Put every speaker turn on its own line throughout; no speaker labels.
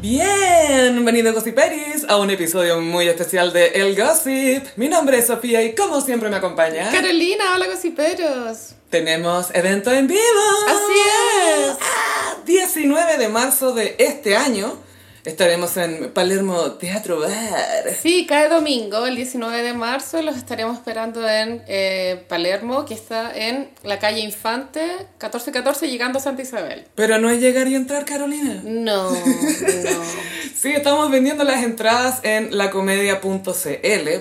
Bienvenido Gossiperis a un episodio muy especial de El Gossip. Mi nombre es Sofía y como siempre me acompaña,
Carolina, hola gossiperos.
tenemos evento en vivo.
Así es.
Ah, 19 de marzo de este año estaremos en Palermo Teatro Bar.
Sí, cae domingo, el 19 de marzo, los estaremos esperando en eh, Palermo, que está en la calle Infante, 1414, llegando a Santa Isabel.
Pero no es llegar y entrar, Carolina.
No, no.
Sí, estamos vendiendo las entradas en lacomedia.cl.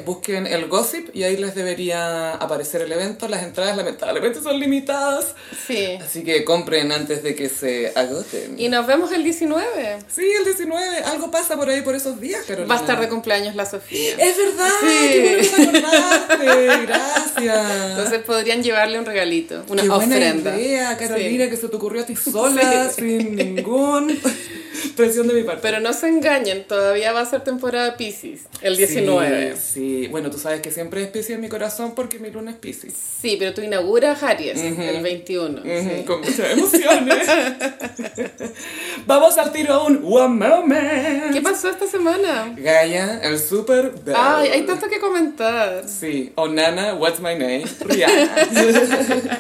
Busquen el gossip y ahí les debería aparecer el evento. Las entradas lamentablemente son limitadas.
Sí.
Así que compren antes de que se agoten.
Y nos vemos el 19.
Sí, el 19. Algo pasa por ahí por esos días, Carolina.
Va a estar de cumpleaños la Sofía.
Es verdad,
Sí.
qué bueno que te acordaste. Gracias.
Entonces podrían llevarle un regalito, una
Ah. qué buena
ofrenda.
idea, Carolina, que se te ocurrió a ti sola, sin ningún presión de mi parte.
Pero no se engañen, todavía va a ser temporada Pisces, el 19.
Sí, sí. bueno, tú sabes que siempre es Piscis en mi corazón porque mi luna es Piscis.
Sí, pero tú inauguras Aries el 21. sí.
Con muchas emociones. Vamos al tiro a un One Moment.
¿Qué pasó esta semana?
Gaia, el Super Bowl.
Ay, hay tanto que comentar.
Sí, Onana, What's My Name, Rihanna.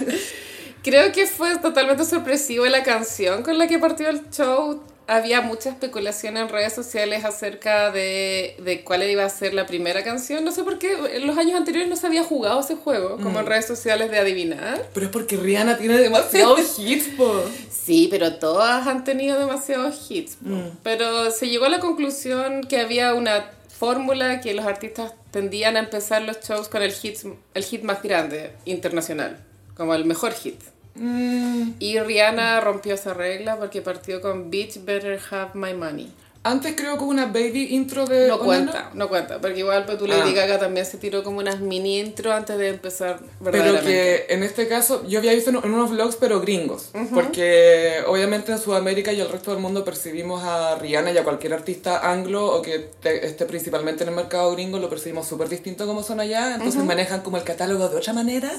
Creo que fue totalmente sorpresivo la canción con la que partió el show. Había mucha especulación en redes sociales acerca de, de cuál iba a ser la primera canción. No sé por qué en los años anteriores no se había jugado ese juego, como en redes sociales de adivinar.
Pero es porque Rihanna tiene demasiados hits, po.
Sí, pero todas han tenido demasiados hits. po.
Mm.
Pero se llegó a la conclusión que había una fórmula que los artistas tendían a empezar los shows con el hit, el hit más grande internacional, como el mejor hit.
Mm,
Y Rihanna rompió esa regla porque partió con Bitch Better Have My Money.
Antes creo que hubo una baby intro de
No
Onana.
cuenta, no cuenta, porque igual pues, tú Lady
Ah.
Gaga también se tiró como unas mini intro antes de empezar
Pero
verdaderamente.
que en este caso, yo había visto en en unos vlogs, pero gringos. Porque obviamente en Sudamérica y el resto del mundo percibimos a Rihanna y a cualquier artista anglo o que te- esté principalmente en el mercado gringo, lo percibimos súper distinto como son allá. Entonces manejan como el catálogo de otra manera.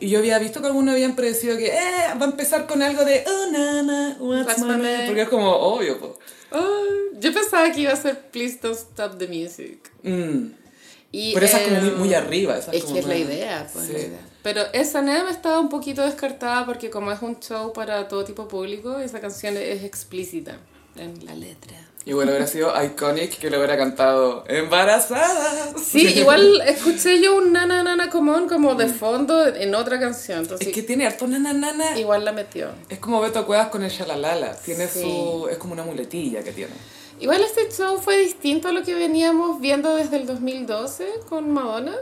Y yo había visto que algunos habían predecido que eh, va a empezar con algo de oh, nana, what's,
What's
my
my
name?"
name?
Porque es como obvio, po.
Ay, Ah, yo pensaba que iba a ser Please Don't Stop the Music.
Mm.
Y,
Pero esa es como muy,
em,
muy arriba. esa
Es
como
que es la
más-
idea, pues,
Sí.
la idea. Pero esa nada estaba un poquito descartada porque como es un show para todo tipo de público, esa canción es explícita en la letra.
Igual hubiera sido iconic que lo hubiera cantado embarazada.
Sí, igual escuché yo un na na na na come on como de fondo en otra canción, entonces
Es que tiene harto nananana.
igual la metió.
Es como Beto Cuevas con el shalalala. Tiene
Sí.
su... Es como una muletilla que tiene.
Igual este show fue distinto a lo que veníamos viendo desde el 2012 con Madonna.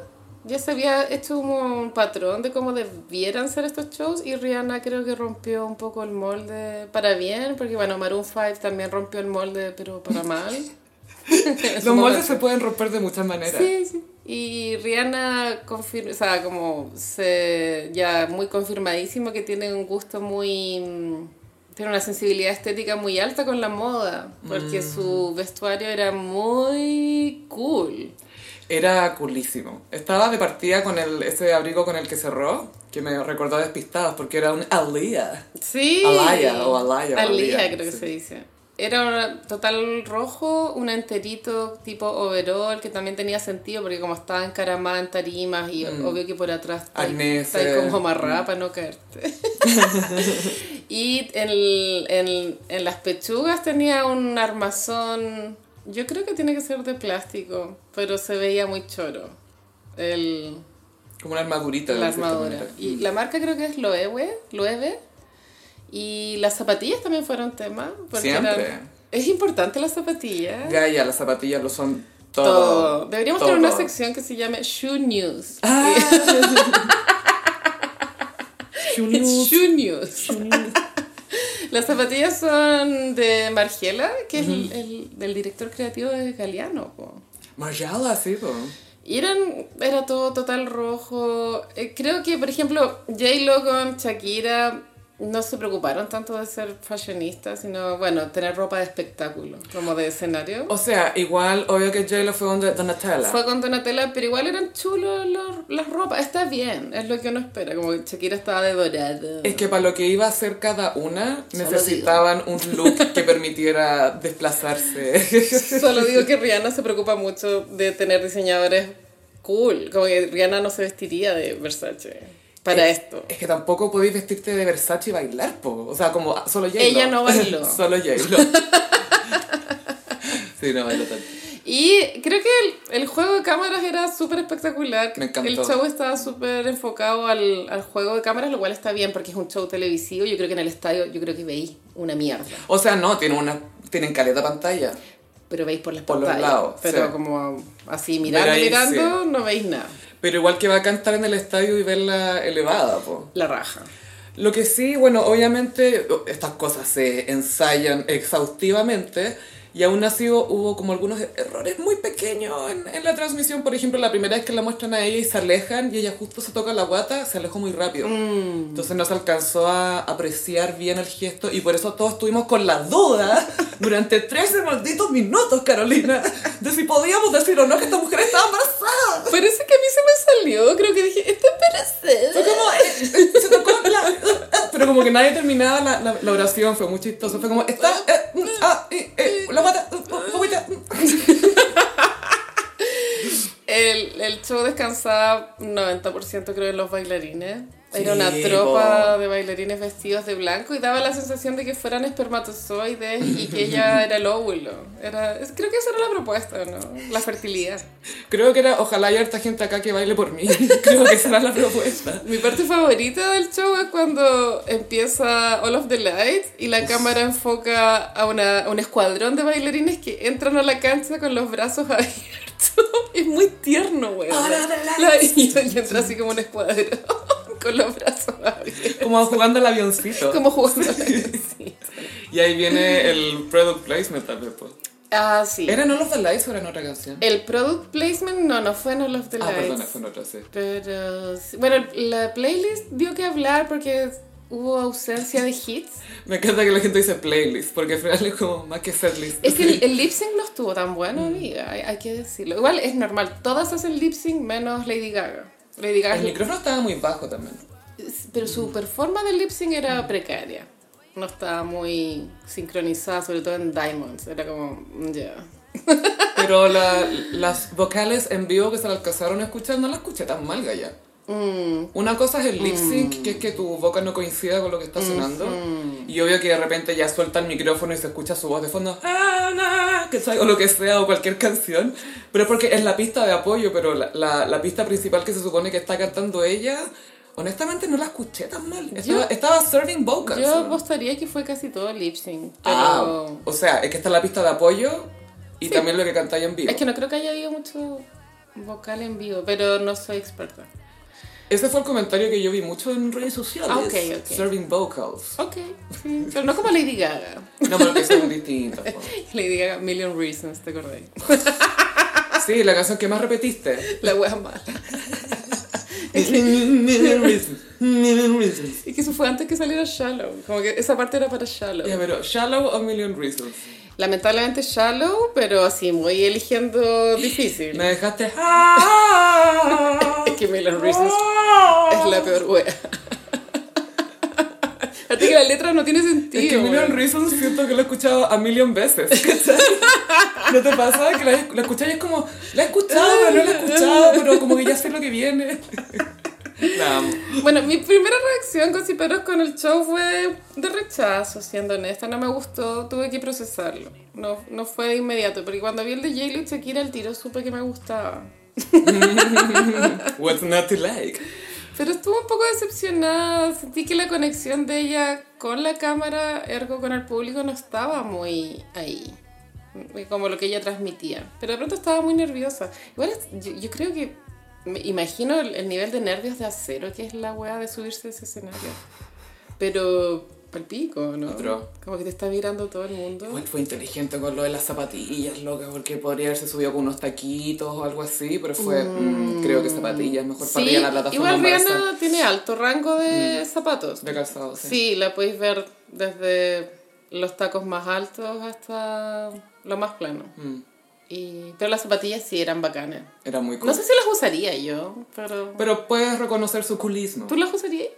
Ya se había hecho como un patrón de cómo debieran ser estos shows y Rihanna creo que rompió un poco el molde para bien, porque bueno, Maroon 5 también rompió el molde, pero para mal. En su
Los moldes
momento.
se pueden romper de muchas maneras.
Sí, sí. Y Rihanna confir- o sea, como se ya muy confirmadísimo que tiene un gusto muy mm, tiene una sensibilidad estética muy alta con la moda, porque su vestuario era muy cool.
Era coolísimo. Estaba de partida con el, ese abrigo con el que cerró, que me recordó a Despistados, porque era un Alía.
Sí.
Alaya, o Alaya, o
Alaya,
Alaya,
creo que
sí.
se dice. Era un total rojo, un enterito tipo overall que también tenía sentido porque como estaba encaramada en tarimas y obvio que por atrás está
Mm. Arneses.
está como amarrada para no caerte. y en, el- en- en las pechugas tenía un armazón, yo creo que tiene que ser de plástico, pero se veía muy choro. El,
Como una armadurita.
la
de cierta
armadura.
manera.
Y la marca creo que es Loewe, Loewe. Y las zapatillas también fueron tema. porque
Siempre.
eran- es importante las zapatillas.
Gaia, las zapatillas lo son todo.
Todo. Deberíamos tener una
Todo.
sección que se llame Shoe News.
Ah. Chunus.
Shoe News. Las zapatillas son de Margiela, que es el, el- del director creativo de Galeano. po.
Margiela, sí, po.
Y eran, era todo total rojo. Eh, creo que, por ejemplo, J-Lo con Shakira no se preocuparon tanto de ser fashionistas, sino, bueno, tener ropa de espectáculo, como de escenario.
O sea, igual, obvio que J-Lo fue con Donatella.
Fue con Donatella, pero igual eran chulos los- las ropas. Está bien, es lo que uno espera. Como que Shakira estaba de dorado.
Es que para lo que iba a hacer cada una,
Solo
necesitaban un look que permitiera desplazarse.
Solo digo que Rihanna se preocupa mucho de tener diseñadores cool. Como que Rihanna no se vestiría de Versace para esto.
Es que tampoco podéis vestirte de Versace y bailar, po. O sea, como ah, solo j
Ella no bailó.
solo j sí, no bailó tanto.
Y creo que el, el juego de cámaras era súper espectacular.
Me encantó.
El show estaba súper enfocado al, al juego de cámaras, lo cual está bien porque es un show televisivo. Yo creo que en el estadio, yo creo que veis una mierda.
O sea, no, tienen una, tienen caleta pantalla.
Pero veis por las
Por los
pantallas.
lados,
pero
sí.
como así mirando,
Ver ahí,
mirando, no veis nada.
Pero igual que va a cantar en el estadio y verla elevada, po.
La raja.
Lo que sí, bueno, obviamente o- estas cosas se ensayan exhaustivamente y aún así hu- hubo como algunos errores muy pequeños en, en la transmisión. Por ejemplo, la primera vez que la muestran a ella y se alejan y ella justo se toca la guata, se alejó muy rápido. Entonces no se alcanzó a apreciar bien el gesto y por eso todos estuvimos con la duda durante 13 malditos minutos, Carolina, de si podíamos decir o no que esta mujer estaba embarazada.
Parece que a mí se me salió. Creo que dije, está embarazada.
Fue como, eh, eh, se tocó la... Pero como que nadie terminaba la, la, la oración, fue muy chistoso. Fue como, está... eh, mm, ah, eh, eh, la mata, eh, eh, agüita, mm.
El, el show descansaba 90% creo en los bailarines. Era una
Sí,
tropa
po.
de bailarines vestidos de blanco y daba la sensación de que fueran espermatozoides y que ella era el óvulo. Era, es- creo que esa era la propuesta, ¿no? La fertilidad.
Creo que era, ojalá haya harta gente acá que baile por mí. Creo que esa era la propuesta.
Mi parte favorita del show es cuando empieza All of the Lights y la cámara enfoca a, una- a un escuadrón de bailarines que entran a la cancha con los brazos abiertos. Es muy tierno, güey.
All of the
Y, y entra así como un escuadrón con los brazos abiertos.
Como jugando al avioncito.
Como jugando a la canción.
Y ahí viene el product placement también. pues.
Ah, sí.
¿Era en All of the Lights o era en otra canción?
El product placement no, no fue en All of the
Ah,
Eh, Lights.
perdona, fue en otra, sí.
Pero, sí- bueno, la playlist dio que hablar porque hubo ausencia de hits.
Me encanta que la gente dice playlist, porque al final es como más que setlist.
Es que el, el lip sync no estuvo tan
Mm.
bueno, amiga, hay, hay que decirlo. Igual es normal, todas hacen lip sync menos Lady Gaga. Lady Gaga,
El Mm. micrófono estaba muy bajo también.
es- pero su performance del lip sync
Mm.
era precaria. No estaba muy sincronizada, sobre todo en Diamonds. Era como, mm, ya.
Pero la- las vocales en vivo que se la alcanzaron a escuchar, no la escuché tan mal, Gaya.
Mm.
Una cosa es el lip sync, que es que tu boca no coincida con lo que
Mm,
está sonando. Y obvio que de repente ya suelta el micrófono y se escucha su voz de fondo, "Ah, na", que sea- o lo que sea, o cualquier canción. Pero es porque es la pista de apoyo, pero la, la- la pista principal que se supone que está cantando ella, honestamente no la escuché tan mal. Estaba, estaba serving vocals.
Yo
¿no?
apostaría que fue casi todo lip sync. Pero
Ah, o sea, es que está la pista de apoyo y también lo que cantáis en vivo.
es que no creo que haya habido mucho vocal en vivo, pero no soy experta.
Ese Este fue el comentario que yo vi mucho en redes sociales.
Ah, ok, ok.
Serving vocals.
Ok, sí, pero no como Lady Gaga.
No, porque son distintos. po.
Lady Gaga, Million Reasons, ¿te acordáis?
Sí, la canción que más repetiste.
La wea mala.
Million reasons. Million reasons.
Y que eso fue antes que saliera Shallow. Como que esa parte era para Shallow.
Ya, pero shallow o million reasons.
Lamentablemente Shallow, pero así muy eligiendo difícil.
Me dejaste. Ah,
Es que Million Reasons es la peor wea. A ti que la letra no tiene sentido.
Es que
weón.
Million Reasons siento que lo he escuchado a million veces. ¿cachai? ¿No te pasa? Que la, la escuchás y es como, la he escuchado, pero no la he escuchado, pero como que ya sé lo que viene. La amo.
Bueno, mi primera reacción con Ciperos con el show fue de rechazo, siendo honesta. No me gustó, tuve que procesarlo. No, no fue de inmediato, porque cuando vi el de J-Lo y Shakira, el tiro supe que me gustaba.
What's not to like?
Pero estuve un poco decepcionada, sentí que la conexión de ella con la cámara, ergo con el público, no estaba muy ahí, eh, como lo que ella transmitía. Pero de pronto estaba muy nerviosa. Igual es- yo, yo creo que, me imagino el, el nivel de nervios de acero que es la wea de subirse a ese escenario. Pero palpico, ¿no?
Otro.
Como que te está mirando todo el mundo.
Igual fue inteligente con lo de las zapatillas, loca, porque podría haberse subido con unos taquitos o algo así, pero fue, mm, creo que zapatillas, mejor para
sí,
Rihanna plataforma Mm.
igual
embarazada.
Rihanna tiene alto rango de zapatos.
De calzado, sí.
Sí, la podéis ver desde los tacos más altos hasta lo más plano.
Mm,
Y, pero las zapatillas sí eran bacanas.
era muy cool.
No sé si las usaría yo, pero...
Pero puedes reconocer su culismo.
¿Tú las usarías?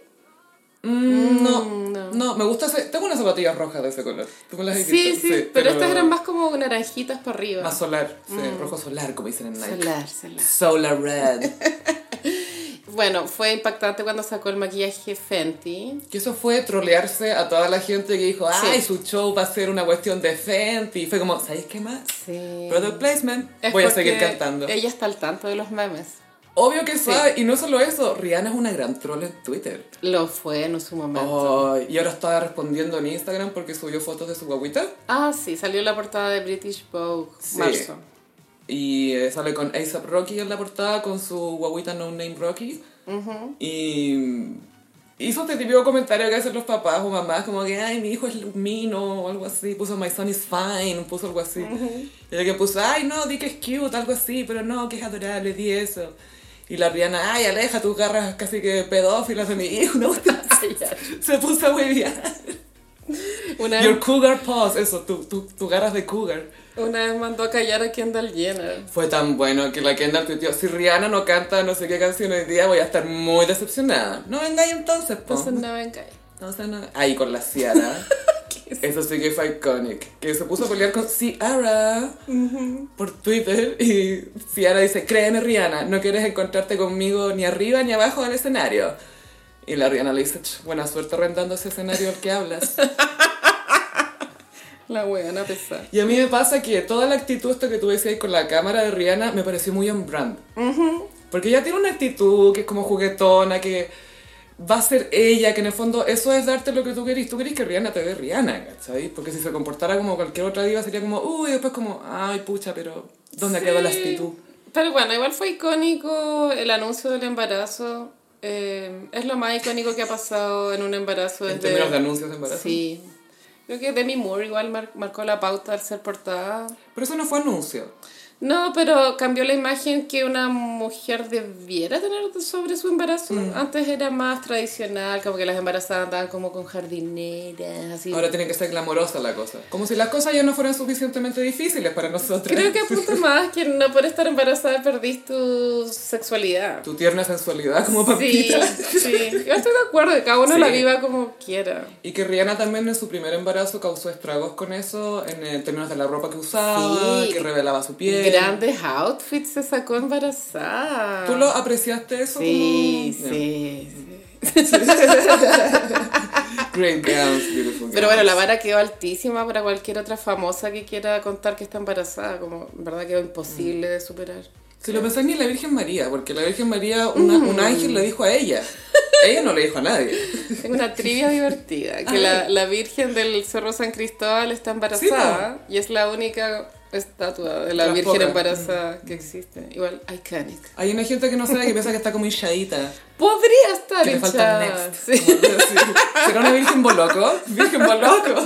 Mm, no,
no.
no, me gusta ese... Tengo unas zapatillas rojas de ese color. ¿Tú me las has
Sí, sí,
visto?
pero, estas eran más como naranjitas para arriba.
Más solar, sí, rojo solar, como dicen en Nike.
Mm. Solar, solar.
Solar Red.
Bueno, fue impactante cuando sacó el maquillaje Fenty.
Que eso fue trolearse a toda la gente que dijo,
Sí.
ay, su show va a ser una cuestión de Fenty. Y fue como, ¿sabéis qué más?
Sí.
Product Placement. Voy a seguir cantando.
Ella está al tanto de los memes.
Obvio que sabe, y no solo eso, Rihanna es una gran troll en Twitter.
Lo fue en su momento.
Ay, y ahora está respondiendo en Instagram porque subió fotos de su guaguita.
Ah, sí, salió la portada de British Vogue,
Sí.
marzo.
Y eh, sale con ASAP Rocky en la portada con su guaguita No Name Rocky. Y mm, hizo este típico comentario que hacen los papás o mamás, como que, ay, mi hijo es lumino o algo así. Puso My son is fine, puso algo así. Y el que puso, ay, no, di que es cute, algo así, pero no, que es adorable, di eso. Y la Rihanna, ay, aleja tus garras casi que pedófilas de mi hijo, ¿no? Se puso a hueviar.
Una
Your
vez,
cougar paws, eso, tu, tu, tu garras de cougar.
una vez mandó a callar a Kendall Jenner.
Fue tan bueno que la Kendall tuiteó, si Rihanna no canta no sé qué canción hoy día voy a estar muy decepcionada. No vengáis entonces, po.
Entonces no venga.
Entonces no- Ahí con la Ciara. Eso sí que fue iconic. Que se puso a pelear con Ciara por Twitter y Ciara dice, créeme Rihanna, no quieres encontrarte conmigo ni arriba ni abajo del escenario. Y la Rihanna le dice, "Ch, buena suerte rentando ese escenario al que hablas.
La weón a pesar.
Y a mí me pasa que toda la actitud esta que tú decías con la cámara de Rihanna me pareció muy on brand. Porque ella tiene una actitud que es como juguetona, que va a ser ella, que en el fondo eso es darte lo que tú querís. Tú querís que Rihanna te dé Rihanna, ¿cachai? Porque si se comportara como cualquier otra diva sería como, uy, y después como, ay, pucha, pero ¿dónde quedó la actitud?
Pero bueno, igual fue icónico el anuncio del embarazo. Eh, es lo más icónico que ha pasado en un embarazo
En
desde-
términos de anuncios de embarazo.
Sí. Creo que Demi Moore igual mar- marcó la pauta al ser portada.
Pero eso no fue anuncio.
No, pero cambió la imagen que una mujer debiera tener sobre su embarazo.
Mm.
Antes era más tradicional, como que las embarazadas andaban como con jardineras, así.
Ahora tiene que ser glamorosa la cosa. Como si las cosas ya no fueran suficientemente difíciles para nosotros.
Creo que apunta más que no por estar embarazada perdís tu sexualidad.
Tu tierna sensualidad como
Sí,
papita.
sí. Yo estoy de acuerdo, que cada uno
Sí.
la viva como quiera.
Y que Rihanna también en su primer embarazo causó estragos con eso, en eh, términos de la ropa que usaba,
Sí.
que revelaba su piel.
Grandes outfits se sacó embarazada.
¿Tú lo apreciaste eso?
Sí,
como-
sí, sí.
Yeah. Great gowns, beautiful
Pero bueno,
gowns.
la vara quedó altísima para cualquier otra famosa que quiera contar que está embarazada, como en verdad quedó imposible de superar.
Si lo pensás ni la Virgen María, porque la Virgen María, una-
Mm.
un ángel le dijo a ella. Ella no le dijo a nadie.
Tengo una trivia divertida, que la, la Virgen del Cerro San Cristóbal está embarazada y es la única estatua de la
Las
Virgen
pocas.
embarazada que existe. Igual, iconic.
Hay una gente que no sabe, que piensa que está como hinchadita.
Podría estar
Que le falta un
hinchada,
next.
sí.
Como algo así. ¿Será una Virgen Boloco? ¿Virgen Boloco?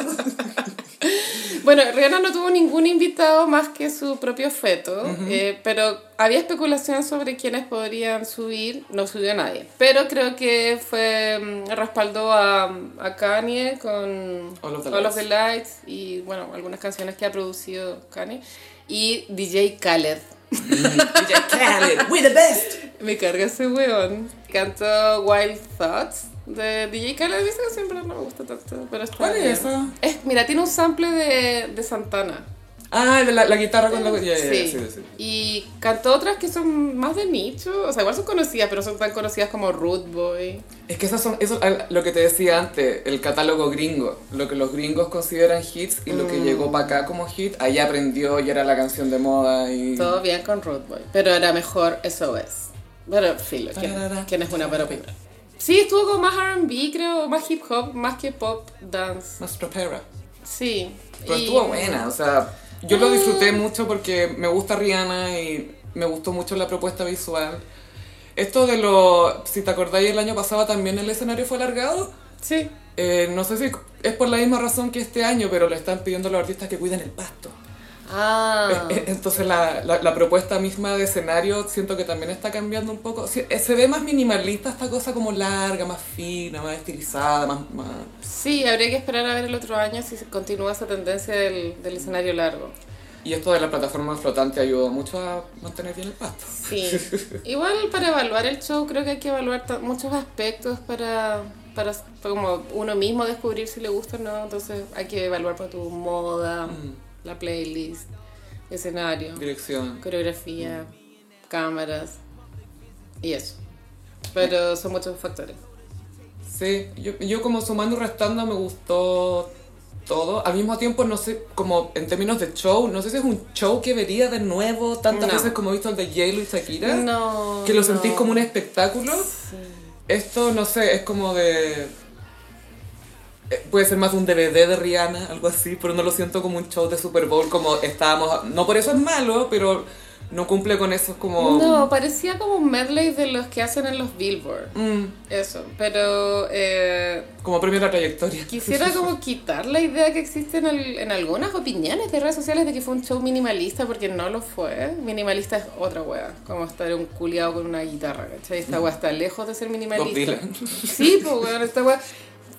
Bueno, Rihanna no tuvo ningún invitado más que su propio feto, eh, pero había especulación sobre quiénes podrían subir, no subió nadie. Pero creo que fue mm, respaldó a, a Kanye con
All of the Lights.
Lights y bueno, algunas canciones que ha producido Kanye y DJ Khaled.
DJ Khaled, we the best.
Me carga ese weón. Cantó Wild Thoughts de DJ Khaled. Dice que siempre no me gusta tanto, pero está
¿Cuál es
bien.
esa?
Es- mira, tiene un sample de, de Santana.
Ah, la, la guitarra con la... ya, ya, ya,
Sí.
sí, sí.
Y cantó otras que son más de nicho, o sea, igual son conocidas, pero son tan conocidas como Root Boy.
Es que esas son, eso al- lo que te decía antes, el catálogo gringo, lo que los gringos consideran hits y lo que llegó para acá como hit, ahí aprendió y era la canción de moda y...
Todo bien con Root Boy, pero era mejor SOS. Pero filo, ¿quién,
Tararara.
quién es una para opinar? Sí, estuvo con más RB, creo, más hip hop, más que pop, dance.
Más trapera.
Sí.
Pero
y-
estuvo buena, o sea, yo lo disfruté mucho porque me gusta Rihanna y me gustó mucho la propuesta visual. Esto de lo... Si te acordáis, el año pasado también el escenario fue alargado.
Sí.
Eh, no sé si es por la misma razón que este año, pero le están pidiendo a los artistas que cuiden el pasto.
Ah.
Eh, eh, Entonces la, la- la propuesta misma de escenario siento que también está cambiando un poco. Sí, eh, Se ve más minimalista esta cosa como larga, más fina, más estilizada, más... más-
Sí, habría que esperar a ver el otro año si se continúa esa tendencia del, del escenario largo.
Y esto de la plataforma flotante ayudó mucho a mantener bien el pasto.
Sí. Igual para evaluar el show creo que hay que evaluar ta- muchos aspectos para, para, para como uno mismo descubrir si le gusta o no. Entonces hay que evaluar por tu moda, la playlist, escenario,
Mm, Dirección.
coreografía, cámaras y eso. Pero son muchos factores.
Sí, yo, yo como sumando y restando me gustó todo. Al mismo tiempo, no sé, como en términos de show, no sé si es un show que vería de nuevo tantas
No.
veces como he visto el de J-Lo y Shakira.
No.
Que lo
no.
sentís como un espectáculo. Esto, no sé, es como de... eh, Puede ser más un DVD de Rihanna, algo así, pero no lo siento como un show de Super Bowl como estábamos... No por eso es malo, pero no cumple con esos como...
No, parecía como un medley de los que hacen en los Billboard.
Mm,
Eso, pero eh,
como premio a la trayectoria.
Quisiera como quitar la idea que existe en, al- en algunas opiniones de redes sociales de que fue un show minimalista, porque no lo fue. Minimalista es otra wea, como estar un culiado con una guitarra, ¿cachai? Esta wea está lejos de ser
Bob
minimalista.
Dylan.
Sí, pues weón, esta wea.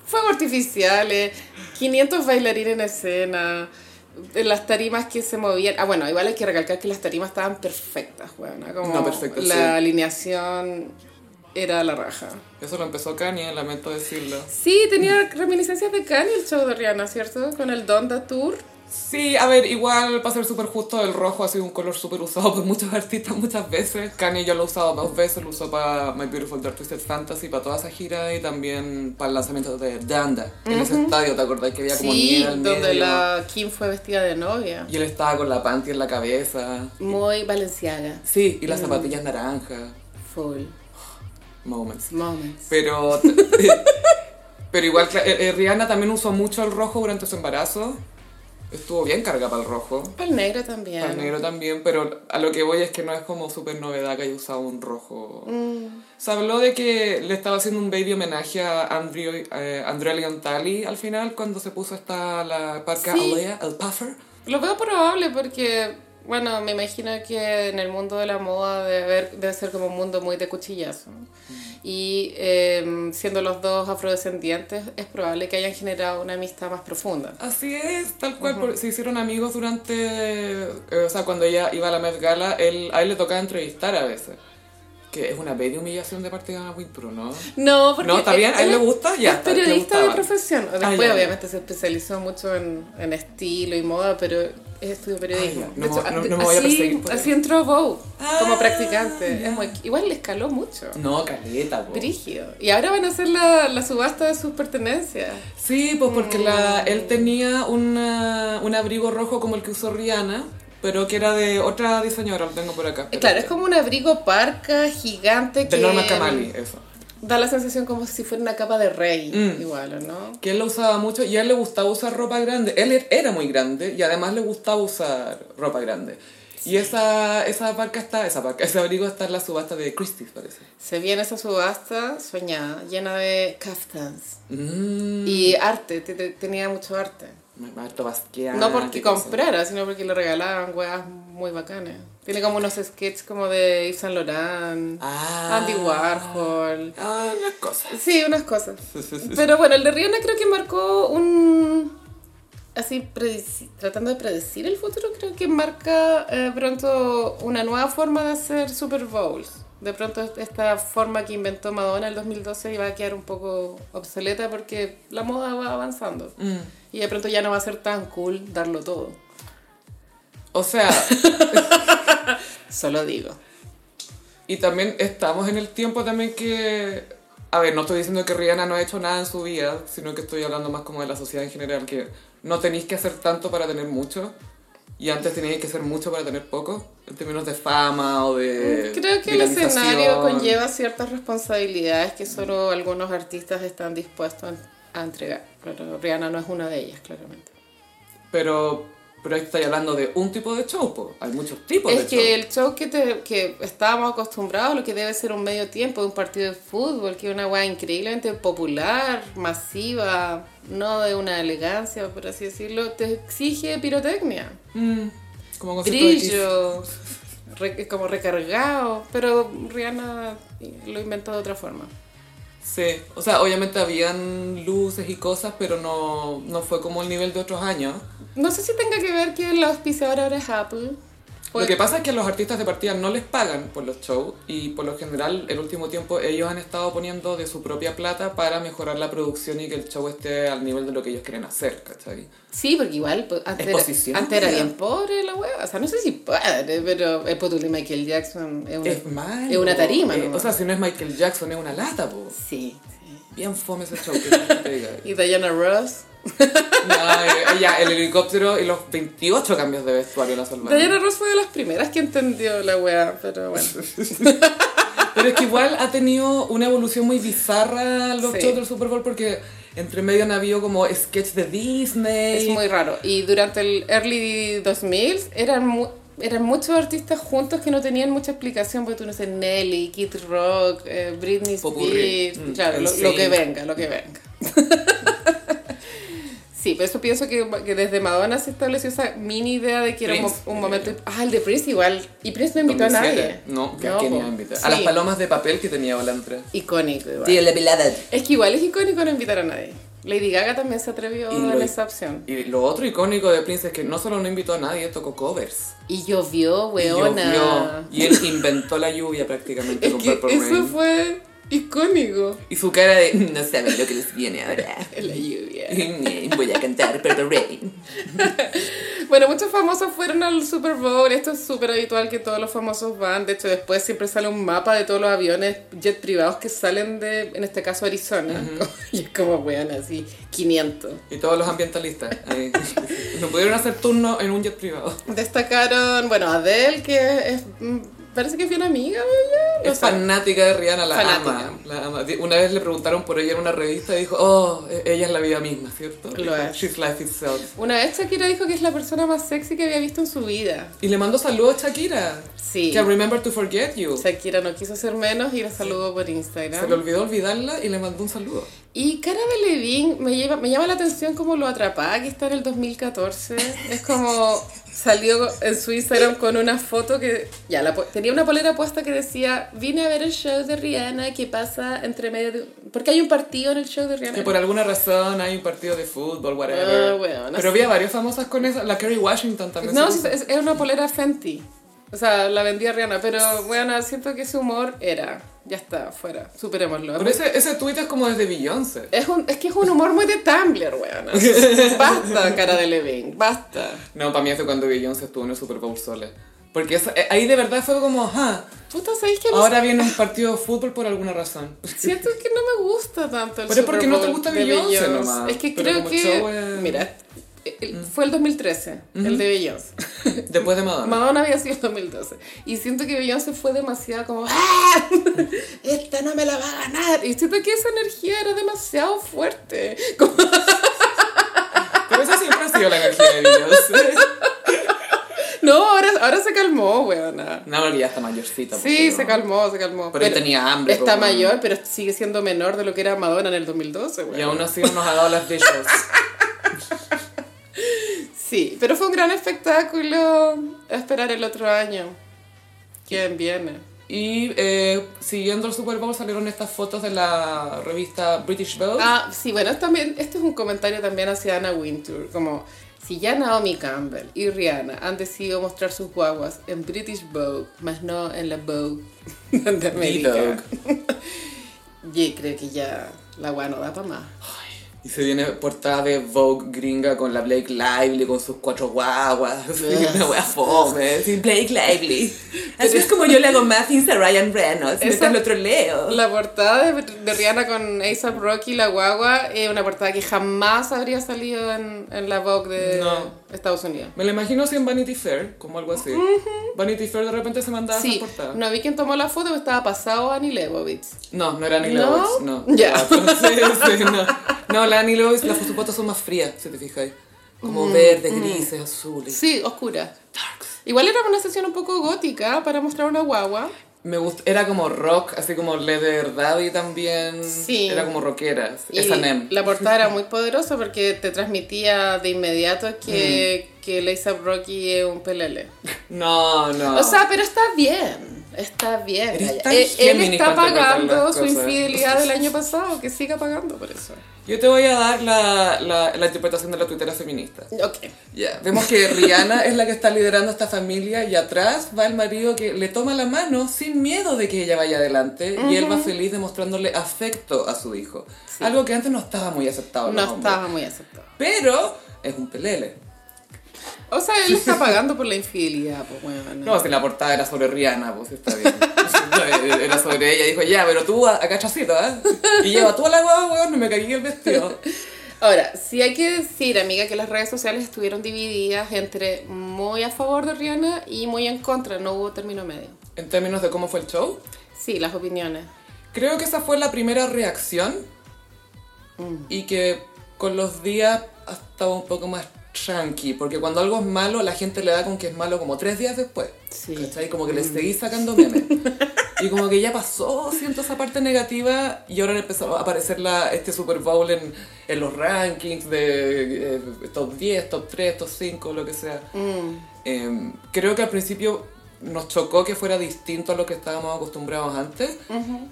Fuegos artificiales, 500 bailarines en escena, las tarimas que se movían. Ah, bueno, igual hay que recalcar que las tarimas estaban perfectas, weón. ¿no? Como
No, perfectas,
la
sí.
alineación era la raja.
Eso lo empezó Kanye, lamento decirlo.
Sí, tenía reminiscencias de Kanye el show de Rihanna, ¿cierto? Con el Donda Tour.
Sí, a ver, igual para ser súper justo, el rojo ha sido un color súper usado por muchos artistas muchas veces. Kanye yo lo he usado dos veces, lo usó para My Beautiful Dark Twisted Fantasy, para toda esa gira y también para el lanzamiento de Danda en ese estadio, ¿te acordás que había como
Sí,
nieve al
donde
medio?
la Kim fue vestida de novia.
Y él estaba con la panty en la cabeza.
Muy valenciaga.
Sí, y
Mm.
las zapatillas naranjas.
Full.
Moments.
Moments.
Pero. eh, pero igual, cla- eh, eh, Rihanna también usó mucho el rojo durante su embarazo. Estuvo bien cargada para el rojo.
Para el negro también.
Para el negro también, pero a lo que voy es que no es como súper novedad que haya usado un rojo.
Mm.
Se habló de que le estaba haciendo un baby homenaje a Andrew, eh, Andrea Leontali al final, cuando se puso esta la parca
Sí.
Alea, el puffer.
Lo veo probable porque, bueno, me imagino que en el mundo de la moda debe, haber- debe ser como un mundo muy de cuchillazo. Y eh, siendo los dos afrodescendientes, es probable que hayan generado una amistad más profunda.
Así es, tal cual. por- Se hicieron amigos durante. eh, o sea, cuando ella iba a la Met Gala, él, a él le tocaba entrevistar a veces. Que es una media humillación de parte de Anna Wintour, ¿no?
No, porque.
No, está bien, a él le gusta, ya
es
está, le
periodista de
gustaba. Ah,
profesión. Después,
ya, ya.
obviamente, se especializó mucho en, en estilo y moda, pero estudió periodismo.
Ay, ya, no
De hecho,
me- no-
ante-
no me voy a
así,
perseguir por
así entró Vogue como
Ah,
practicante.
ya. Mm.
Es muy- igual le escaló mucho.
No, caleta, po.
Brígido. Y ahora van a hacer la, la subasta de sus pertenencias.
Sí, pues porque la,
Mm.
él tenía una- un abrigo rojo como el que usó Rihanna, pero que era de otra diseñadora, lo tengo por acá.
Eh,
espérate.
Claro, es como un abrigo parca gigante
De
que
Norma Kamali, eso.
da la sensación como si fuera una capa de rey,
Mm.
igual, ¿o no?
Que él lo usaba mucho y a él le gustaba usar ropa grande. Él er- era muy grande y además le gustaba usar ropa grande. Y esa, esa parca está, esa parca, ese abrigo está en la subasta de Christie's, parece.
Se viene esa subasta soñada, llena de caftans.
Mmm,
Y arte, te- te- tenía mucho arte.
Marto Basquiat.
no porque
qué cosa.
comprara, sino porque le regalaban weas muy bacanas. Tiene como unos sketches como de Yves Saint Laurent,
Ah.
Andy Warhol.
Ah, las cosas.
Sí, unas cosas.
Sí, sí, sí.
Pero bueno, el de Rihanna creo que marcó un... Así, predeci- tratando de predecir el futuro, creo que marca eh, pronto una nueva forma de hacer Super Bowls. De pronto esta forma que inventó Madonna en el 2012 iba a quedar un poco obsoleta porque la moda va avanzando.
Mm.
Y de pronto ya no va a ser tan cool darlo todo.
O sea,
Solo digo.
y también estamos en el tiempo también que... A ver, no estoy diciendo que Rihanna no ha hecho nada en su vida, sino que estoy hablando más como de la sociedad en general, que no tenéis que hacer tanto para tener mucho, y antes teníais que hacer mucho para tener poco, en términos de fama o de...
Mm, Creo que el
Eh, viralización.
escenario conlleva ciertas responsabilidades que solo algunos artistas están dispuestos a entregar. Pero Rihanna no es una de ellas, claramente.
Pero Pero ahí estáis hablando de un tipo de show, po. hay muchos tipos
Es
de show.
que el show que, te- que estábamos acostumbrados, lo que debe ser un medio tiempo de un partido de fútbol, que es una weá increíblemente popular, masiva, no de una elegancia, por así decirlo, te exige pirotecnia,
Mm, como concepto de Kiss.
brillo, re- como recargado, pero Rihanna lo inventó de otra forma.
Sí, o sea, obviamente habían luces y cosas, pero no, no fue como el nivel de otros años.
No sé si tenga que ver que la auspiciadora ahora es Apple.
Lo
Pues-
que pasa es que a los artistas de partida no les pagan por los shows y por lo general el último tiempo ellos han estado poniendo de su propia plata para mejorar la producción y que el show esté al nivel de lo que ellos quieren hacer, ¿cachai?
Sí, porque igual pues, antes,
Exposición,
era, antes era
ya.
bien pobre la hueva. O sea, no sé si padre, pero eh, pues, es potule Michael Jackson. Es, una,
Es mal.
Mm. es una tarima.
eh,
nomás.
o sea, si no es Michael Jackson, es una lata, po.
sí, sí.
Bien fome ese show que te diga.
Y Diana Ross.
No, eh, ya, el helicóptero y los 28 cambios de vestuario la salvaron.
Diana Ross fue de las primeras que entendió la hueá, pero bueno.
Pero es que igual ha tenido una evolución muy bizarra los
Sí.
shows del Super Bowl porque entre medio han habido como sketch de Disney.
es muy raro. Y durante el early 2000 eran mu- Eran muchos artistas juntos que no tenían mucha explicación, porque tú no sé, Nelly, Kid Rock, eh, Britney
Popurrí.
Spears,
Mm,
claro,
el
lo, lo que
sync.
venga, lo que venga. sí, pero eso pienso que, que desde Madonna se estableció esa mini idea de que era un, mo-
Prince,
un
eh,
momento... Ah, el de Prince igual. Y Prince no invitó
2007.
a nadie.
No, ¿a quién iba a
po.
invitar?
Sí.
A las palomas de papel que tenía Balantra.
Icónico igual.
la pelada.
Es que igual es icónico no invitar a nadie. Lady Gaga también se atrevió
Y
a
lo-
esa opción.
Y lo otro icónico de Prince es que no solo no invitó a nadie, tocó covers.
Y llovió,
Y
weona.
llovió. Y él inventó la lluvia prácticamente
Es
con
que
Purple
eso
Rain.
fue icónico.
Y su cara de, "Mm, no saben lo que les viene ahora.
La lluvia.
Mm, Voy a cantar Purple Rain.
Bueno, muchos famosos fueron al Super Bowl. Esto es súper habitual que todos los famosos van. De hecho, después siempre sale un mapa de todos los aviones jet privados que salen de, en este caso, Arizona. Y es como, weón, así, 500.
Y todos los ambientalistas. ahí. No pudieron hacer turno en un jet privado.
Destacaron, bueno, Adele, que es, mm, parece que es bien amiga de ella. no
Es
sé.
fanática de Rihanna, la
Fanática.
ama, la ama. Di- Una vez le preguntaron por ella en una revista y dijo, oh, e- ella es la vida misma, ¿cierto?
Lo es.
She's life itself.
Una vez Shakira dijo que es la persona más sexy que había visto en su vida.
Y le mandó saludos a Shakira.
Sí.
Que remember to forget you.
Shakira no quiso ser menos y la saludó por Instagram.
Se le olvidó olvidarla y le mandó un saludo.
Y Cara Delevingne me, lleva, me llama la atención como lo atrapada que está en el 2014. Es como salió en su Instagram con una foto que ya la po- tenía una polera puesta que decía vine a ver el show de Rihanna que pasa entre medio de... Porque hay un partido en el show de Rihanna.
Que por alguna razón hay un partido de fútbol, whatever.
Ah, bueno, no
Pero
sé.
había varias famosas con eso. La Kerry Washington también.
No,
se
sí,
puso.
es, es una polera Fenty. O sea, la vendía Rihanna, pero bueno, siento que su humor era, ya está, fuera, superémoslo.
Pero ese, ese tweet es como desde Beyoncé.
Es, un- es que es un humor muy de Tumblr, weona. Basta, cara de Levin, basta.
No, para mí hace cuando Beyoncé estuvo en el Super Bowl sola. Porque eso- eh, ahí de verdad fue como, ajá,
Puta, ¿sabéis que a mí
ahora viene un partido de fútbol por alguna razón.
siento que no me gusta tanto el
Pero es porque
Super
no te
Bowl
gusta
de
Beyoncé nomás.
Es que
Pero
creo
como show
que...
es- Mm.
Mira, el- fue el 2013, el de Beyoncé.
Después de Madonna.
Madonna había sido el 2012. Y siento que Beyoncé fue demasiado como... ¡Ah! Esta no me la va a ganar. Y siento que esa energía era demasiado fuerte. Como-
Pero esa siempre ha sido la energía de Beyoncé.
No, ahora, ahora se calmó, weona.
No, porque ya está mayorcita. pues,
Sí,
pero-
se calmó, se calmó.
Pero él tenía hambre,
Está
como-
mayor, pero sigue siendo menor de lo que era Madonna en el 2012, güey.
Y aún así no nos ha dado las dishes.
Sí, pero fue un gran espectáculo. A esperar el otro año. ¿Quién viene?
Y eh, siguiendo el Super Bowl salieron estas fotos de la revista British Vogue.
Ah, sí, bueno, también, esto es un comentario también hacia Anna Wintour, como... Si ya Naomi Campbell y Rihanna han decidido mostrar sus guaguas en British Vogue, más no en la Vogue de América, yo creo que ya la guana no da para más.
Y se viene portada de Vogue gringa con la Blake Lively con sus cuatro guaguas. Una wea fome. Sí, Blake Lively. Así es como yo le hago muffins a Ryan Reynolds.
mientras lo
troleo.
La portada de, de Rihanna con A$AP Rocky, la guagua, es una portada que jamás habría salido en, en la Vogue de
No.
Estados Unidos.
Me la imagino así en Vanity Fair, como algo así. Vanity Fair de repente se mandaba
Sí,
esa portada.
no vi quién tomó la foto, pero estaba pasado Annie Leibovitz.
No, no era Annie
¿No?
Leibovitz, no.
Ya.
Ah, sí, sí, no. No, la Annie Leibovitz, las fotos son más frías, si te fijáis. como
Mm,
verde, grises, azules.
Sí, oscura.
Darks.
Igual era una sesión un poco gótica para mostrar una guagua.
Me gust era como rock, así como Leather Daddy también.
Sí.
Era como rockera,
Y
esa NEM.
la portada era muy poderosa porque te transmitía de inmediato que,
Mm.
que Lisa Rocky es un pelele.
No, no.
O sea, pero está bien. Está bien.
Eres tan
Eh, Él,
Géminis
está
para interpretar
pagando
las
su
cosas.
infidelidad del año pasado, que siga pagando por eso.
yo te voy a dar la, la, la interpretación de la tuitera feminista.
Ok.
Ya, Vemos que Rihanna es la que está liderando esta familia y atrás va el marido que le toma la mano sin miedo de que ella vaya adelante y él va feliz demostrándole afecto a su hijo. Algo que antes no estaba muy aceptado. en los
No
hombres.
estaba muy aceptado.
Pero es un pelele.
O sea, él está pagando por la infidelidad, pues bueno.
No, si la portada era sobre Rihanna, pues está bien. Era sobre ella. Dijo, ya, pero tú acá chacita, ¿eh? Y lleva tú a la guagua, weón, no me cagué el vestido.
Ahora, sí hay que decir, amiga, que las redes sociales estuvieron divididas entre muy a favor de Rihanna y muy en contra. No hubo término medio.
En términos de cómo fue el show,
Sí, las opiniones.
Creo que esa fue la primera reacción y que con los días ha estado un poco más tranqui, porque cuando algo es malo, la gente le da con que es malo como tres días después.
Sí.
¿Cachai? Como que le seguís sacando memes. y como que ya pasó, siento esa parte negativa y ahora empezó a aparecer la, este Super Bowl en, en los rankings de eh, top 10, top 3, top 5, lo que sea.
Mm,
Eh, creo que al principio nos chocó que fuera distinto a lo que estábamos acostumbrados antes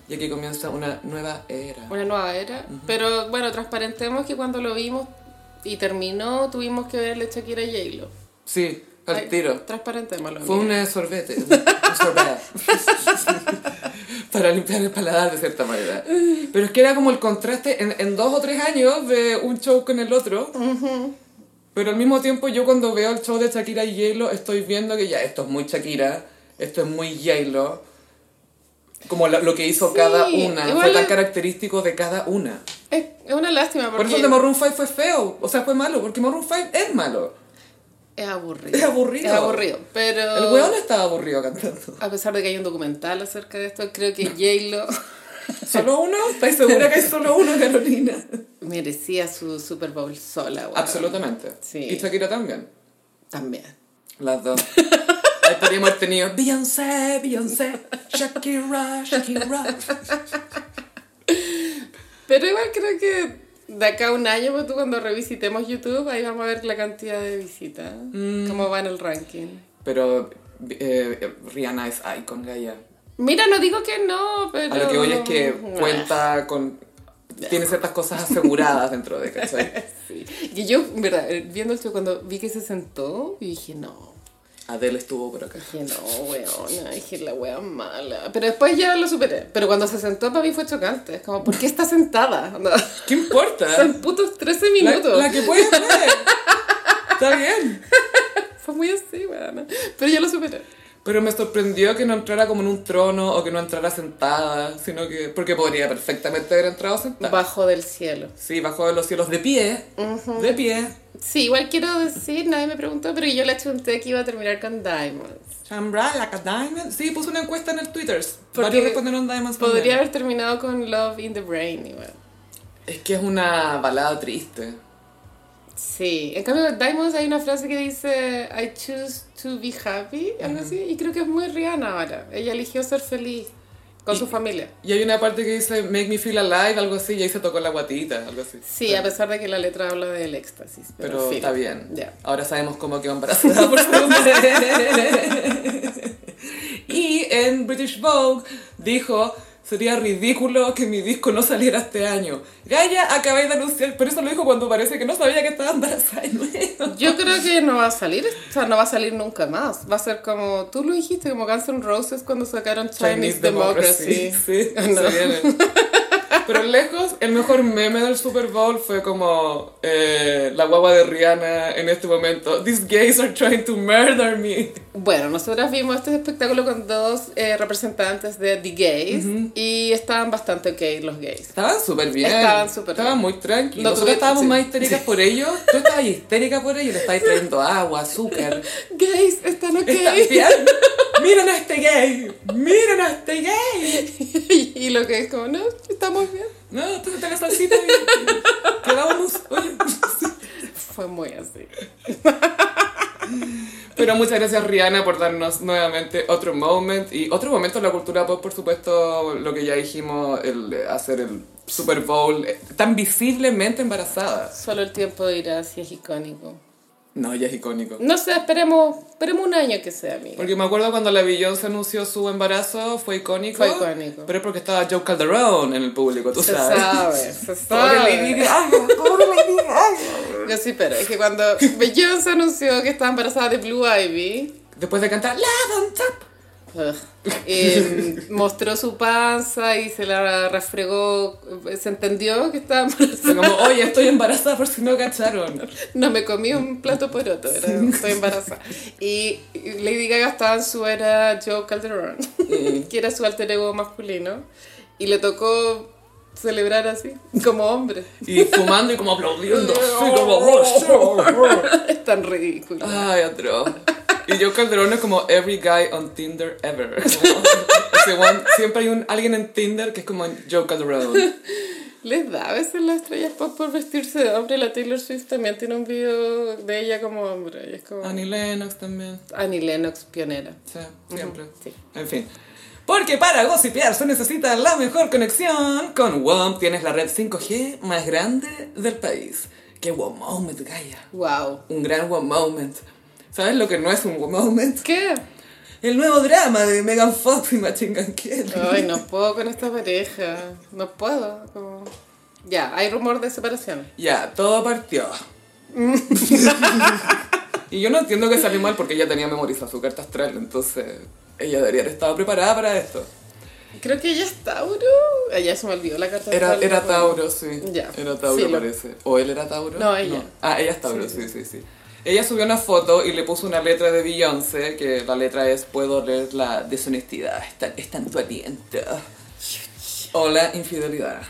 y aquí comienza una nueva era.
Una nueva era. Pero bueno, transparentemos que cuando lo vimos y terminó, tuvimos que verle Shakira y J-Lo.
Sí, al
Ay,
tiro.
Transparentémoslo.
Fue
amiga.
un eh, sorbete, un sorbet. para limpiar el paladar de cierta manera. Pero es que era como el contraste en, en dos o tres años de un show con el otro. Pero al mismo tiempo yo cuando veo el show de Shakira y J-Lo estoy viendo que ya esto es muy Shakira, esto es muy J-Lo. Como la- lo que hizo
Sí,
cada una, fue
igual
tan
es-
característico de cada una.
Es, es una lástima
Por
porque
eso el de Maroon 5 fue feo, o sea, fue malo, porque Maroon 5 es malo.
es aburrido.
Es aburrido.
Es aburrido. Pero.
El weón estaba aburrido cantando.
A pesar de que hay un documental acerca de esto, creo que J-Lo
¿Solo uno? ¿Estáis segura que hay solo uno, Carolina?
merecía su Super Bowl sola. weón.
Absolutamente.
Sí.
Y Shakira también.
También.
Las dos. Ahí podríamos haber tenido Beyoncé, Beyoncé, Shakira, Shakira.
Pero igual creo que de acá a un año, pues, tú cuando revisitemos YouTube, ahí vamos a ver la cantidad de visitas,
Mm.
cómo va en el ranking.
Pero eh, Rihanna es icon, Gaia.
Mira, no digo que no, pero...
A lo que voy es que
Nah.
cuenta con... Tiene ciertas cosas aseguradas dentro de, ¿cachai?
Sí. Y yo, en verdad, viendo el show, cuando vi que se sentó, y dije, no,
Adele estuvo por acá.
dije, no, weona, dije, la wea mala. Pero después ya lo superé. Pero cuando se sentó, para mí fue chocante. Es como, ¿por qué está sentada? Onda,
¿Qué importa?
Son putos
La,
13 minutos.
la que puede ver. Está bien.
Fue muy así, weona. Pero ya lo superé.
Pero me sorprendió que no entrara como en un trono o que no entrara sentada, sino que... Porque podría perfectamente haber entrado sentada.
Bajo del cielo.
Sí, bajó de los cielos de pie. De pie.
Sí, igual quiero decir, nadie me preguntó, pero yo le achunté que iba a terminar con Diamonds.
Chambra, like a diamond. Sí, puse una encuesta en el Twitter.
Porque
Varios respondieron diamonds. por
Podría
Diamond.
haber terminado con Love in the Brain, igual.
Es que es una balada triste.
Sí, en cambio en Diamonds hay una frase que dice I choose to be happy, algo así, y creo que es muy Rihanna ahora. Ella eligió ser feliz con
Y-
su familia.
Y hay una parte que dice, make me feel alive, algo así, y ahí se tocó la guatita, algo así.
Sí, a pesar de que la letra habla del éxtasis. Pero,
Pero
filo.
está bien.
Ya.
Ahora sabemos cómo quedó embarazada por segunda vez. Y en British Vogue dijo, sería ridículo que mi disco no saliera este año. Gaia, acabáis de anunciar, pero eso lo dijo cuando parece que no sabía que estaba embarazada de nuevo.
Yo creo que no va a salir, o sea, no va a salir nunca más. Va a ser como, tú lo dijiste, como Guns N' Roses cuando sacaron Chinese, Democracy.
Sí,
No.
se vienen. Pero lejos, el mejor meme del Super Bowl fue como eh, la guagua de Rihanna en este momento. These gays are trying to murder me.
Bueno, nosotras vimos este espectáculo con dos eh, representantes de The Gays y estaban bastante ok los gays.
Estaban súper bien.
Estaban súper
Estaban
bien.
muy tranquilos.
No,
Nosotros
tú-
estábamos
sí.
más histéricas por ellos. Tú estabas histérica por ellos. Le estabas trayendo agua, azúcar.
Gays, están ok.
Está bien. ¡Miren a este gay! ¡Miren a este gay!
y lo que es como, no, estamos bien.
No, tú te la salsita bien. Quedábamos. Oye,
Fue muy así.
Pero muchas gracias Rihanna por darnos nuevamente otro moment y otro momento en la cultura pop, por supuesto, lo que ya dijimos, el hacer el Super Bowl eh, tan visiblemente embarazada.
Solo el tiempo dirá si es icónico.
No, ella es icónico.
No sé, esperemos, esperemos un año que sea, amiga.
Porque me acuerdo cuando la Beyoncé anunció su embarazo, fue icónico.
Fue icónico.
Pero es porque estaba Joe Calderón en el público, tú
Se
sabes.
sabe, se
Pobre Lady
sabe.
Gaga, pobre Lady Gaga.
Yo sí, pero es que cuando Beyoncé anunció que estaba embarazada de Blue Ivy,
Después de cantar Love on Top.
Ugh. Eh, mostró su panza y se la rastregó, se entendió que estaba
Fue
embarazada.
como, oye, estoy embarazada por si no cacharon.
No me comí un plato por otro, era, estoy embarazada. Y Lady Gaga estaba en su era Joe Calderón, que era su alter ego masculino, y le tocó celebrar así, como hombre.
Y fumando y como aplaudiendo. así como, "Oh, sí, oh, oh".
Es tan ridículo.
Ay, atroz. Y yo Calderón es como every guy on Tinder ever. Como, ese one- siempre hay un, alguien en Tinder que es como Joe Calderón.
Les da a veces las estrellas pop por vestirse de hombre. La Taylor Swift también tiene un video de ella como hombre. Y es como
Annie Lennox también.
Annie Lennox, pionera.
Sí, siempre.
Sí.
En fin. Porque para gossipear se necesita la mejor conexión. Con WOM tienes la red 5G más grande del país. ¡Qué WOM moment, Gaia!
Wow.
Un gran WOM moment. ¿Sabes lo que no es un WOM moment?
¿Qué?
El nuevo drama de Megan Fox y Machine Gun Kelly.
Ay, no puedo con esta pareja. No puedo. como- Ya, hay rumor de separación.
Ya, todo partió. y yo no entiendo que salió mal porque ella tenía memorizado su carta astral, entonces ella debería haber estado preparada para esto.
Creo que ella es Tauro. Ah, ya se me olvidó la carta.
Era,
astral.
era Tauro, sí.
Ya.
Era Tauro,
Sí, lo-
parece. ¿O él era Tauro?
No, ella.
Ah, ella es Tauro, sí, sí, sí. Ella subió una foto y le puso una letra de Beyoncé, que la letra es Puedo leer la deshonestidad, está, está en tu aliento. O la infidelidad.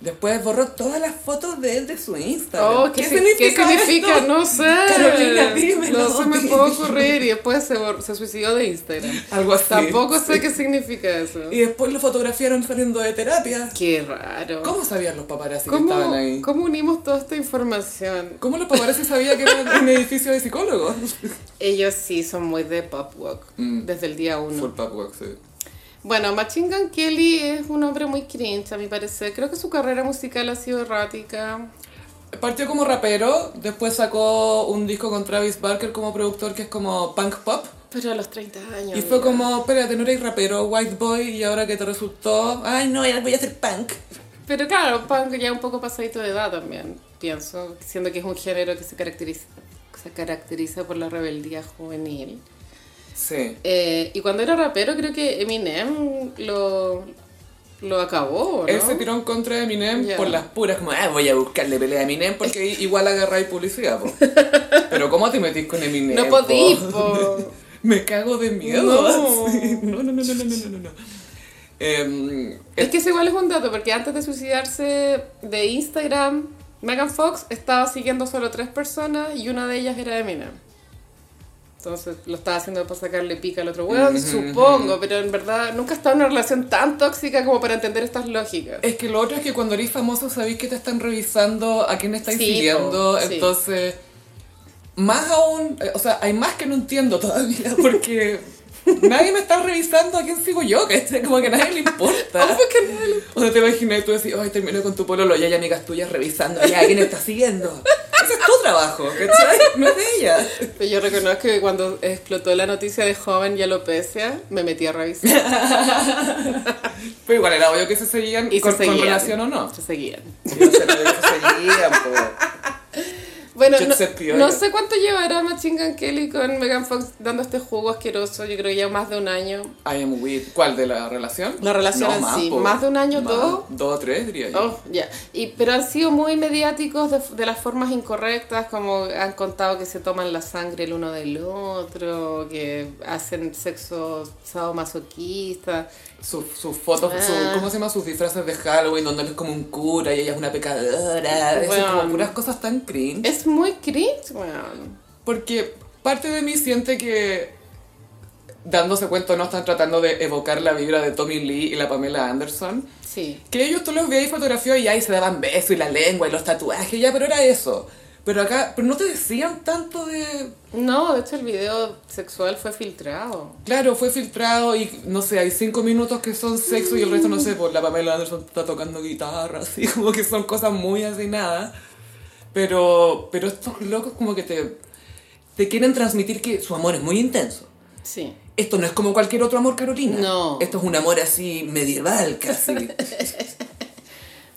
Después borró todas las fotos de él de su Instagram.
Oh, ¿qué, significa? ¿Qué significa?
esto?
No sé.
Carolina, dímelo.
No se me puede ocurrir. Y después se, bor- se suicidó de Instagram.
Algo así.
Tampoco sé qué significa eso.
Y después lo fotografiaron saliendo de terapia.
Qué raro.
¿Cómo sabían los paparazzi que estaban ahí?
¿Cómo, cómo unimos toda esta información?
¿Cómo los paparazzi sabían que era un edificio de psicólogos?
Ellos sí son muy de pop walk
Mm.
desde el día uno.
Full pop walk, sí.
Bueno, Machine Gun Kelly es un hombre muy cringe, a mi parecer. Creo que su carrera musical ha sido errática.
Partió como rapero, después sacó un disco con Travis Barker como productor que es como punk pop.
Pero a los 30 años.
Y fue
mira.
como, espérate, no eres rapero, white boy, y ahora que te resultó, ay no, ya voy a hacer punk.
Pero claro, punk ya un poco pasadito de edad también, pienso. Siendo que es un género que se caracteriza, se caracteriza por la rebeldía juvenil.
Sí.
Eh, y cuando era rapero, creo que Eminem lo, lo acabó, ¿no?
Él se tiró en contra de Eminem
Ya.
por las puras, como, ah, voy a buscarle pelea a Eminem porque i- igual agarráis publicidad, po. Pero ¿cómo te metís con Eminem?
No
po?
podí, po.
Me cago de miedo.
No.
Sí. No, no, no, no, no, no, no, no. Em,
Es que eso igual es un dato, porque antes de suicidarse de Instagram, Megan Fox estaba siguiendo solo tres personas y una de ellas era Eminem. Entonces lo estaba haciendo para sacarle pica al otro weón, supongo, pero en verdad nunca estaba en una relación tan tóxica como para entender estas lógicas.
Es que lo otro es que cuando eres famoso sabéis que te están revisando, a quién estáis
Sí,
siguiendo,
po, sí.
entonces... Más aún, eh, o sea, hay más que no entiendo todavía, porque nadie me está revisando a quién sigo yo, que como que a nadie le importa.
Obvio que no le-
O sea, te imaginas tú decís, ay, terminé con tu pololo, y hay amigas tuyas revisando, ya, ¿a quién estás siguiendo? Ese es tu trabajo, ¿cachai? No es de ella.
Pero yo reconozco que cuando explotó la noticia de joven y alopecia, me metí a revisar
Pero igual era obvio que se seguían
y
con,
se
con
seguían.
relación o no.
Se seguían.
Iba a ser obvio que se seguían, po.
Bueno,
Jet
no,
set piola.
no sé cuánto llevará Machine Gun Kelly con Megan Fox dando este jugo asqueroso, yo creo que ya más de un año.
I am with. ¿Cuál? ¿De la relación?
La relación en sí. Más de un año, dos.
Dos o tres, diría yo.
Oh, ya. Y, pero han sido muy mediáticos de, de las formas incorrectas, como han contado que se toman la sangre el uno del otro, que hacen sexo sadomasoquista.
Sus sus fotos,
Ah.
su- ¿cómo se llama? Sus disfraces de Halloween, donde él es como un cura y ella es una pecadora. Esas
Bueno.
como puras cosas tan cringe.
Es muy cringe, weón.
Porque parte de mí siente que dándose cuenta no están tratando de evocar la vibra de Tommy Lee y la Pamela Anderson.
Sí.
Que ellos tú los veías y fotografías y ahí se daban besos y la lengua y los tatuajes, ya, pero era eso. Pero acá, pero no te decían tanto de...
No, de hecho el video sexual fue filtrado.
Claro, fue filtrado y no sé, hay cinco minutos que son sexo y el resto no sé, por la Pamela Anderson está tocando guitarra, así como que son cosas muy así nada. Pero, pero estos locos como que te, te quieren transmitir que su amor es muy intenso.
Sí.
Esto no es como cualquier otro amor, Carolina.
No.
Esto es un amor así medieval casi.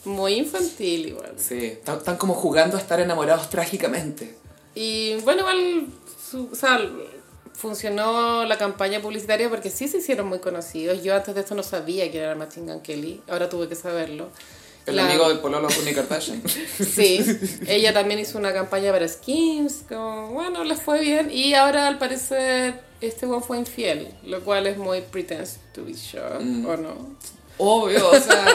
Muy infantil igual.
sí, están, están como jugando a estar enamorados trágicamente.
Y bueno, igual su- o sea, funcionó la campaña publicitaria porque sí se hicieron muy conocidos. Yo antes de esto no sabía quién era Machine Gun Kelly, ahora tuve que saberlo.
El
La-
amigo del pololo Kuni Kardashian.
Sí, ella también hizo una campaña para Skims, como bueno, les fue bien. Y ahora al parecer este one fue infiel, lo cual es muy pretense to be sure,
Mm.
¿o no?
Obvio, o sea.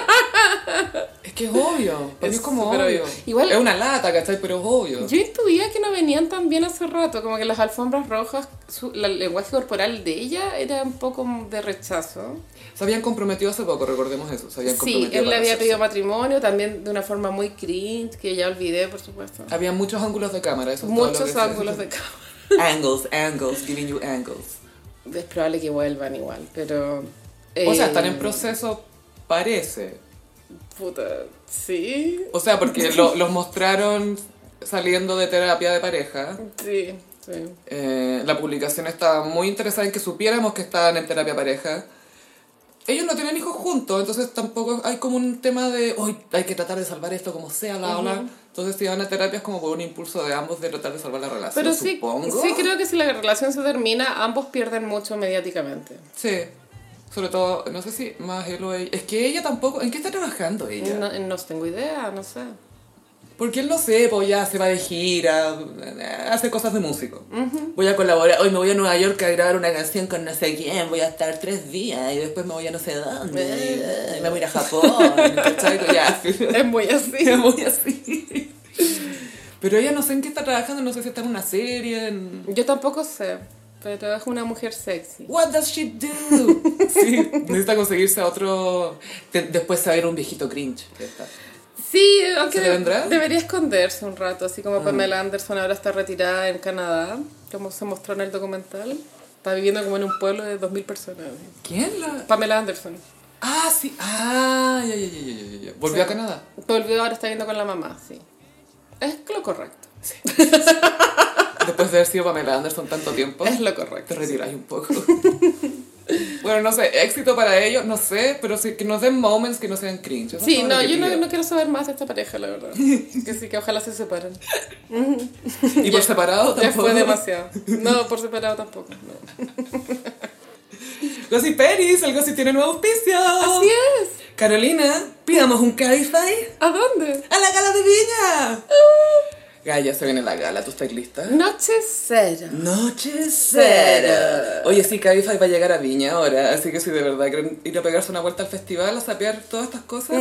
es que es obvio. Para mí
Es
es como
súper
obvio.
obvio. Igual-
es una lata, ¿cachai? Pero es obvio.
Yo intuía que no venían tan bien hace rato, como que las alfombras rojas, su- la- el lenguaje corporal de ella era un poco de rechazo.
Se habían comprometido hace poco, recordemos eso. Se habían
Sí,
comprometido.
él le
para
había
hacerse.
pedido matrimonio también de una forma muy cringe, que ya olvidé, por supuesto.
Había muchos ángulos de cámara, eso es Ah, todo lo que
Muchos
se-
ángulos de cámara.
Angles, angles, giving you angles.
Es probable que vuelvan igual, pero...
O
eh,
sea, están en proceso, parece.
Puta, sí,
O sea, porque lo- los mostraron saliendo de terapia de pareja.
sí, sí.
Eh, la publicación estaba muy interesada en que supiéramos que estaban en terapia pareja. Ellos no tienen hijos juntos, entonces tampoco hay como un tema de hoy hay que tratar de salvar esto como sea, la ola. Entonces, si van a terapia es como por un impulso de ambos de tratar de salvar la relación,
Pero sí,
supongo.
sí creo que si la relación se termina, ambos pierden mucho mediáticamente.
Sí. Sobre todo, no sé si más él o ella. Es que ella tampoco. ¿En qué está trabajando ella?
No, no tengo idea, no sé.
Porque él no sé, pues ya se va de gira, hace cosas de músico. Voy a colaborar, hoy me voy a Nueva York a grabar una canción con no sé quién, voy a estar tres días y después me voy a no sé dónde, y eh, me voy a ir a Japón, ¿cachai? Pues ya,
Es muy así.
me voy así. Pero ella no sé en qué está trabajando, no sé si está en una serie, en...
Yo tampoco sé, pero es una mujer sexy.
What does she do? Sí, necesita conseguirse a otro... te- después se va a ir un viejito cringe. Ya está.
Sí, aunque
¿Se le vendrá? Ah.
debería esconderse un rato, así como Pamela Anderson ahora está retirada en Canadá, como se mostró en el documental. Está viviendo como en un pueblo de 2.000 personas.
¿Quién la...?
Pamela Anderson.
Ah, sí, ah, ya, ya, ya, ya, ya, ya. ¿Volvió
Sí.
a Canadá?
Volvió, ahora está viviendo con la mamá, sí. Es lo correcto.
Después de haber sido Pamela Anderson tanto tiempo,
Es lo
Oh, te
correcto.
retiráis un poco. bueno, no sé, éxito para ellos, no sé, pero sí, que nos den moments que no sean cringe. eso es
Sí,
todo lo
no,
que
yo no,
pido.
no quiero saber más de esta pareja, la verdad. Que sí, que ojalá se separen.
Y por separado
Ya
tampoco.
fue demasiado. No, por separado tampoco. no.
Gossip Peris, el Gossip tiene nuevo auspicio.
Así es.
Carolina, pidamos un Cabify
¿A dónde?
a la gala de Viña.
Uh.
Gaya, se viene la gala, ¿tú estás lista?
Noche cero.
Noche cero. Oye, sí, Cabify va a llegar a Viña ahora, así que si de verdad quieren ir a pegarse una vuelta al festival, a sapear todas estas cosas,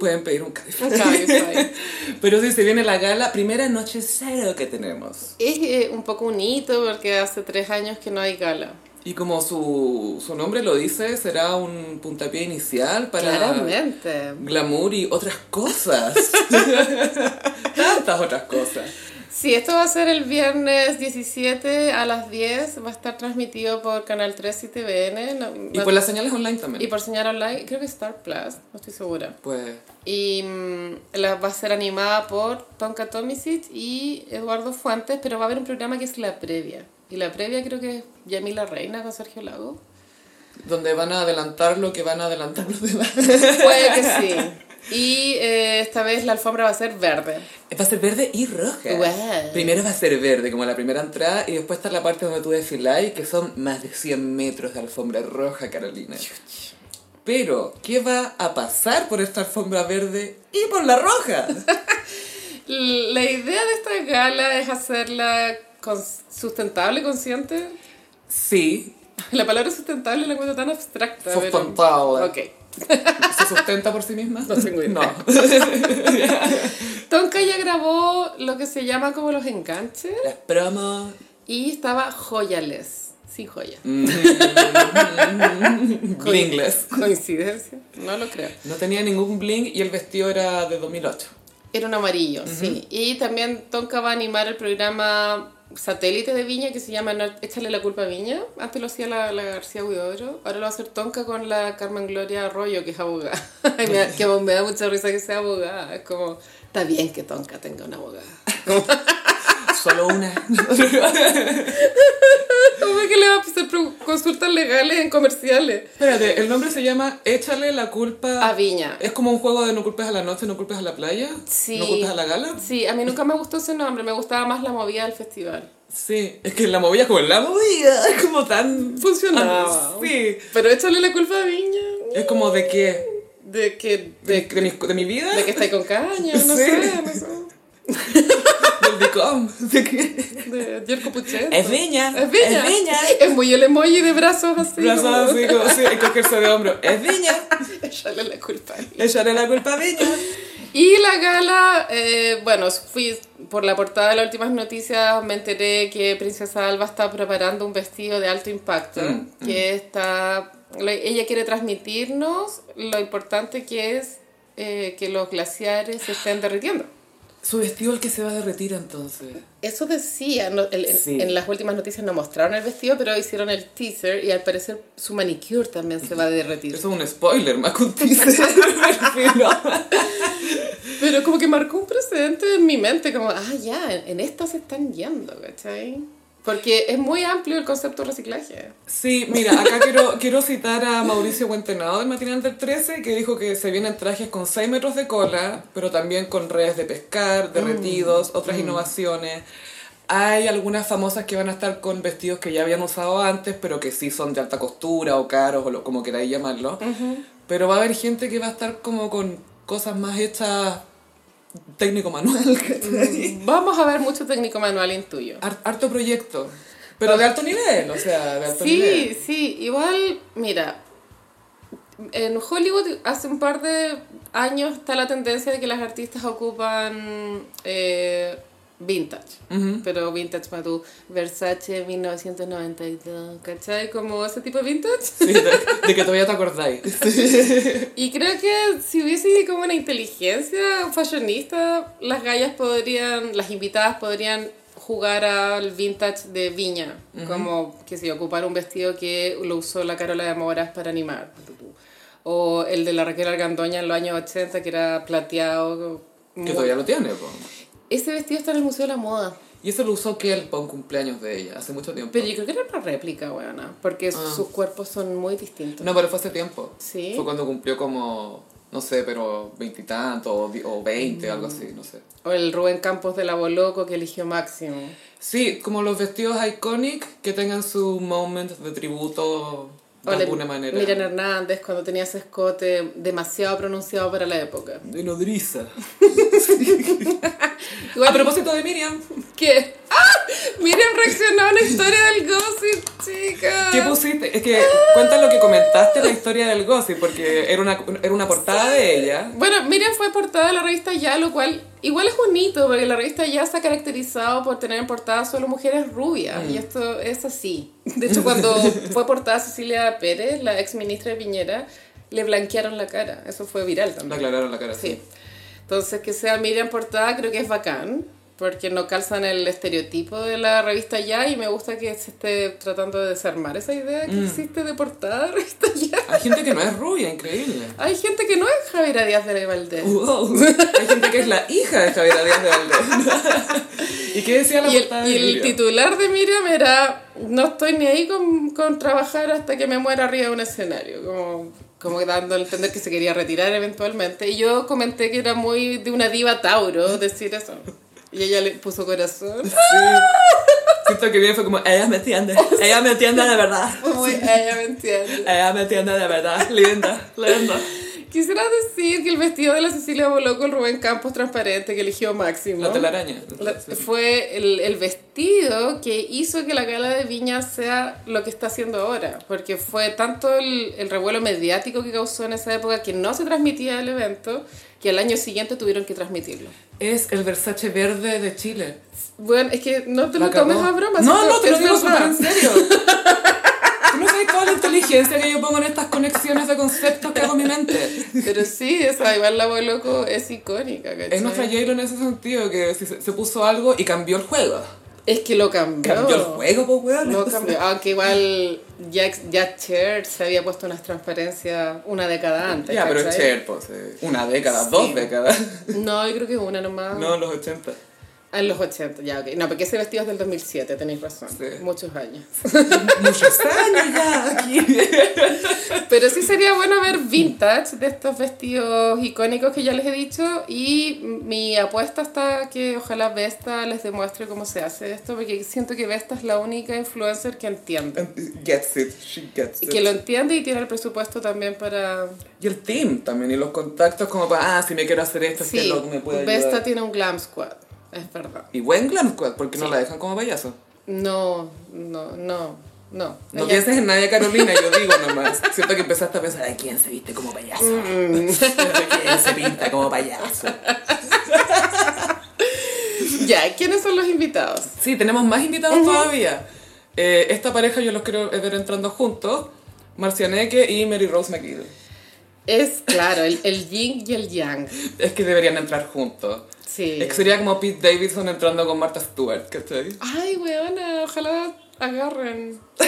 pueden pedir un Cabify.
Un Cabify.
Pero sí, se viene la gala, primera noche cero que tenemos.
Es eh, un poco un hito porque hace tres años que no hay gala.
Y como su, su nombre lo dice, será un puntapié inicial para
Claramente.
glamour y otras cosas. Tantas otras cosas.
Sí, esto va a ser el viernes 17 a las 10. Va a estar transmitido por Canal 3 y TVN. no-
Y
va-
por las señales online también.
y por señal online, creo que Star Plus, no estoy segura.
Pues
Y mm, la, va a ser animada por Tonka Tomisic y Eduardo Fuentes, pero va a haber un programa que es La Previa. Y La Previa creo que es Yamila Reina con Sergio Lago.
donde van a adelantar lo que van a adelantar los demás.
Puede que sí. Y eh, esta vez la alfombra va a ser verde.
Va a ser verde y roja.
Guau.
Primero va a ser verde, como la primera entrada, y después está la parte donde tú desfiláis, que son más de 100 metros de alfombra roja, Carolina. Pero, ¿qué va a pasar por esta alfombra verde y por la roja?
L- La idea de esta gala es hacerla cons- sustentable, consciente.
Sí,
La palabra sustentable la encuentro tan abstracta. pero-
Sustentable.
Ok.
¿se sustenta por sí misma?
No tengo idea.
No,
Tonka ya grabó lo que se llama como los enganches
las promos...
y estaba joyales, sin joyas.
Blingless.
¿Coincidencia? No lo creo.
No tenía ningún bling y el vestido era de 2008.
Era un amarillo, sí. Y también Tonka va a animar el programa satélite de Viña que se llama no, Échale la culpa a Viña. Antes lo hacía la, la García Huidobro. Ahora lo va a hacer Tonka con la Carmen Gloria Arroyo, que es abogada. Y me da- que me da mucha risa que sea abogada. Es como, está bien que Tonka tenga una abogada.
Solo una.
¿Cómo es que le va a hacer pro- consultas legales en comerciales?
Espérate, el nombre se llama Échale la culpa
A Viña.
Es como un juego de no culpes a la noche, no culpes a la playa,
Sí.
no culpes a la gala.
Sí, a mí nunca me gustó ese nombre. Me gustaba más la movida del festival.
Sí, es que la movida es como la movida, es como tan Ah,
Funcionaba.
Sí,
Pero échale la culpa a Viña.
es como de qué,
De que,
de,
de,
de mi, de mi vida,
de que está ahí con caña, no
Sí.
sé, no sé.
del Dicom, de qué.
De Jerko Puchet.
Es viña,
Es viña.
es viña.
Es muy el emoji de brazos así.
Brazos
como-
así, como sí, y cogerse de hombro. Es viña,
Échale la culpa. a Viña.
echarle la culpa a viña.
Y la gala, eh, bueno, fui por la portada de las últimas noticias, me enteré que Princesa Alba está preparando un vestido de alto impacto,
Mm,
que está, lo- ella quiere transmitirnos lo importante que es eh, que los glaciares se estén derritiendo.
Su vestido el que se va a derretir entonces.
Eso decía, no, el- en-
Sí.
en las últimas noticias no mostraron el vestido, pero hicieron el teaser y al parecer su manicure también se va a derretir.
Eso es un spoiler, más que un teaser, al final.
Pero como que marcó un precedente en mi mente, como, ah, ya, en, en esta se están guiando, ¿cachai? Porque es muy amplio el concepto de reciclaje.
Sí, mira, acá quiero, quiero citar a Mauricio Buentenado del Matinal del 13, que dijo que se vienen trajes con 6 metros de cola, pero también con redes de pescar, derretidos, otras innovaciones. Hay algunas famosas que van a estar con vestidos que ya habían usado antes, pero que sí son de alta costura o caros o lo- como queráis llamarlo. Pero va a haber gente que va a estar como con cosas más hechas técnico manual.
Mm.
¿cachai?
Vamos a ver mucho técnico manual intuyo.
Har- Harto proyecto, pero de alto nivel, o sea, de alto nivel.
Sí, sí, igual, mira, en Hollywood hace un par de años está la tendencia de que las artistas ocupan eh, vintage, pero vintage para tu Versace 1992, ¿cachai? Como ese tipo de vintage.
Sí, de, de que todavía te acordáis.
Y creo que si hubiese como una inteligencia fashionista, las gallas podrían, las invitadas podrían jugar al vintage de Viña, como que si ocupar un vestido que lo usó la Carola de Moras para animar, ponte tú. o el de la Raquel Argandoña en los años 80 que era plateado.
Que todavía lo tiene, po.
Ese vestido está en el Museo de la Moda,
Y eso lo usó Kel para un cumpleaños de ella, hace mucho tiempo.
pero yo creo que era una réplica, weona,
Ah.
porque sus cuerpos son muy distintos.
No, pero fue hace tiempo.
Sí.
Fue cuando cumplió como, no sé, pero veintitantos o di- o veinte, algo
Mm.
así, no sé.
O el Rubén Campos de la Boloco que eligió Máximo.
Sí, como los vestidos iconic que tengan su moment de tributo de
O la-
alguna manera.
Miriam Hernández cuando tenía ese escote demasiado pronunciado para la época.
de nodriza. Ah. A
Igual,
propósito de Miriam,
¿qué? ¡Ah! Miriam reaccionó a la historia del gossip, chica.
¿qué pusiste? Es que cuenta lo que comentaste la historia del gossip, porque era una, era una portada de ella.
Bueno, Miriam fue portada de la revista Ya, lo cual igual es un hito, porque la revista Ya se ha caracterizado por tener en portada solo mujeres rubias, y esto es así. De hecho, cuando fue portada Cecilia Pérez, la ex ministra de Piñera, le blanquearon la cara. Eso fue viral
Le
también.
aclararon la cara.
Sí. Entonces, que sea Miriam Portada creo que es bacán, porque no calzan el estereotipo de la revista Ya y me gusta que se esté tratando de desarmar esa idea que existe de portada de revista Ya.
Hay gente que no es rubia, increíble.
Hay gente que no es Javiera Díaz de Valdés.
Wow. Hay gente que es la hija de Javier Díaz de Valdés. ¿Y qué decía la
Y el,
portada
y
del
el
libro?
titular de Miriam era, no estoy ni ahí con, con trabajar hasta que me muera arriba de un escenario, como, como dando a entender que se quería retirar eventualmente. Y yo comenté que era muy de una diva Tauro decir eso. Y ella le puso corazón.
Siento que bien fue como, ella me entiende, ella me entiende de verdad.
Como ella me entiende.
Ella me entiende de verdad, linda, linda.
Quisiera decir que el vestido de la Cecilia Boloco, el Rubén Campos transparente que eligió Máximo,
La telaraña.
la- fue el, el vestido que hizo que la gala de Viña sea lo que está haciendo ahora. Porque fue tanto el, el revuelo mediático que causó en esa época que no se transmitía el evento, que al año siguiente tuvieron que transmitirlo.
Es el Versace verde de Chile.
Bueno, es que no te
La
lo tomes
cagó.
a broma. si
No,
eso
no, te lo
es
digo
verdad.
súper en serio. Tú no sabes cuál es el inteligencia que yo pongo en estas conexiones de conceptos que hago en mi mente.
Pero sí, esa igual la voy loco es icónica, ¿cachai?
Es nuestra J-Lo en ese sentido, que se, se puso algo y cambió el juego.
Es que lo cambió.
Cambió el juego, pues, weón.
No cambió. Aunque igual ya, ya Cher se había puesto unas transparencias una década antes.
Ya, pero
¿cachai?
Cher, pues, eh, una década, dos décadas.
No, yo creo que una nomás.
No, los 80.
Ah, en los 80, ya, ok. No, porque ese vestido es del 2007, tenéis razón.
Sí.
Muchos años.
Muchos años ya aquí.
Pero sí sería bueno ver vintage de estos vestidos icónicos que ya les he dicho. Y mi apuesta está que ojalá Vesta les demuestre cómo se hace esto, porque siento que Vesta es la única influencer que entiende.
Gets it, she gets
Y
it.
que lo entiende y tiene el presupuesto también para...
Y el team también, y los contactos como para, ah, si me quiero hacer esto, es que
Sí,
lo que me puede
Vesta
ayudar.
tiene un glam squad, es verdad.
Y buen glam squad, porque no
Sí.
la dejan como payaso.
No, no, no, no.
No
Ella-
pienses en Nadia Carolina, yo digo nomás. Siento que empezaste a pensar, ¿a quién se viste como payaso?
Mm.
¿A quién se pinta como payaso?
Ya, ¿quiénes son los invitados?
Sí, tenemos más invitados todavía. Eh, esta pareja yo los quiero ver entrando juntos. Marcianeque y Mary Rose McGill.
Es, claro, el, el yin y el yang.
Es que deberían entrar juntos.
Sí.
Es que sería como Pete Davidson entrando con Martha Stewart, ¿cachai?
Ay, weona, ojalá agarren.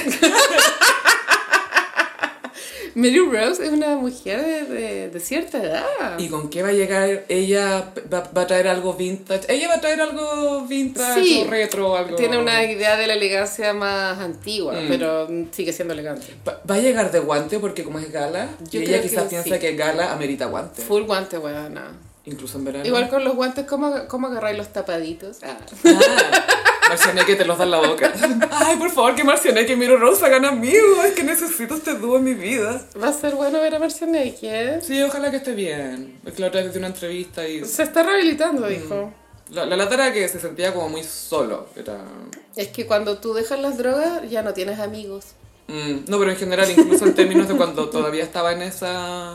Mary Rose es una mujer de, de- de cierta edad.
¿Y con qué va a llegar? ¿Ella va, va a traer algo vintage? ¿Ella va a traer algo vintage
Sí.
o retro algo? Mm.
Tiene una idea de la elegancia más antigua, pero sigue siendo elegante.
Va va a llegar de guante porque como es gala,
Yo
y ella
creo que
quizás piensa
sí.
que gala amerita guante.
Full guante, weona.
Incluso en verano.
Igual con los guantes, ¿cómo, cómo agarráis los tapaditos? Ah.
Ah, Marcianeque te los da en la boca. Ay, por favor, que Marcianeque y Miro Rosa hagan amigos. Es que necesito este dúo en mi vida.
Va a ser bueno ver a Marcia Naked.
Sí, ojalá que esté bien. Es que la otra vez di una entrevista y...
Se está
Mm.
rehabilitando, dijo.
La, la lata era que se sentía como muy solo. Era...
Es que cuando tú dejas las drogas ya no tienes amigos.
Mm, no, pero en general, incluso en términos de cuando todavía estaba en esa...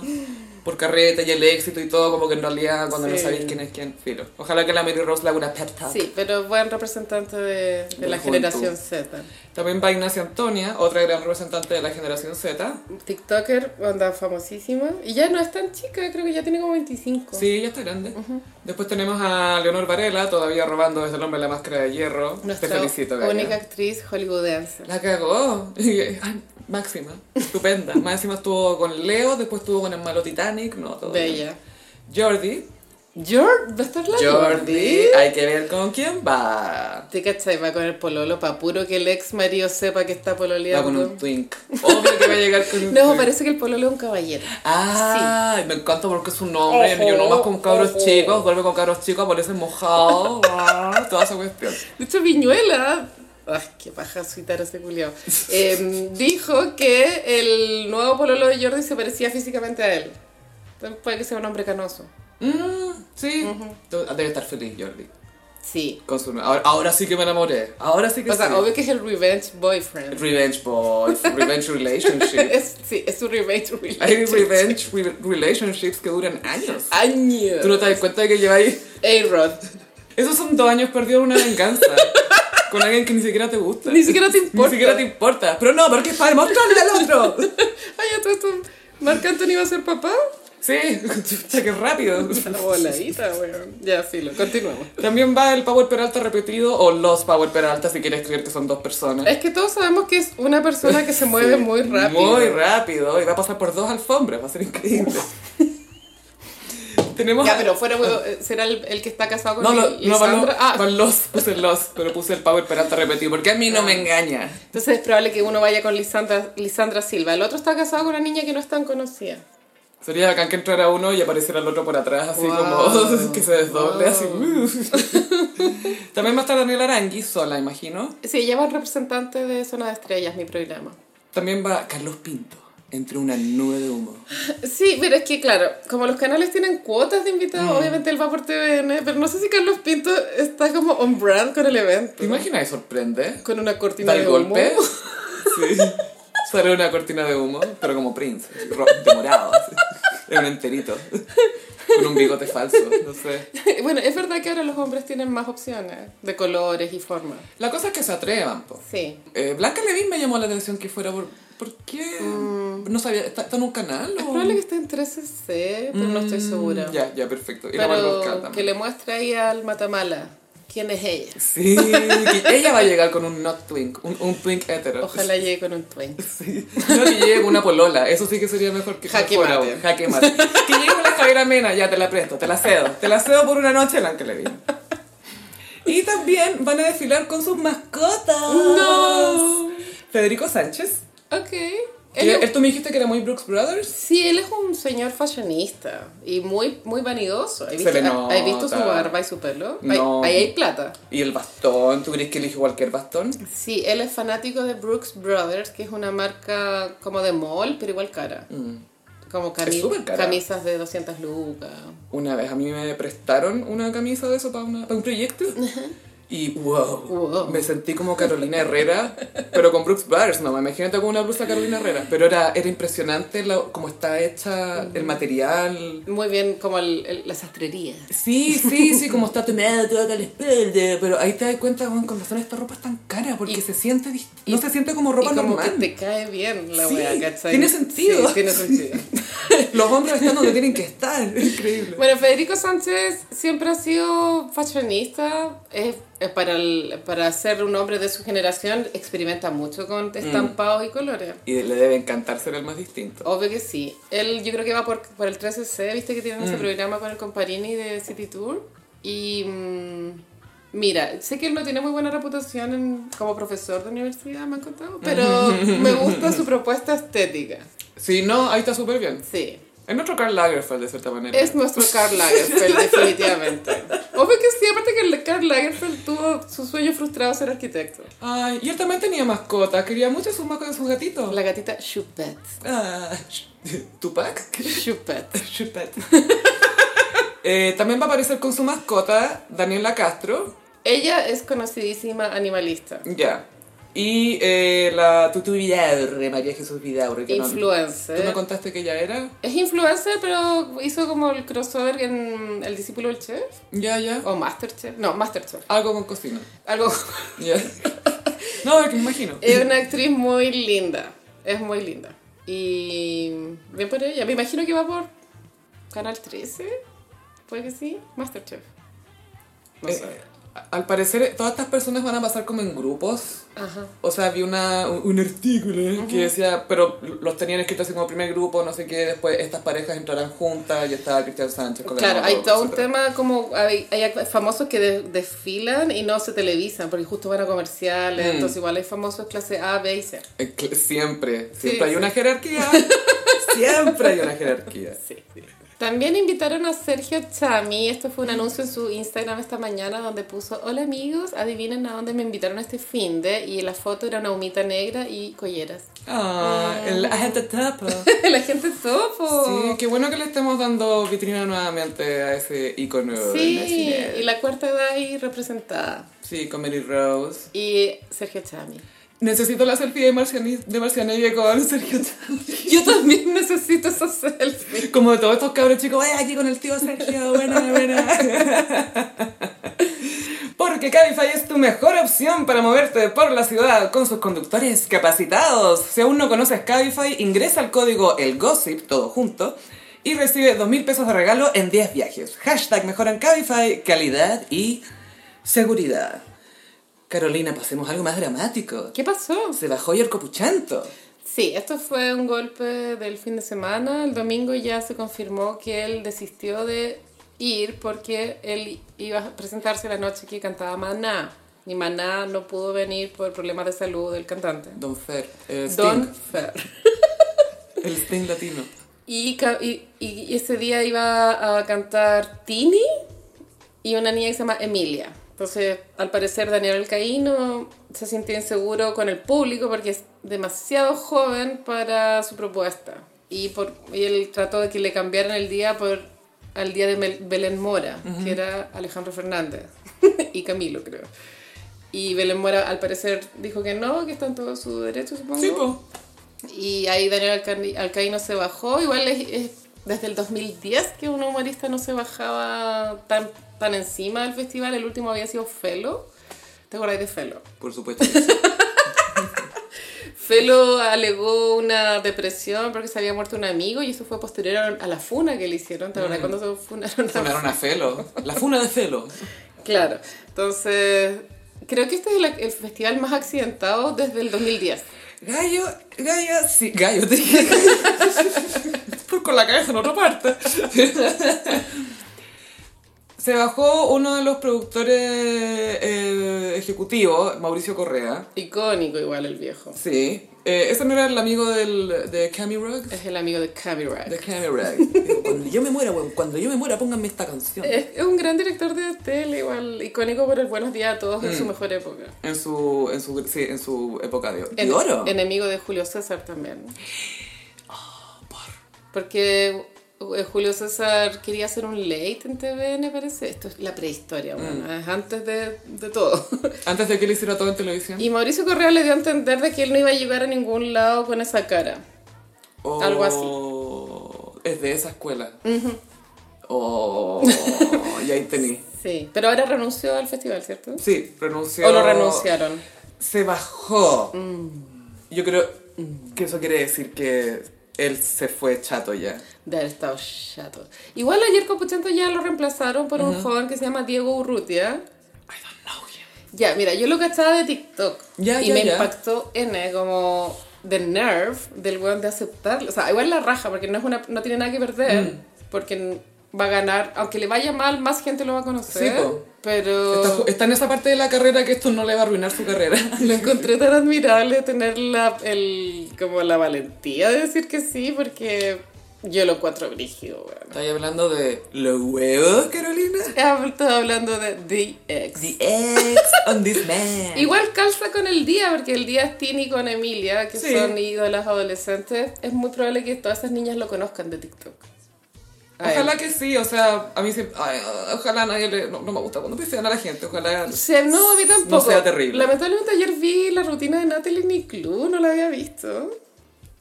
Por carreta y el éxito y todo, como que en realidad cuando no
Sí.
sabéis quién es quién, filo. Ojalá que la Mary Rose le haga una pep talk.
Sí, pero buen representante de, de
De
la
la
generación Z.
También va Ignacia Antonia, otra gran representante de la generación Z.
TikToker, onda famosísima. Y ya no es tan chica, creo que ya tiene como 25.
Sí, ella está grande. Después tenemos a Leonor Varela, todavía robando desde el hombre la máscara de hierro.
Nuestra
Te felicito, Gaia.
única actriz hollywoodense.
La cagó. Ay, Máxima, estupenda. Máxima estuvo con Leo, después estuvo con el malo Titanic, no, todo bien.
Bella.
Jordi.
Jordi, ¿va a estar la
Jordi, hay que ver con quién va.
¿Te cachai? Va con el pololo, pa' puro que el ex marido sepa que está
Va con
pololeando.
un twink. Obvio que va a llegar con un
No,
twink.
parece que el pololo es un caballero.
Ah, me encanta porque es un hombre.
Ojo,
Yo nomás con cabros
ojo.
chicos, vuelve con cabros chicos, aparece mojado. ah, toda esa cuestión.
De hecho, Viñuela, ay, qué paja suitar ese culiao, eh, dijo que el nuevo pololo de Jordi se parecía físicamente a él. Entonces, puede que sea un hombre canoso.
Mm, sí. ah, Debe estar feliz, Jordi.
Sí.
Con su- ahora, ahora sí que me enamoré. Ahora sí que
O sea,
sí.
obvio que es el revenge boyfriend.
Revenge boys, revenge relationships.
Es, sí, es su revenge
Hay
relationship.
revenge re- relationships que duran años. Tú no
Años.
te das cuenta de que lleváis...
A-Rod.
Esos son dos años perdidos en una venganza. con alguien que ni siquiera te gusta.
Ni siquiera te importa.
Ni siquiera te importa. Pero no, porque es para demostrarle al otro.
Ay, a todo esto, Marc Anthony va a ser papá.
sí, chucha, qué rápido.
La voladita, weón. Ya, filo, continuamos.
También va el Power Peralta repetido o los Power Peralta si quieres creer que son dos personas.
Es que todos sabemos que es una persona que se mueve muy rápido.
Muy rápido. Y va a pasar por dos alfombras. Va a ser increíble. Tenemos.
Ya, pero fuera, huevo, eh, será el, el que está casado con
Ah. No, no,
Li-
no, van los,
Lisandra. Ah,
van los, puse los, pero puse el Power Peralta repetido, porque a mí no me engaña.
entonces es probable que uno vaya con Lisandra, Lisandra Silva. El otro está casado con una niña que no es tan conocida.
Sería bacán que entrara uno y apareciera el otro por atrás, así
Wow.
como que se desdoble,
Wow.
así. También va a estar Daniel Arangui, sola, imagino.
Sí, ella va a representante de Zona de Estrellas, mi programa.
También va Carlos Pinto, entre una nube de humo.
Sí, pero es que claro, como los canales tienen cuotas de
Mm.
invitados, obviamente él va por TVN, pero no sé si Carlos Pinto está como on brand con el evento.
¿Te imaginas? que sorprende.
Con una cortina
Da
de
el golpe.
humo.
Sí. Sale una cortina de humo, pero como Prince, así, ro- de morado. así. Es un enterito. Con un bigote falso, no sé.
bueno, es verdad que ahora los hombres tienen más opciones de colores y formas.
La cosa es que se atrevan, po.
Sí.
Eh, Blanca Levin me llamó la atención que fuera por, ¿Por qué? No sabía, ¿está, está en un canal?
Mm. Es
o-
probable que esté en 13C, pero no estoy
Mm,
segura.
Ya, ya, perfecto. Y la voy a buscar
Pero
también.
que le muestre ahí al Matamala quién es ella.
Sí, que ella va a llegar con un not twink, un, un twink hetero.
Ojalá llegue con un twink.
Sí. No, que llegue con una polola, eso sí que sería mejor que
Jaque
mejor
mate.
aún, jaque mate. Que llegue con la Javiera Mena, ya te la presto, te la cedo. Te la cedo por una noche, la que le diga. Y también van a desfilar con sus mascotas.
No.
Federico Sánchez.
Ok. Él
que
es-
él- tú me dijiste que era muy Brooks Brothers.
sí, él es un señor fashionista y muy, muy vanidoso. ¿Has
Se
visto,
le
ha- ¿has visto su
nota.
barba y su pelo? Ahí-
No.
Ahí, hay plata.
Y el bastón, ¿tú crees que eligió cualquier bastón?
Sí, él es fanático de Brooks Brothers, que es una marca como de mall, pero igual cara. Como cami-
Mm. Es súper cara.
camisas de 200 lucas.
Una vez a mí me prestaron una camisa de eso para, un proyecto. Y wow,
Wow.
me sentí como Carolina Herrera, pero con Brooks Brothers, no, imagínate con una blusa Carolina Herrera. Pero era, era impresionante lo- cómo está hecha el material.
Muy bien, como el- el- la sastrería.
Sí, sí, sí, como está tuneado toda la espalda. Pero ahí te das cuenta, bueno, con razón esta ropa es tan cara, porque
Y-
se siente, dist- no
y-
se siente como ropa
y como
normal.
que te cae bien la
Sí,
wea, ¿cachai?
tiene sentido.
Sí, tiene sentido.
Los hombres están donde tienen que estar, increíble.
Bueno, Federico Sánchez siempre ha sido fashionista. Es, es para, el- para ser un hombre de su generación, experimenta mucho con estampados y colores.
Y le debe encantar ser el más distinto.
Obvio que sí. Él yo creo que va por, por el 13C, viste que tienen ese programa con el Comparini de City Tour. Y mm, mira, sé que él no tiene muy buena reputación en- como profesor de universidad, me han contado, pero me gusta su propuesta estética.
Si no, ahí está súper bien.
Sí.
Es nuestro Karl Lagerfeld, de cierta manera.
Es nuestro Karl Lagerfeld, definitivamente. Obvio que sí, aparte que el Karl Lagerfeld tuvo su sueño frustrado ser arquitecto.
Ay, y él también tenía mascotas. Quería mucho sus mascotas, sus gatitos.
La gatita Chupet.
Ah, sh- ¿Tupac?
Chupet.
Chupet. Eh, también va a aparecer con su mascota, Daniela Castro.
Ella es conocidísima animalista.
Ya. Y eh, la Tutu Vidaurre, María Jesús Vidaurre. que no-
Influencer.
¿Tú me contaste que ella era?
Es influencer, pero hizo como el crossover en El discípulo del chef.
Ya, ya.
O Masterchef. No, Masterchef.
Algo con cocina.
Algo.
Ya. No, es que me imagino.
Es una actriz muy linda. Es muy linda. Y bien por ella. Me imagino que va por Canal 13. Puede que sí. Masterchef. No
Eh,
sé.
al parecer, todas estas personas van a pasar como en grupos.
Ajá.
O sea, vi una, un un artículo eh, que decía, pero los tenían escritos así como primer grupo, no sé qué, después estas parejas entrarán juntas y estaba Cristian Sánchez con la
Claro,
Emma
hay
Roberts,
todo un
etcétera.
tema como hay, hay act- famosos que de- desfilan y no se televisan porque justo van a comerciales,
Mm.
entonces igual hay famosos clase A, B y C.
Eh, cl- Siempre,
Sí,
siempre hay
sí.
una jerarquía. siempre hay una jerarquía.
Sí, sí. También invitaron a Sergio Chami. Esto fue un anuncio en su Instagram esta mañana donde puso: Hola amigos, adivinen a dónde me invitaron este fin de. Y la foto era una humita negra y colleras.
Ah, el la gente tapa.
la gente topo.
Sí, qué bueno que le estemos dando vitrina nuevamente a ese icono
Sí, y
nacional.
la cuarta edad ahí representada.
Sí, con Mary Rose.
Y Sergio Chami.
Necesito la selfie de Marcianella de Marcianella con Sergio Tami.
Yo también necesito esa selfie.
Como de todos estos cabros chicos, ¡ay, aquí con el tío Sergio! ¡Buena, buena! Porque Cabify es tu mejor opción para moverte por la ciudad con sus conductores capacitados. Si aún no conoces Cabify, ingresa al código ELGOSIP, todo junto, y recibe 2.000 pesos de regalo en 10 viajes. Hashtag mejoran Cabify, calidad y seguridad. Carolina, pasemos a algo más dramático.
¿Qué pasó?
Se bajó el Capuchanto.
Sí, esto fue un golpe del fin de semana. El domingo ya se confirmó que él desistió de ir porque él iba a presentarse la noche que cantaba Maná. Y Maná no pudo venir por problemas de salud del cantante.
Don Fer, eh, Sting,
Don Fer.
el Sting latino.
Y, ca- y- y ese día iba a cantar Tini y una niña que se llama Emilia. Entonces, al parecer, Daniel Alcaíno se sintió inseguro con el público porque es demasiado joven para su propuesta. Y, por, y él trató de que le cambiaran el día por, al día de Mel- Belén Mora, que era Alejandro Fernández y Camilo, creo. Y Belén Mora, al parecer, dijo que no, que está en todo su derecho, supongo.
Sí, pues, po.
Y ahí Daniel Alcani- Alcaíno se bajó. Igual es, es desde el 2010 que un humorista no se bajaba tan, tan encima del festival. El último había sido Felo. ¿Te acordáis de Felo?
Por supuesto. que sí.
Felo alegó una depresión porque se había muerto un amigo y eso fue posterior a la funa que le hicieron. ¿Te acuerdas cuando se funaron?
Mm. Funaron a Felo. La funa de Felo.
Claro. Entonces, creo que este es el, el festival más accidentado desde el 2010.
Gallo, gallo, sí, gallo, te dije. Pues con la cabeza en otra parte. Se bajó uno de los productores eh, ejecutivos, Mauricio Correa.
Icónico igual el viejo.
Sí. Eh, ese no era el amigo del, de Cammy Ruggs.
Es el amigo de Camera.
De Cammy Ruggs. cuando yo me muera, weón, cuando yo me muera, pónganme esta canción.
Es, es un gran director de tele igual, icónico por el Buenos Días a Todos en
Mm.
su mejor época.
En su, en su, sí, en su época de, de
En-
oro.
Enemigo de Julio César también.
Oh,
Porque eh, Julio César quería hacer un late en TVN, parece. Esto es la prehistoria,
Mm.
bueno, es antes de, de todo.
Antes de que le hiciera todo en televisión.
Y Mauricio Correa le dio a entender de que él no iba a llegar a ningún lado con esa cara.
O-
algo
Es de esa escuela. O... y ahí tení.
Sí, pero ahora renunció al festival, ¿cierto?
Sí, renunció.
O lo renunciaron. Mm.
Se bajó. Yo creo que eso quiere decir que él se fue chato ya.
De haber estado chato. Igual ayer Capuchento ya lo reemplazaron por un joven que se llama Diego Urrutia.
I don't know him.
Ya, mira, yo lo cachaba de TikTok.
Ya,
y
ya,
me
ya.
impactó N como the nerve del weón de aceptarlo. O sea, igual la raja, porque no, es una, no tiene nada que perder.
Mm.
Porque va a ganar, aunque le vaya mal, más gente lo va a conocer.
Sí, po.
pero
Está, ju- está en esa parte de la carrera que esto no le va a arruinar su carrera.
lo encontré tan admirable tener la, el, como la valentía de decir que sí, porque yo lo cuatro brígido, weón.
¿Estáis hablando de los huevos, Carolina?
Estaba hablando de The Ex.
The ex on this man.
Igual calza con el día, porque el día es Tini con Emilia, que
Sí.
son ídolas adolescentes. Es muy probable que todas esas niñas lo conozcan de TikTok. A
Ojalá
él.
que sí, o sea, a mí siempre, ay, ojalá nadie le, no, no me gusta cuando pisean a la gente, ojalá
O sea, no, a mí tampoco.
No sea terrible.
Lamentablemente ayer vi la rutina de Natalie Niclú, no la había visto.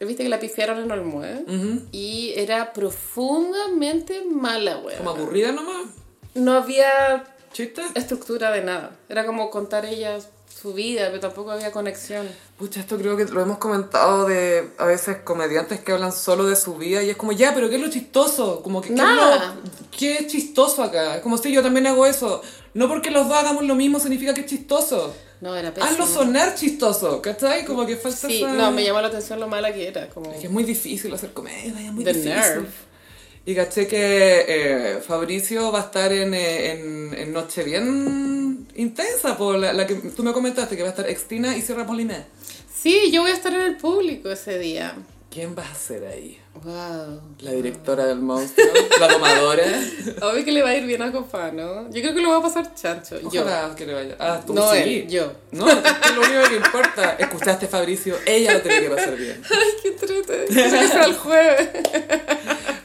Viste que la pifiaron en Olmué. Y era profundamente mala, weón.
como aburrida nomás,
No había
chiste.
estructura de nada. Era como contar ella su vida, pero tampoco había conexión.
Pucha, esto creo que lo hemos comentado de a veces comediantes que hablan solo de su vida y es como, ya, pero ¿qué es lo chistoso? Como que, ¿qué, es
Nada.
lo- qué es chistoso acá? Es como, si yo también hago eso. No porque los dos hagamos lo mismo significa que es chistoso.
No, era pésimo.
Hazlo sonar chistoso, ¿cachai? Como que falta
Sí,
esa-
no, me llamó la atención lo mala que era. Como...
Es que es muy difícil hacer comedia, es muy
The
difícil.
nerve.
Y caché que eh, Fabricio va a estar en, eh, en, en Noche Bien intensa, por la, la que tú me comentaste, que va a estar Extina y Sierra Molina.
Sí, yo voy a estar en el público ese día.
¿Quién va a ser ahí?
Wow.
La directora del monstruo, la domadora.
Obvio que le va a ir bien a Copano. Yo creo que lo va a pasar chancho.
Ojalá que le vaya. Ah,
yo.
tú
No
sí.
él, yo.
No, es lo único que importa. Escuchaste, Fabricio, ella lo tiene que pasar bien.
Ay, qué triste. Quiero que sea el jueves.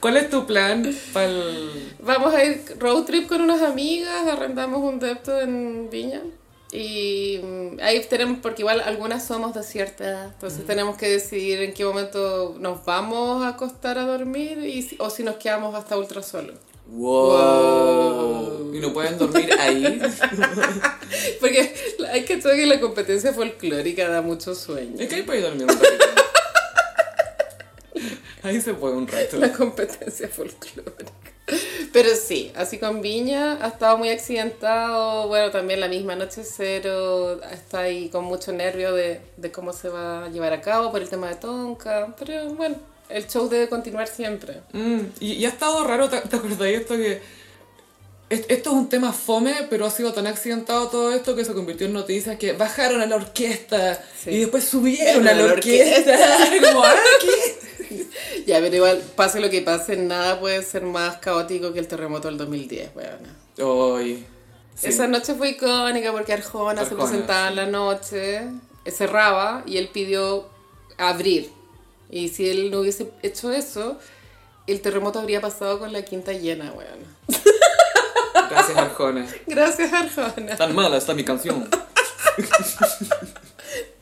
¿Cuál es tu plan para el...?
Vamos a ir road trip con unas amigas, arrendamos un depto en Viña. Y mm, ahí tenemos, porque igual algunas somos de cierta edad, entonces tenemos que decidir en qué momento nos vamos a acostar a dormir y, si- o si nos quedamos hasta ultra solos.
Wow. ¿Y no pueden dormir ahí?
Porque hay que saber que la competencia folclórica da mucho sueño.
Es que ahí puede dormir un ratito. Ahí se puede un rato.
La competencia folclórica. Pero sí, así con Viña ha estado muy accidentado. Bueno, también la misma noche cero está ahí con mucho nervio de, de cómo se va a llevar a cabo por el tema de Tonka. Pero bueno, el show debe continuar siempre.
Mm, y, y ha estado raro, ¿te, te acordás de esto que... es- Esto es un tema fome, pero ha sido tan accidentado todo esto que se convirtió en noticias que bajaron a la orquesta
Sí.
y después subieron a
A
la
la
orquesta. Como, ah, ¿qué?
Ya, pero igual, pase lo que pase, nada puede ser más caótico que el terremoto del 2010, weona.
Ay, sí.
Esa noche fue icónica porque Arjona, se
Arjona,
presentaba en la noche, eh, cerraba y él pidió abrir. Y si él no hubiese hecho eso, el terremoto habría pasado con la quinta llena, weón.
Gracias, Arjona.
Gracias, Arjona.
Tan mala está mi canción.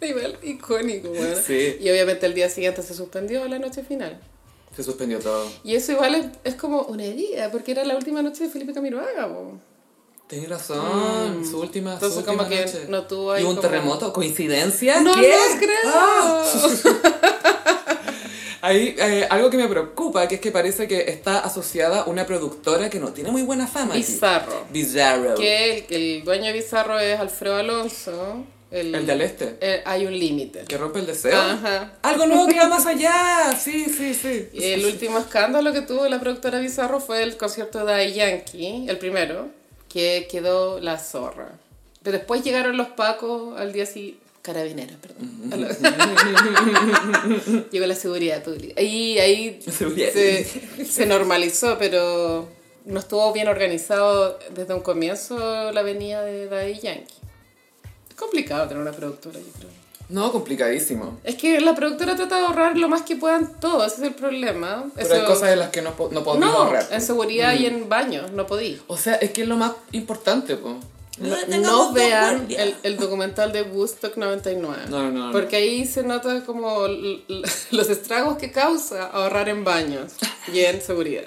Igual icónico, weón.
Sí.
Y obviamente el día siguiente se suspendió la noche final.
Se suspendió todo.
Y eso igual es, es como una herida, porque era la última noche de Felipe Camiroaga, po.
Tenés razón, su última, su
Entonces, como
última
que
noche.
no tuvo ahí
¿Y un
como-
terremoto? ¿Coincidencia?
No
¿Qué?
lo creo.
Ah. Ahí, eh, algo que me preocupa, que es que parece que está asociada una productora que no tiene muy buena fama. aquí.
Bizarro.
Bizarro.
Que el, que el dueño de Bizarro es Alfredo Alonso. El,
El del este.
eh, hay un límite.
Que rompe el deseo.
Ajá.
Algo nuevo que va más allá. Sí, sí, sí.
El último escándalo que tuvo la productora Bizarro fue el concierto de Daddy Yankee, el primero, que quedó la zorra. Pero después llegaron los pacos al día siguiente. Carabineros, perdón. A la- Llegó la seguridad pública. Y ahí
Seguridad.
se, se normalizó, pero no estuvo bien organizado desde un comienzo la venida de Daddy Yankee. Es complicado tener una productora, yo creo.
No, complicadísimo.
Es que la productora trata de ahorrar lo más que puedan todo, ese es el problema.
Pero
Eso-
hay cosas de las que no, po- no podemos
no,
ahorrar. pues.
en seguridad y en baños, no podí.
O sea, es que es lo más importante, po.
No, vean el, el documental de Woodstock 99.
No, no, no.
Porque ahí se nota como l- l- los estragos que causa ahorrar en baños y en seguridad.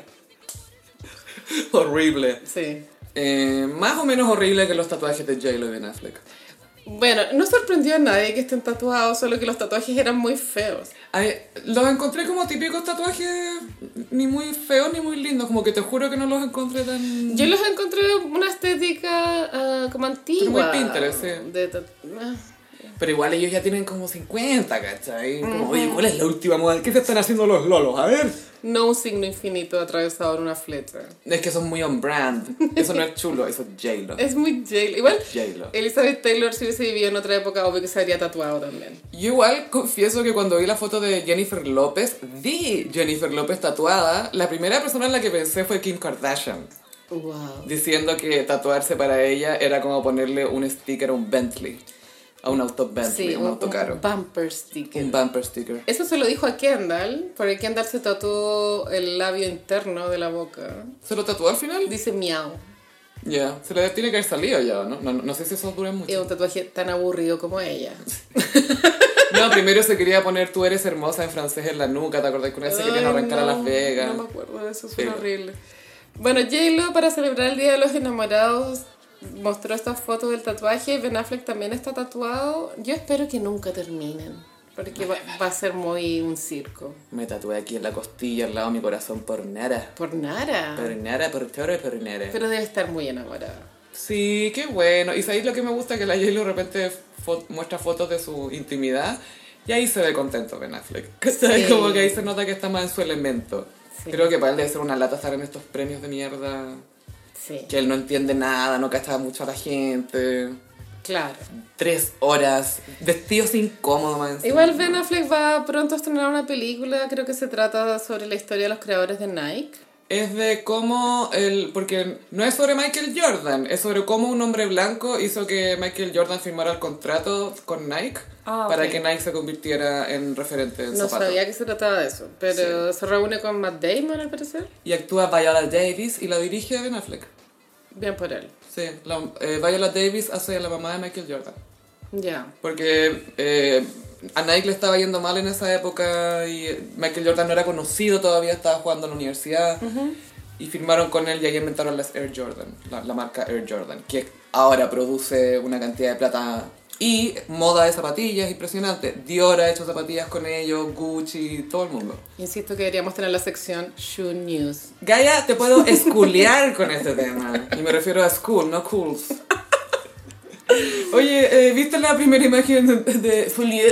Horrible.
Sí.
Eh, más o menos horrible que los tatuajes de J-Lo y Ben Affleck.
Bueno, no sorprendió a nadie que estén tatuados, solo que los tatuajes eran muy feos.
Ay, los encontré como típicos tatuajes, ni muy feos ni muy lindos, como que te juro que no los encontré tan...
Yo los encontré una estética ah, como antigua.
Pinterest, sí.
de tat- ah.
Pero igual ellos ya tienen como 50, ¿cachai? Como, oye, ¿cuál es la última moda? ¿Qué se están haciendo los lolos? A ver.
No un signo infinito atravesado en una flecha.
Es que son muy on brand. Eso no es chulo, eso es J-Lo.
Es muy J-Lo. Igual,
J-Lo.
Elizabeth Taylor, si hubiese vivido en otra época, obvio que se habría tatuado también.
Yo igual confieso que cuando vi la foto de Jennifer López, vi Jennifer López tatuada, la primera persona en la que pensé fue Kim Kardashian,
Wow.
diciendo que tatuarse para ella era como ponerle un sticker a un Bentley, a un auto Bentley,
Sí,
un, auto caro,
bumper sticker.
un bumper sticker.
Eso se lo dijo a Kendall, porque Kendall se tatuó el labio interno de la boca.
¿Se lo tatuó al final?
Dice miau.
Ya, se le tiene que haber salido ya, ¿no? No, no- no sé si eso dura
Es
mucho.
un tatuaje tan aburrido como ella.
No, primero se quería poner tú eres hermosa en francés en la nuca, ¿te acordás que una vez se querían
Ay,
arrancar a
no,
Las Vegas?
No me acuerdo de eso, suena
Sí.
horrible. Bueno, J-Lo para celebrar el Día de los Enamorados mostró estas fotos del tatuaje. Ben Affleck también está tatuado. Yo espero que nunca terminen, porque va, va a ser muy un circo.
Me tatué aquí en la costilla, al lado de mi corazón, por nada.
Por nada.
Por nada, por todo, por nada.
Pero debe estar muy enamorada.
Sí, qué bueno. Y sabéis lo que me gusta que la J-Lo de repente fo- muestra fotos de su intimidad y ahí se ve contento Ben Affleck. ¿Cachai?
Sí.
Como que ahí se nota que está más en su elemento.
Sí.
Creo que para él debe ser una lata estar en estos premios de mierda.
Sí,
Que él no entiende nada, no cacha mucho a la gente.
claro.
Tres horas, vestidos incómodos, man.
Igual Ben Affleck va pronto a estrenar una película, creo que se trata sobre la historia de los creadores de Nike.
Es de cómo el. Porque no es sobre Michael Jordan, es sobre cómo un hombre blanco hizo que Michael Jordan firmara el contrato con Nike
Ah,
para
ok.
que Nike se convirtiera en referente en
No
zapatos.
sabía que se trataba de eso, pero se reúne con Matt Damon al parecer.
Y actúa Viola Davis y la dirige Ben Affleck.
Bien por él.
Sí, la- eh, Viola Davis hace a la mamá de Michael Jordan.
Ya.
Porque eh, a Nike le estaba yendo mal en esa época y Michael Jordan no era conocido todavía, estaba jugando en la universidad. Y firmaron con él y ahí inventaron las Air Jordan, la, la marca Air Jordan, que ahora produce una cantidad de plata y moda de zapatillas impresionante. Dior ha hecho zapatillas con ellos, Gucci, todo el mundo.
Insisto que deberíamos tener la sección Shoe News.
Gaia, te puedo esculear con este tema. Y me refiero a school, no cools. Oye, eh, ¿viste la primera imagen de, de Folie?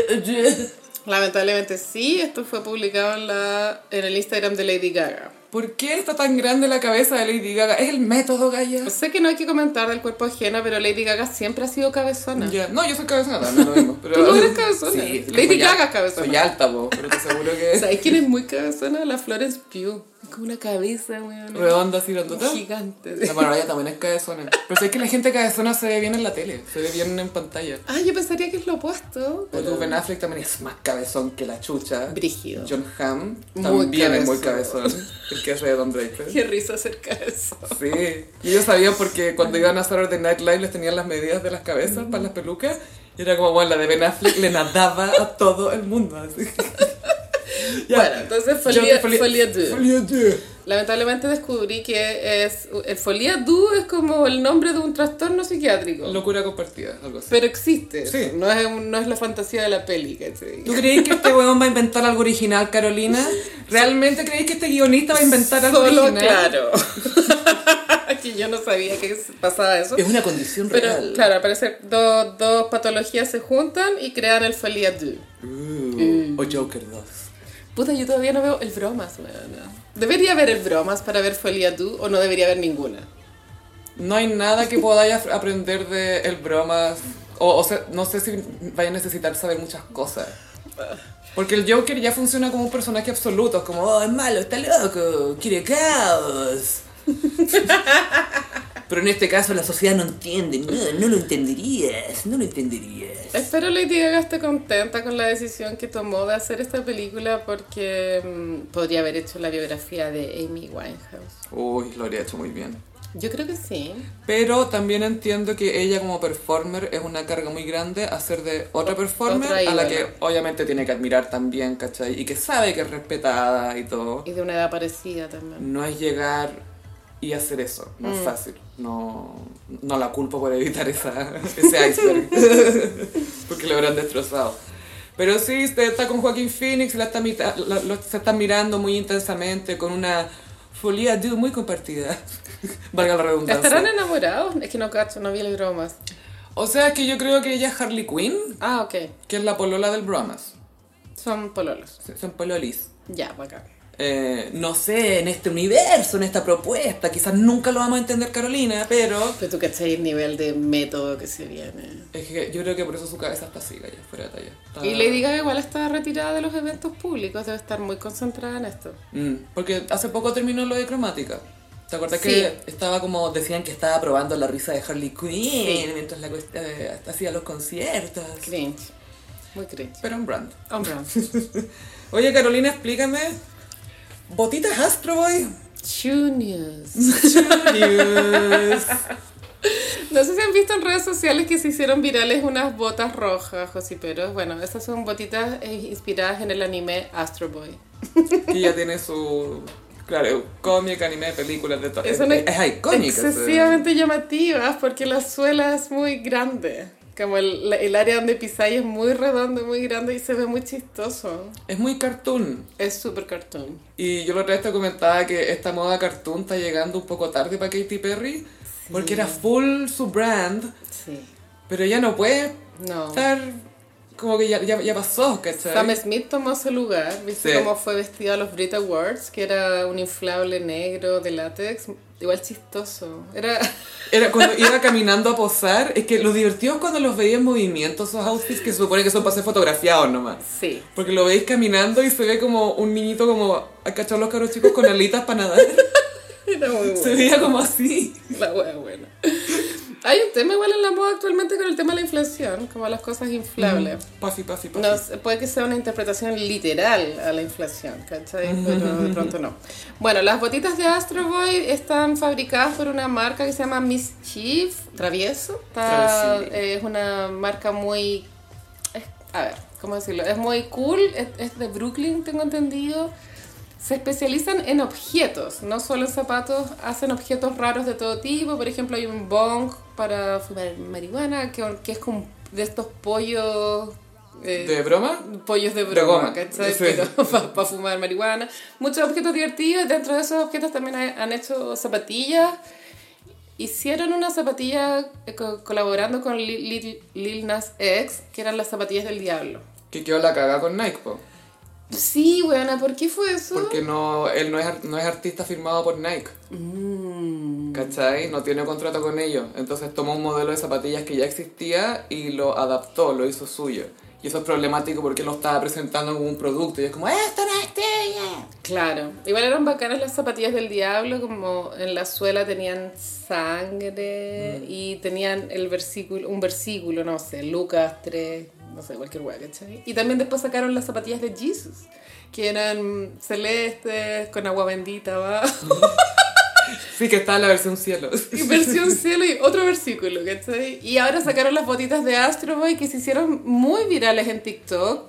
Lamentablemente sí, esto fue publicado en, la, en el Instagram de Lady Gaga.
¿Por qué está tan grande la cabeza de Lady Gaga? ¿Es el método, Gaia?
Sé que no hay que comentar del cuerpo ajeno, pero Lady Gaga siempre ha sido cabezona.
Ya, No, yo soy cabezona, no es lo mismo. Pero...
Tú no eres cabezona. Lady
soy al-
Gaga es cabezona.
Soy alta, po, pero te aseguro que
¿Sabes quién es muy cabezona? La Florence Pugh. Es Como una cabeza, weón.
redonda así grandota.
Gigante.
La Mariah también es cabezona. Pero sé que la gente cabezona se ve bien en la tele, se ve bien en pantalla.
Ah, yo pensaría que es lo opuesto.
Pero tú, Ben Affleck también es más cabezón que la chucha.
Brígido.
John Hamm
Muy
también es muy
cabezón.
cabezón. El que es de Don Draper.
Qué risa acerca de eso.
Sí. Y ellos sabían porque cuando iban a hacer The Night Live les tenían las medidas de las cabezas para las pelucas. Y era como, bueno, la de Ben Affleck le nadaba a todo el mundo. Así. Ya.
Bueno, entonces Folia,
Yo-
Folia Du.
Folia Du.
Lamentablemente descubrí que es el Folia Du es como el nombre de un trastorno psiquiátrico.
Locura compartida, algo así.
Pero existe.
Sí.
No, es, un- no es la fantasía de la peli, ¿cachai?
¿Tú crees que este weón va a inventar algo original, Carolina? ¿Realmente crees que este guionista va a inventar algo
Solo
original?
claro. que yo no sabía que pasaba eso.
Es una condición
Pero
real.
claro, parece dos dos patologías se juntan y crean el Folia Du.
Uh, O Joker 2.
Puta, yo todavía no veo el bromas, weona. ¿Debería haber el bromas para ver Folia Du o no debería haber ninguna?
No hay nada que podáis af- aprender de el bromas. O, o sea, no sé si vaya a necesitar saber muchas cosas. Porque el Joker ya funciona como un personaje absoluto. Es como, oh, es malo, está loco, quiere caos. Pero en este caso la sociedad no entiende, no, no lo entenderías, no lo entenderías.
Espero Lady Gaga esté contenta con la decisión que tomó de hacer esta película porque mm, podría haber hecho la biografía de Amy Winehouse.
Uy, lo habría hecho muy bien.
Yo creo que sí.
Pero también entiendo que ella como performer es una carga muy grande hacer de otra performer
otra
a la
ídola.
que obviamente tiene que admirar también, ¿cachai? Y que sabe que es respetada y todo.
Y de una edad parecida también.
No es llegar y hacer eso, no es
Mm.
fácil. No, no la culpo por evitar esa, ese iceberg, porque lo habrán destrozado. Pero sí, se está con Joaquín Phoenix, la está, mita- la- lo- se está mirando muy intensamente con una folía dude, muy compartida. Valga la redundancia.
¿Estarán enamorados? Es que no cacho, no vi el bromas.
O sea, es que yo creo que ella es Harley Quinn,
Ah, ok.
que es la polola del Bromas.
Son pololos.
Son pololis.
Ya, bacán.
Eh, no sé, en este universo, en esta propuesta, quizás nunca lo vamos a entender Carolina, pero...
Pero tú cachai el nivel de método que se viene.
Es que yo creo que por eso su cabeza está así, ya fuera de talla. Está-
Y Lady Gaga igual está retirada de los eventos públicos, debe estar muy concentrada en esto.
Mm, porque hace poco terminó lo de cromática. ¿Te acuerdas
Sí.
que estaba como, decían que estaba probando la risa de Harley Quinn
Sí.
mientras la cuest- eh, hacía los conciertos?
Cringe. Muy cringe.
Pero en brand.
On brand.
Oye Carolina, explícame. ¿Botitas Astro Boy?
Shoe News.
News.
No sé si han visto en redes sociales que se hicieron virales unas botas rojas, Josiperos. Bueno, esas son botitas eh, inspiradas en el anime Astro Boy.
Y ya tiene su. Claro, cómic, anime, películas de todo.
Es
Es,
una-
es icónica. o sea.
Excesivamente llamativas porque la suela es muy grande. Como el, la- el área donde pisáis es muy redondo, muy grande y se ve muy chistoso.
Es muy cartoon.
Es súper cartoon.
Y yo la otra vez te comentaba que esta moda cartoon está llegando un poco tarde para Katy Perry. Porque era full su brand.
Sí.
Pero ya no puede
No.
estar. Como que ya, ya, ya pasó, ¿cachai?
Sam Smith tomó ese lugar, viste
Sí.
cómo fue vestido a los Brit Awards, que era un inflable negro de látex, igual chistoso. Era
Era cuando iba caminando a posar. Es que lo divertido es cuando los veía en movimiento, esos outfits que se supone que son para ser fotografiados nomás.
sí,
Porque lo veis caminando y se ve como un niñito como a cachar los caros chicos con alitas para nadar.
era muy bueno.
Se veía como así.
La wea buena. Hay un tema igual en la moda actualmente con el tema de la inflación, como las cosas inflables.
Puffy, puffy, puffy.
No, sé, puede que sea una interpretación literal a la inflación, ¿cachai? Pero de pronto no. Bueno, las botitas de Astro Boy están fabricadas por una marca que se llama Mischief, travieso. Está-
Travieso.
eh, es una marca muy... es- a ver, ¿cómo decirlo? Es muy cool, es, es de Brooklyn, tengo entendido. Se especializan en objetos, no solo en zapatos, hacen objetos raros de todo tipo. Por ejemplo, hay un bong para fumar marihuana, que, que es como de estos pollos... eh,
¿De broma?
pollos de
De
broma,
goma,
¿cachai?
sí.
Pero para fumar marihuana. Muchos objetos divertidos. Dentro de esos objetos también hay- han hecho zapatillas. Hicieron una zapatilla eh, co- colaborando con Lil, Lil- Lil Nas X, que eran las zapatillas del diablo.
Que quedó la cagada con Nike, po.
Sí, buena, ¿por qué fue eso?
Porque no, él no es, ar- no es artista firmado por Nike.
Mm.
¿Cachai? No tiene contrato con ellos. Entonces tomó un modelo de zapatillas que ya existía y lo adaptó, lo hizo suyo. Y eso es problemático porque lo estaba presentando como un producto y es como, "Ah, ¡esto no es tuyo!
Claro. Igual eran bacanas las zapatillas del diablo, como en la suela tenían sangre y tenían el versículo, un versículo, no sé, Lucas 3, no sé, cualquier hueá, ¿cachai? Y también después sacaron las zapatillas de Jesus, que eran celestes, con agua bendita, va.
Sí, que está la versión cielo.
Y versión cielo y otro versículo, ¿cachai? Y ahora sacaron las botitas de Astro Boy que se hicieron muy virales en TikTok.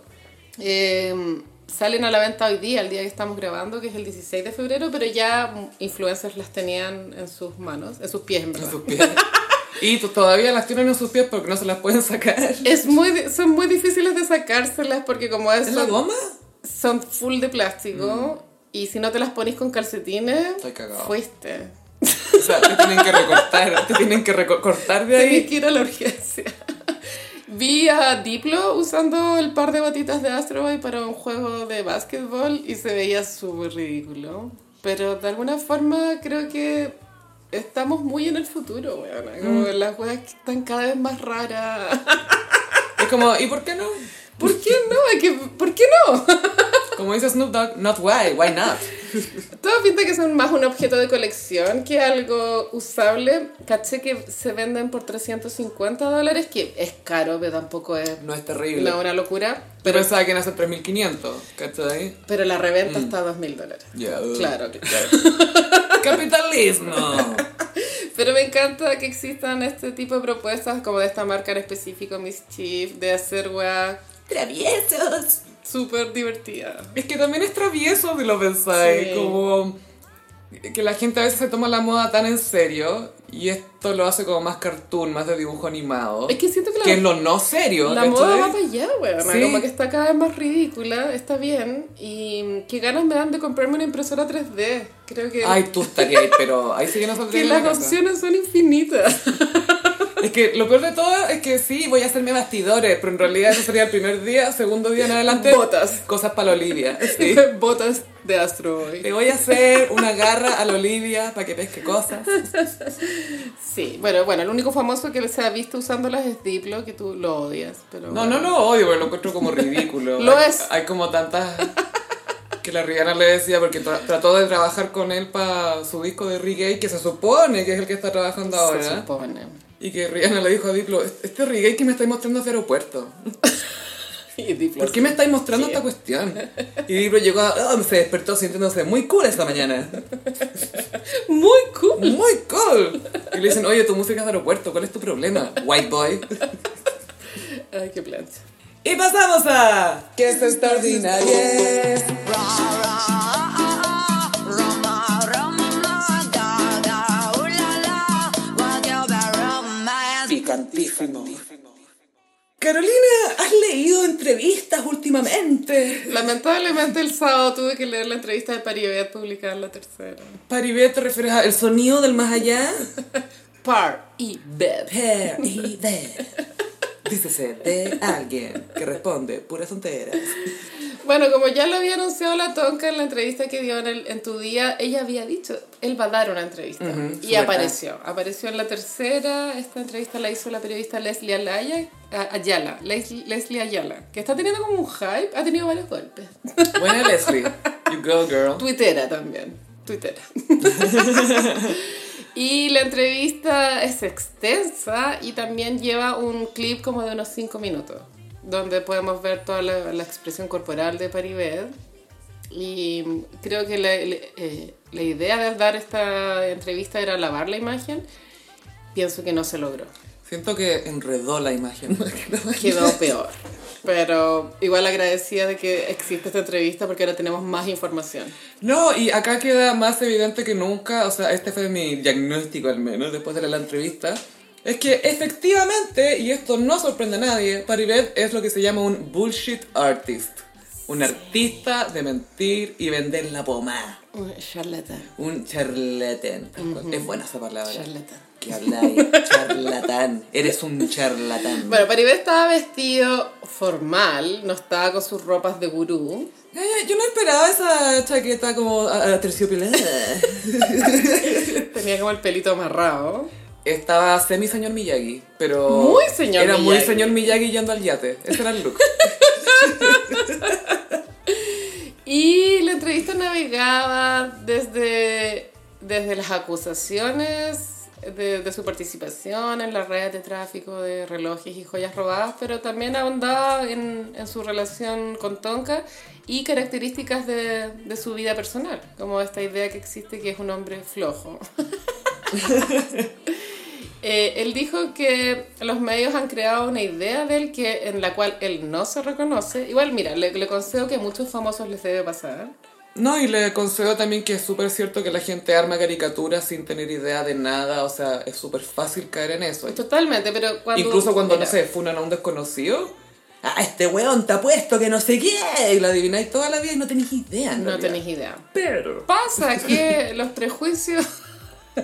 Eh, salen a la venta hoy día, el día que estamos grabando, que es el 16 de febrero, pero ya influencers las tenían en sus manos, en sus pies, en verdad.
En sus pies. Y t- todavía las tienen en sus pies porque no se las pueden sacar.
Es muy, di- son muy difíciles de sacárselas porque como es,
¿Es la
son,
goma?
son full de plástico y si no te las pones con calcetines,
Estoy cagado.
fuiste.
O sea, te tienen que recortar, te tienen que recortar de
Tenés
ahí.
que ir a la urgencia. Vi a Diplo usando el par de batitas de Astro Boy para un juego de básquetbol y se veía súper ridículo. Pero de alguna forma creo que estamos muy en el futuro, weona. Como las weas que están cada vez más raras.
Es como, ¿y por qué no?
¿Por qué no? Es que, ¿Por qué no?
Como dice Snoop Dogg, not why, why not?
Todo pinta que son más un objeto de colección que algo usable. Caché que se venden por 350 dólares, que es caro, pero tampoco es
No es terrible.
no, una locura.
Pero pensaba que iban a ser 3.500, ¿cachai?
Pero la reventa
Mm.
está a 2000 dólares.
Ya.
Claro.
Capitalismo.
Pero me encanta que existan este tipo de propuestas, como de esta marca en específico, Miss Chief, de hacer weas
Traviesos.
súper divertidas.
Es que también es travieso si lo pensáis,
Sí.
como que la gente a veces se toma la moda tan en serio y esto lo hace como más cartoon, más de dibujo animado.
Es que siento que la,
que es lo no serio.
la
¿cachai?
moda va para allá, weón.
Sí.
Como que está cada vez más ridícula, está bien. Y qué ganas me dan de comprarme una impresora 3D. Creo que,
Ay, tú estarías ahí, pero ahí sí que no saldría
que
de la
las
casa.
opciones son infinitas.
Es que lo peor de todo es que sí, voy a hacerme bastidores, pero en realidad eso sería el primer día, segundo día en adelante.
Botas.
Cosas para la Olivia. Sí.
Botas de Astro Boy.
Le voy a hacer una garra a la Olivia para que pesque cosas.
Sí, bueno, bueno, el único famoso que se ha visto usándolas es Diplo, que tú lo odias, pero...
No,
bueno.
no lo odio, pero lo encuentro como ridículo.
Lo
Hay-
es.
Hay como tantas que la Rihanna le decía porque tra- trató de trabajar con él para su disco de reggae, que se supone que es el que está trabajando
Se
ahora.
supone.
Y que Rihanna le dijo a Diplo, este reggae que me estáis mostrando es de aeropuerto.
Y Diplo.
¿Por qué me estáis mostrando esta cuestión? Y Diplo llegó, a- "Oh, se despertó sintiéndose muy cool esta mañana.
Muy cool.
Muy cool. Y le dicen, oye, tu música es de aeropuerto, ¿cuál es tu problema? White boy.
Ay, qué plancha.
Y pasamos a... Que es extraordinaria. Picantísimo. Carolina, ¿has leído entrevistas últimamente?
Lamentablemente el sábado tuve que leer la entrevista de Paribet publicada en la tercera.
Paribet, ¿te refieres al sonido del más allá?
Par y Beb.
Paribet. Dícese de alguien que responde puras tonteras.
Bueno, como ya lo había anunciado la Tonka en la entrevista que dio en, el- en tu día, ella había dicho, él va a dar una entrevista. y
suerte.
apareció. Apareció en la tercera. Esta entrevista la hizo la periodista Leslie Alaya, a- Ayala. Leslie, Leslie Ayala. Que está teniendo como un hype. Ha tenido varios golpes.
Buena Leslie. You go, girl.
Twittera también. Twittera. y la entrevista es extensa y también lleva un clip como de unos 5 minutos, donde podemos ver toda la, la expresión corporal de Paribet. Y creo que la, la- eh, la idea de dar esta entrevista era lavar la imagen. Pienso que no se logró.
Siento que enredó la imagen.
Quedó peor. Pero igual agradecida de que existe esta entrevista porque ahora tenemos más información.
No, y acá queda más evidente que nunca, o sea, este fue mi diagnóstico al menos después de la, la entrevista, es que efectivamente, y esto no sorprende a nadie, Paribet es lo que se llama un bullshit artist, un artista de mentir y vender la pomada,
Charlatán.
un charlatán. tal cual. Es buena esa palabra.
Charlatán.
¿Qué habláis? charlatán. Eres un charlatán.
Bueno, Paribet estaba vestido formal, no estaba con sus ropas de gurú.
Eh, Yo no esperaba esa chaqueta como a, a terciopelada.
Tenía como el pelito amarrado.
Estaba semi señor Miyagi, pero...
Muy señor
Era muy
Miyagi.
señor Miyagi yendo al yate. Ese era el look.
Y la entrevista navegaba desde, desde las acusaciones de, de su participación en las redes de tráfico de relojes y joyas robadas, pero también ahondaba en, en su relación con Tonka y características de, de su vida personal, como esta idea que existe que es un hombre flojo. Eh, él dijo que los medios han creado una idea de él que, en la cual él no se reconoce. Igual, mira, le, le concedo que a muchos famosos les debe pasar.
No, y le concedo también que es súper cierto que la gente arma caricaturas sin tener idea de nada, o sea, es súper fácil caer en eso.
Totalmente, pero cuando...
Incluso cuando,
mira,
no sé, funan a un desconocido. Ah, este weón está puesto que no sé qué. Y lo adivináis toda la vida y no tenéis idea. en
No
realidad.
tenéis idea.
Pero.
Pasa que los prejuicios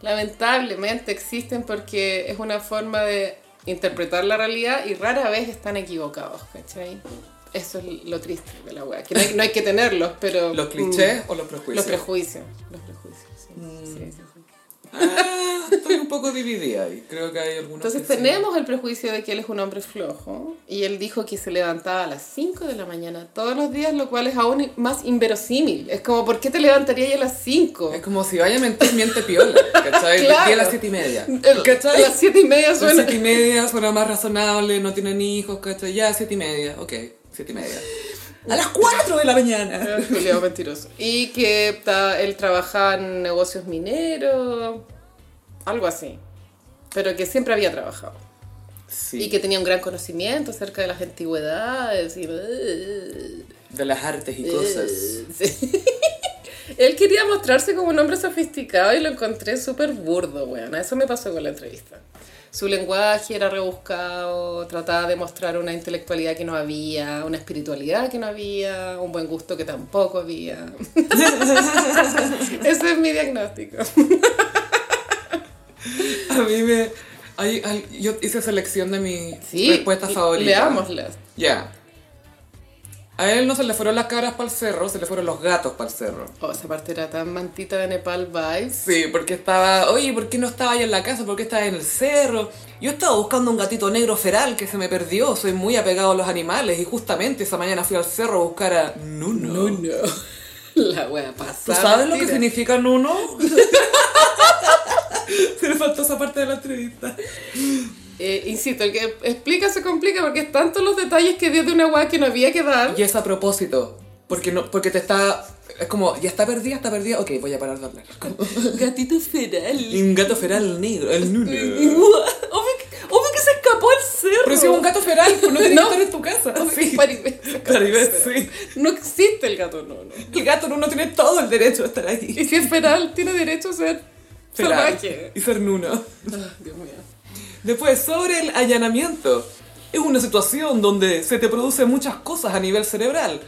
lamentablemente existen porque es una forma de interpretar la realidad y rara vez están equivocados, ¿cachai? Eso es lo triste de la wea, que no hay, no hay que tenerlos, pero...
¿Los
mm,
clichés o los
Los
prejuicios?
prejuicios, los prejuicios, sí, sí, sí, sí.
Ah, estoy un poco dividida ahí. Creo que hay algunos.
Entonces
que sí.
tenemos el prejuicio de que él es un hombre flojo y él dijo que se levantaba a las 5 de la mañana todos los días, lo cual es aún más inverosímil. Es como, ¿por qué te levantarías ya a las 5?
Es como si vaya a mentir, miente piola. ¿Cachai? De
Claro.
aquí a las siete y media.
El- A
¿Cachai?
las 7 y media
Son
suena.
siete y media, suena más razonable, no tienen hijos, ¿cachai? Ya, siete y media, ok, siete y media. A las cuatro de la mañana.
Eh, culiao mentiroso. Y que ta- él trabajaba en negocios mineros, algo así. Pero que siempre había trabajado.
Sí,
Y que tenía un gran conocimiento acerca de las antigüedades. Y... eh,
de las artes y
eh,
cosas.
sí. Él quería mostrarse como un hombre sofisticado y lo encontré súper burdo, weón. Eso me pasó con la entrevista. Su lenguaje era rebuscado, trataba de mostrar una intelectualidad que no había, una espiritualidad que no había, un buen gusto que tampoco había. Ese es mi diagnóstico.
A mí me... hay- hay- yo hice selección de mis respuestas
le-
favoritas.
Leámoslas.
Ya. A él no se le fueron las caras para el cerro, se le fueron los gatos para el cerro.
Oh, esa parte era tan mantita de Nepal vibes.
Sí, porque estaba, oye, ¿por qué no estaba ahí en la casa? ¿Por qué estaba en el cerro? Yo estaba buscando un gatito negro feral que se me perdió, soy muy apegado a los animales y justamente esa mañana fui al cerro a buscar a Nuno.
Oh, no. La wea
¿Tú
pasada.
sabes lo que
mentira.
significa Nuno? se le faltó esa parte de la entrevista.
Eh, insisto, el que explica se complica porque es tantos los detalles que dio de una weá que no había que dar.
Y es a propósito, porque, no, porque te está, es como, ya está perdida, está perdida, ok, voy a parar de hablar.
Gatito feral.
Y un gato feral negro, el Nuno.
Obvio que, obvio que se escapó al cerro.
Pero si es un gato feral, pues no tiene
No.
que estar en tu casa.
Sí, Paribé se escapó al
Paribé,
cerro.
sí.
No existe el gato, no, no.
El gato no tiene todo el derecho a estar ahí.
Y si es feral, tiene derecho a ser salvaje.
Y ser nuno.
Ah, Dios mío.
Después, sobre el allanamiento. Es una situación donde se te producen muchas cosas a nivel cerebral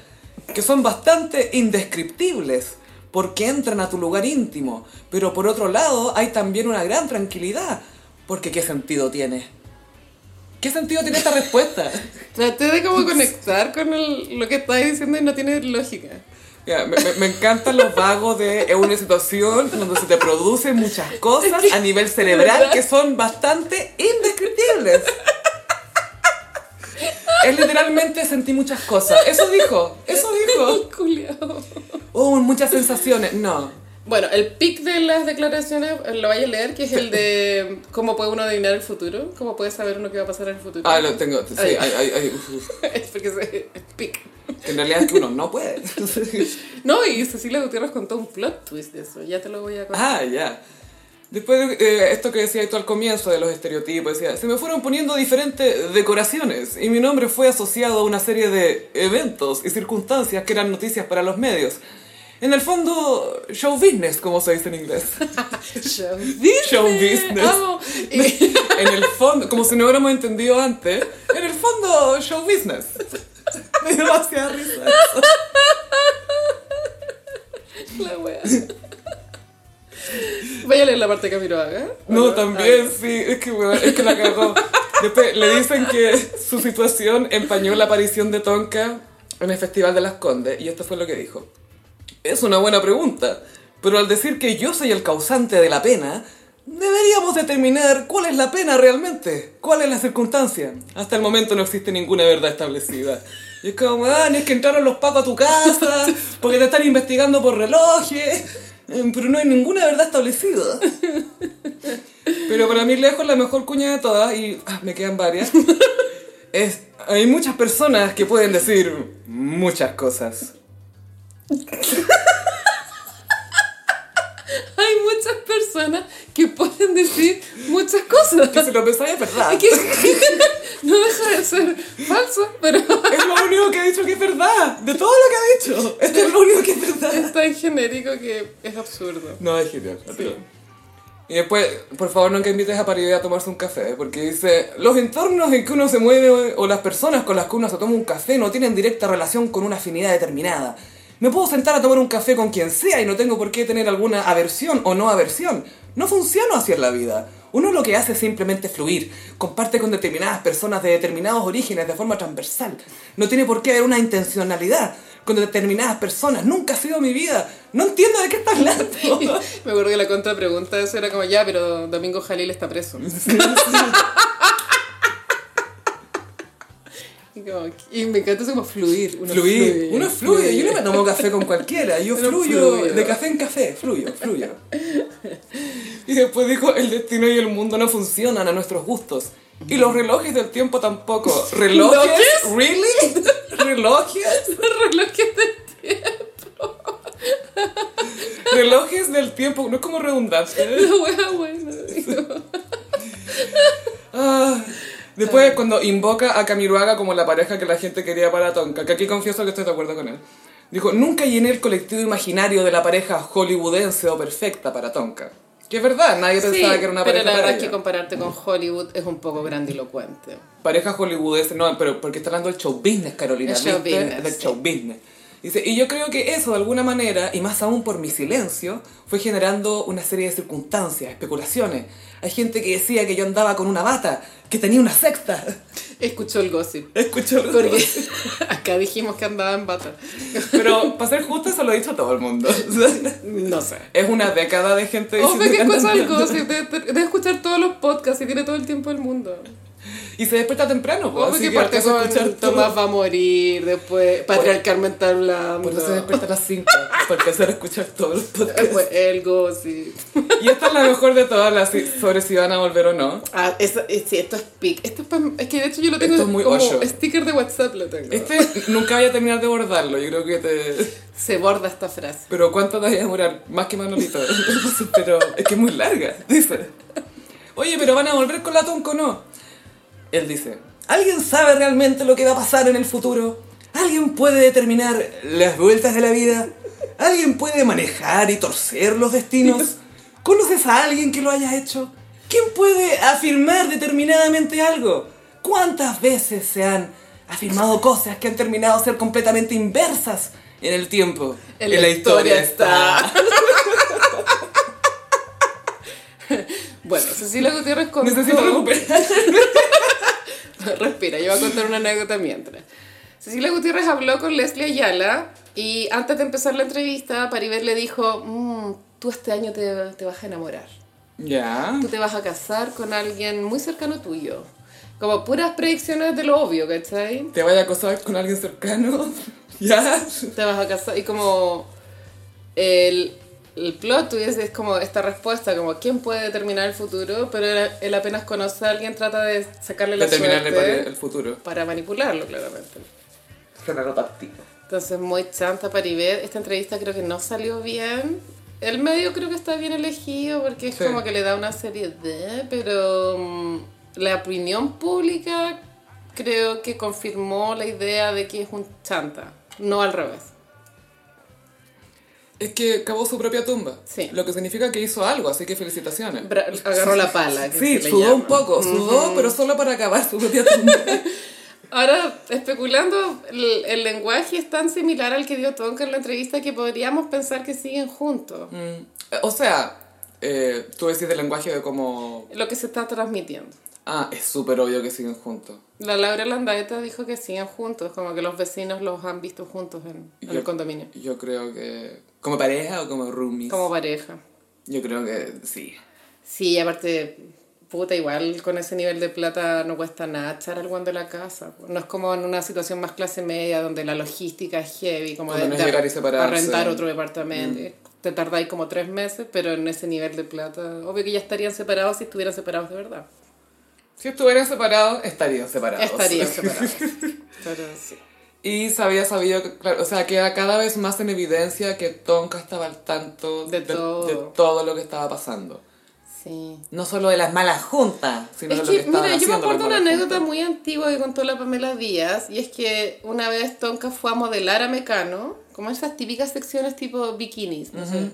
que son bastante indescriptibles porque entran a tu lugar íntimo. Pero por otro lado, hay también una gran tranquilidad. Porque ¿qué sentido tiene? ¿Qué sentido tiene esta respuesta?
Traté de como conectar con el- lo que estáis diciendo y no tiene lógica.
Ya, me, me- me encantan los vagos de es una situación donde se te producen muchas cosas a nivel cerebral que son bastante indescriptibles. Es literalmente sentí muchas cosas. Eso dijo, eso dijo.
Culeado.
Oh, muchas sensaciones. No.
Bueno, el pic de las declaraciones eh, lo vaya a leer, que es el de cómo puede uno adivinar el futuro, cómo puede saber uno qué va a pasar en el futuro.
Ah, lo tengo. Sí, ay, ay, ay, uf, uf.
es porque se, es pic.
Que En realidad es que uno no puede.
No, y Cecilia Gutiérrez contó un plot twist de eso, ya te lo voy a contar.
Ah, ya. Después de eh, esto que decía tú al comienzo de los estereotipos, decía, se me fueron poniendo diferentes decoraciones y mi nombre fue asociado a una serie de eventos y circunstancias que eran noticias para los medios. En el fondo, show business, como se dice en inglés.
Show
Show Ah. business.
Amo. Y-
En el fondo, como si no hubiéramos entendido antes, en el fondo, show business. Me dio demasiada risa.
la wea. Vaya a leer la parte de Camiroaga.
No,
Bueno,
también, sí, es que, weón, es que la cagó. Después le dicen que su situación empañó la aparición de Tonka en el Festival de las Condes, y esto fue lo que dijo. Es una buena pregunta, pero al decir que yo soy el causante de la pena, deberíamos determinar cuál es la pena realmente, cuál es la circunstancia. Hasta el momento no existe ninguna verdad establecida. Y es como, ah, es que entraron los pacos a tu casa, porque te están investigando por relojes, eh, pero no hay ninguna verdad establecida. Pero para mí lejos la mejor cuña de todas, y ah, me quedan varias, es, hay muchas personas que pueden decir muchas cosas.
Hay muchas personas que pueden decir muchas cosas.
Que si lo pensáis es verdad.
Es que- no deja de ser falso, pero
Es lo único que ha dicho que es verdad. De todo lo que ha dicho. Esto es lo único que es verdad.
es tan genérico que es absurdo.
No, es genial. es
Sí.
genial. Y después, Eh, pues, por favor, nunca invites a Paribé a tomarse un café, porque dice, los entornos en que uno se mueve o las personas con las que uno se toma un café no tienen directa relación con una afinidad determinada. Me puedo sentar a tomar un café con quien sea y no tengo por qué tener alguna aversión o no aversión. No funciona así en la vida. Uno lo que hace es simplemente fluir, comparte con determinadas personas de determinados orígenes de forma transversal. No tiene por qué haber una intencionalidad con determinadas personas. Nunca ha sido mi vida. No entiendo de qué estás hablando.
Me acuerdo que la contrapregunta de eso era como, ya, pero Domingo Jalil está preso. Y, como- y me encanta eso como fluir. Uno
fluir. Uno fluye. Yo no me tomo café con cualquiera. Yo
Uno
fluyo
fluye.
de café en café. Fluyo, fluyo. y después dijo, el destino y el mundo no funcionan a nuestros gustos. Y los relojes del tiempo tampoco. ¿Relojes? ¿Really? ¿Relojes?
Relojes de-
¿Relojes del tiempo? No es como redundante.
La wea buena.
Ah. Después, cuando invoca a Camiruaga como la pareja que la gente quería para Tonka, que aquí confieso que estoy de acuerdo con él. Dijo, nunca llené el colectivo imaginario de la pareja hollywoodense o perfecta para Tonka. Que es verdad, nadie pensaba
Sí,
que era una
pero
pareja
la verdad
para
es que
ella.
compararte con Hollywood es un poco grandilocuente.
Pareja hollywoodense, no, pero porque está hablando del show business, Carolina.
El show
¿viste?
business,
Del
sí.
show business. Dice, y yo creo que eso, de alguna manera, y más aún por mi silencio, fue generando una serie de circunstancias, especulaciones. Hay gente que decía que yo andaba con una bata, que tenía una sexta.
Escuchó el gossip.
Escuchó el
Porque acá dijimos que andaba en bata.
Pero para ser justo, eso lo ha dicho todo el mundo.
No sé.
Es una década de gente
Hombre, que
diciendo
escucha
que
el
andan-
gossip. Debe debe escuchar todos los podcasts y tiene todo el tiempo del mundo.
Y se despierta temprano, pues,
Hombre,
así
Oh, que
que
parte
alcanza a escuchar
con
todo.
Tomás va a morir, después patriarcal mental blando.
Por eso se despierta a las 5, para alcanzar a escuchar todos los podcasts.
Después el gossip.
Y esta es la mejor de todas, las si- sobre si van a volver o no.
Ah, eso, eh, sí, esto es pic. Esto es, pa- es que de hecho yo lo tengo
Esto es muy
como
Osho.
sticker de WhatsApp lo tengo.
Este nunca voy a terminar de bordarlo, yo creo que te...
Se borda esta frase.
Pero ¿cuánto te voy a demorar? Más que Manolito. Pero es que es muy larga, dice. Oye, pero van a volver con la tonco, ¿no? Él dice, ¿alguien sabe realmente lo que va a pasar en el futuro? ¿Alguien puede determinar las vueltas de la vida? ¿Alguien puede manejar y torcer los destinos? ¿Conoces a alguien que lo haya hecho? ¿Quién puede afirmar determinadamente algo? ¿Cuántas veces se han afirmado cosas que han terminado ser completamente inversas en el tiempo?
En la historia Bueno, Cecilia Gutiérrez contó...
Necesito recuperar.
Respira, yo voy a contar una anécdota mientras. Cecilia Gutiérrez habló con Leslie Ayala y antes de empezar la entrevista, Paribet le dijo, "Mm, tú este año te, te vas a enamorar,
Ya.
tú te vas a casar con alguien muy cercano tuyo. Como puras predicciones de lo obvio, ¿cachai?
Te vaya a acosar con alguien cercano. Ya.
Te vas a casar y como el, el plot twist es como esta respuesta, como quién puede determinar el futuro, pero él, él apenas conoce a alguien, trata de sacarle la
Determinarle para
suerte
el futuro.
para manipularlo claramente.
Claro, táctico.
Entonces, muy chanta Paribet. Esta entrevista creo que no salió bien. El medio creo que está bien elegido porque es
Sí.
como que le da una serie de, pero mm, la opinión pública creo que confirmó la idea de que es un chanta, no al revés.
Es que cavó su propia tumba.
Sí.
Lo que significa que hizo algo, así que felicitaciones.
Bra- agarró la pala. que
Sí,
se le
sudó
llama.
un poco, sudó, pero solo para acabar su propia tumba.
Ahora, especulando, el, el lenguaje es tan similar al que dio Tonka en la entrevista que podríamos pensar que siguen juntos.
Mm. o sea, eh, tú decís del lenguaje de cómo...
Lo que se está transmitiendo.
Ah, es súper obvio que siguen juntos.
La Laura Landaeta dijo que siguen juntos, como que los vecinos los han visto juntos en, en el
Yo-
condominio,
Yo creo que... ¿Como pareja o como roomies?
como pareja.
Yo creo que sí.
Sí, y aparte, puta, igual con ese nivel de plata no cuesta nada echar al guan de la casa. No es como en una situación más clase media donde la logística es heavy, como
Donde
de,
no es llegar y separarse. Mm.
rentar otro departamento. Te tardáis como tres meses, pero en ese nivel de plata, obvio que ya estarían separados si estuvieran separados de verdad.
Si estuvieran separados, estarían separados.
Estarían separados. pero sí.
Y se había sabido, que, claro, o sea, queda cada vez más en evidencia que Tonka estaba al tanto
De todo.
de todo lo que estaba pasando.
Sí.
No solo de las malas juntas, sino
Es
de lo que
que,
estaban
mira, yo me
haciendo
acuerdo
las
una
malas
anécdota
juntas.
muy antigua que contó la Pamela Díaz, y es que una vez Tonka fue a modelar a Mecano, como esas típicas secciones tipo bikinis, no sé.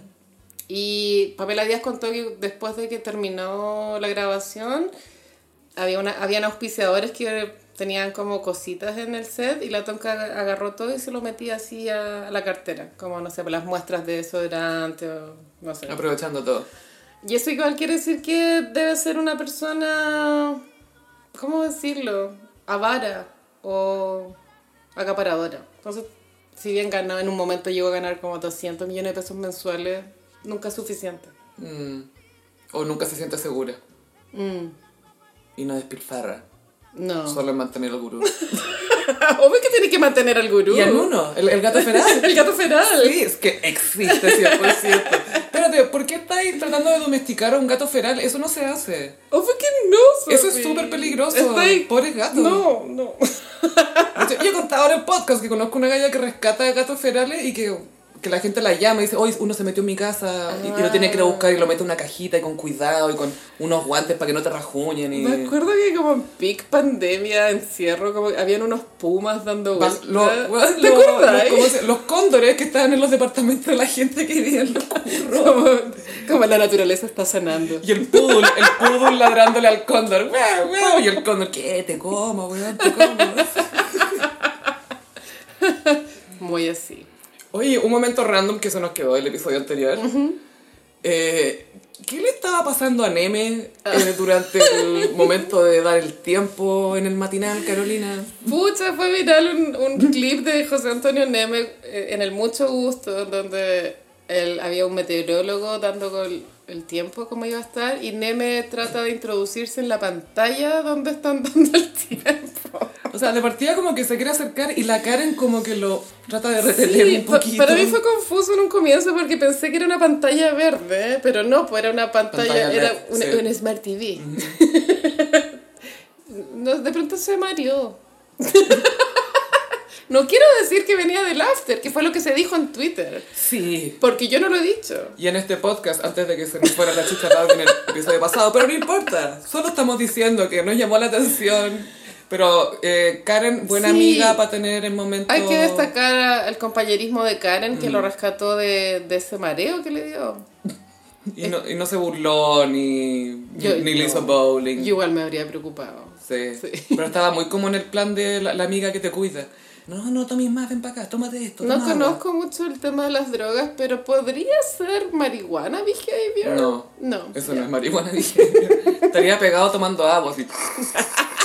Y Pamela Díaz contó que después de que terminó la grabación, había una, habían auspiciadores que tenían como cositas en el set y la Tonka agarró todo y se lo metía así a, a la cartera, como, no sé, las muestras de desodorante o no
Ah,
sé.
Aprovechando todo.
Y eso igual quiere decir que debe ser una persona, ¿cómo decirlo? Avara o acaparadora. Entonces, si bien ganó, en un momento llegó a ganar como 200 millones de pesos mensuales, nunca es suficiente.
Mm. O nunca se siente segura.
Mm,
Y no despilfarra.
no.
Solo en mantener el gurú.
Obvio que tiene que mantener al gurú.
Y al uno, el, el gato feral.
El gato feral.
Sí, es que existe 100%. Espérate, ¿por qué estáis tratando de domesticar a un gato feral? Eso no se hace.
Obvio que no.
Eso es
Sophie.
súper peligroso.
Estoy-
Pobres gatos.
No, no.
De hecho, yo he contado ahora en podcast que conozco una galla que rescata gatos ferales y que, que la gente la llama y dice, hoy uno se metió en mi casa y, y lo tiene que ir a buscar y lo mete en una cajita y con cuidado y con unos guantes para que no te rajuñen. Y...
Me acuerdo que como en peak pandemia, encierro, como que habían unos pumas dando
Va-
vueltas.
lo-
¿Te
lo-
acuerdas?
los- ¿cómo se- los cóndores que estaban en los departamentos de la gente que vivía en los
como, como la naturaleza está sanando.
Y el poodle, el poodle ladrándole al cóndor. ¡Guau, guau! Y el cóndor, ¿qué? Te como, weón, te como.
Muy así.
Oye, un momento random que se nos quedó del episodio anterior. Eh, ¿Qué le estaba pasando a Neme eh, durante el momento de dar el tiempo en el matinal, Carolina?
Pucha, fue viral un, un clip de José Antonio Neme eh, en el Mucho Gusto, donde él, había un meteorólogo dando col- el tiempo, cómo iba a estar, y Neme trata de introducirse en la pantalla donde están dando el tiempo.
O sea, de partida como que se quiere acercar y la Karen como que lo trata de retener
Sí,
un
pa-
poquito.
para mí fue confuso en un comienzo porque pensé que era una pantalla verde, pero no, pues era una pantalla,
Pantalla
era
LED,
una,
sí.
una Smart TV. No, de pronto se mareó. no quiero decir que venía del after, que fue lo que se dijo en Twitter,
Sí.
porque yo no lo he dicho.
Y en este podcast, antes de que se nos fuera la chucha al lado en el episodio pasado, pero no importa, solo estamos diciendo que nos llamó la atención. Pero eh, Karen, buena
Sí.
amiga para tener el momento.
Hay que destacar a- al compañerismo de Karen que lo rescató de, de ese mareo que le dio.
Y no, y no se burló ni,
Yo-
ni le
no.
hizo bowling.
Yo igual me habría preocupado.
Sí.
Sí.
Pero estaba muy como en el plan de la, la amiga que te cuida. No, no tomes más, ven para acá, tómate esto.
No
toma agua.
conozco mucho el tema de las drogas, pero podría ser marihuana behavior.
No.
No.
Eso no es marihuana, dije. estaría pegado tomando agua. Así. No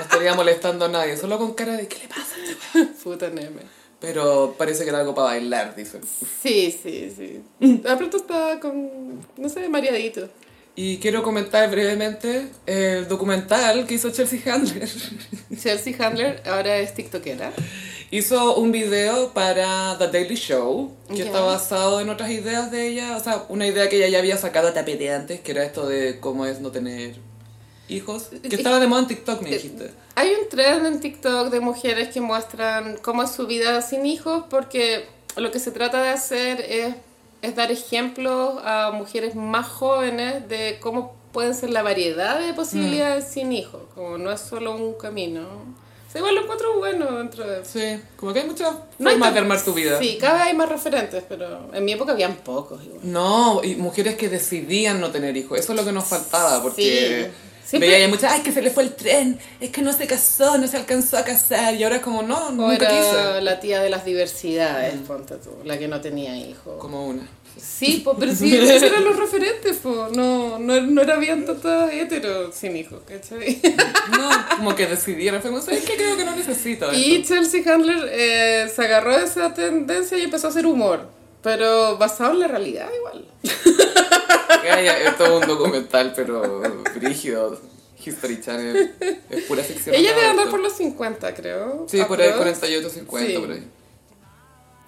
estaría molestando a nadie, solo con cara de ¿qué le pasa?
Puta neme.
Pero parece que era algo para bailar, dicen.
Sí, sí, sí. De pronto estaba con, no sé, mareadito.
Y quiero comentar brevemente el documental que hizo Chelsea Handler.
Chelsea Handler ahora es tiktokera.
hizo un video para The Daily Show que
Ya.
está basado en otras ideas de ella. O sea, una idea que ella ya había sacado a tapete antes, que era esto de cómo es no tener hijos. Que estaba de moda en TikTok,
Eh,
me dijiste.
Hay un trend en TikTok de mujeres que muestran cómo es su vida sin hijos porque lo que se trata de hacer es, es dar ejemplos a mujeres más jóvenes de cómo pueden ser la variedad de posibilidades
Mm.
sin hijos, como no es solo un camino. O sea, igual lo encuentro bueno dentro de...
Sí, como que hay muchas
No hay
formas
tan-
de armar tu vida.
Sí, cada vez hay más referentes, pero en mi época habían pocos igual.
No, y mujeres que decidían no tener hijos. Eso es lo que nos faltaba, porque
Sí. Siempre-
veía ya muchas, ay, que se le fue el tren, es que no se casó, no se alcanzó a casar, y ahora es como, no,
O
nunca
era
quise.
la tía de las diversidades,
Mm.
ponte tú, la que no tenía hijos.
Como una.
Sí, po, pero sí, esos eran los referentes, po. No, no, no era bien tanto hetero sin hijos, ¿cachai?
No, como que decidieron, fue como, ¿sabes qué? Creo que no necesito esto".
Y Chelsea Handler eh, se agarró de esa tendencia y empezó a hacer humor, pero basado en la realidad igual.
Calla, es todo un documental, pero brígido. History Channel es pura ficción.
Ella debe andar
adulta.
por los 50, creo.
Sí, por ahí
aprox.
48, 50,
Sí.
por ahí.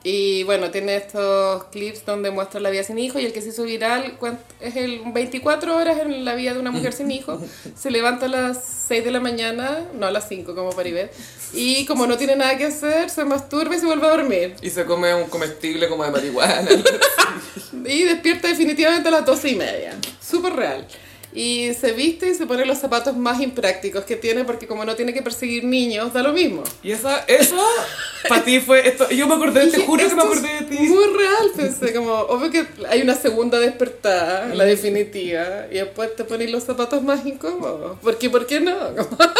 Y bueno, tiene estos clips donde muestra la vida sin hijo y el que se hizo viral cuan- es el 24 horas en la vida de una mujer sin hijo. Se levanta a las 6 de la mañana, no a las 5 como Paribet, y como no tiene nada que hacer, se masturba y se vuelve a dormir.
Y se come un comestible como de marihuana.
Y despierta definitivamente a las 12 y media. Súper real. Y se viste y se pone los zapatos más imprácticos que tiene porque como no tiene que perseguir niños, da lo mismo.
y esa, eso, para ti fue esto. Yo me acordé, te
Dije,
juro que me
"Esto es
acordé de ti.
Muy real, pensé, como, obvio que hay una segunda despertada, la definitiva, y después te pones los zapatos más incómodos. Porque, ¿por qué no? Como-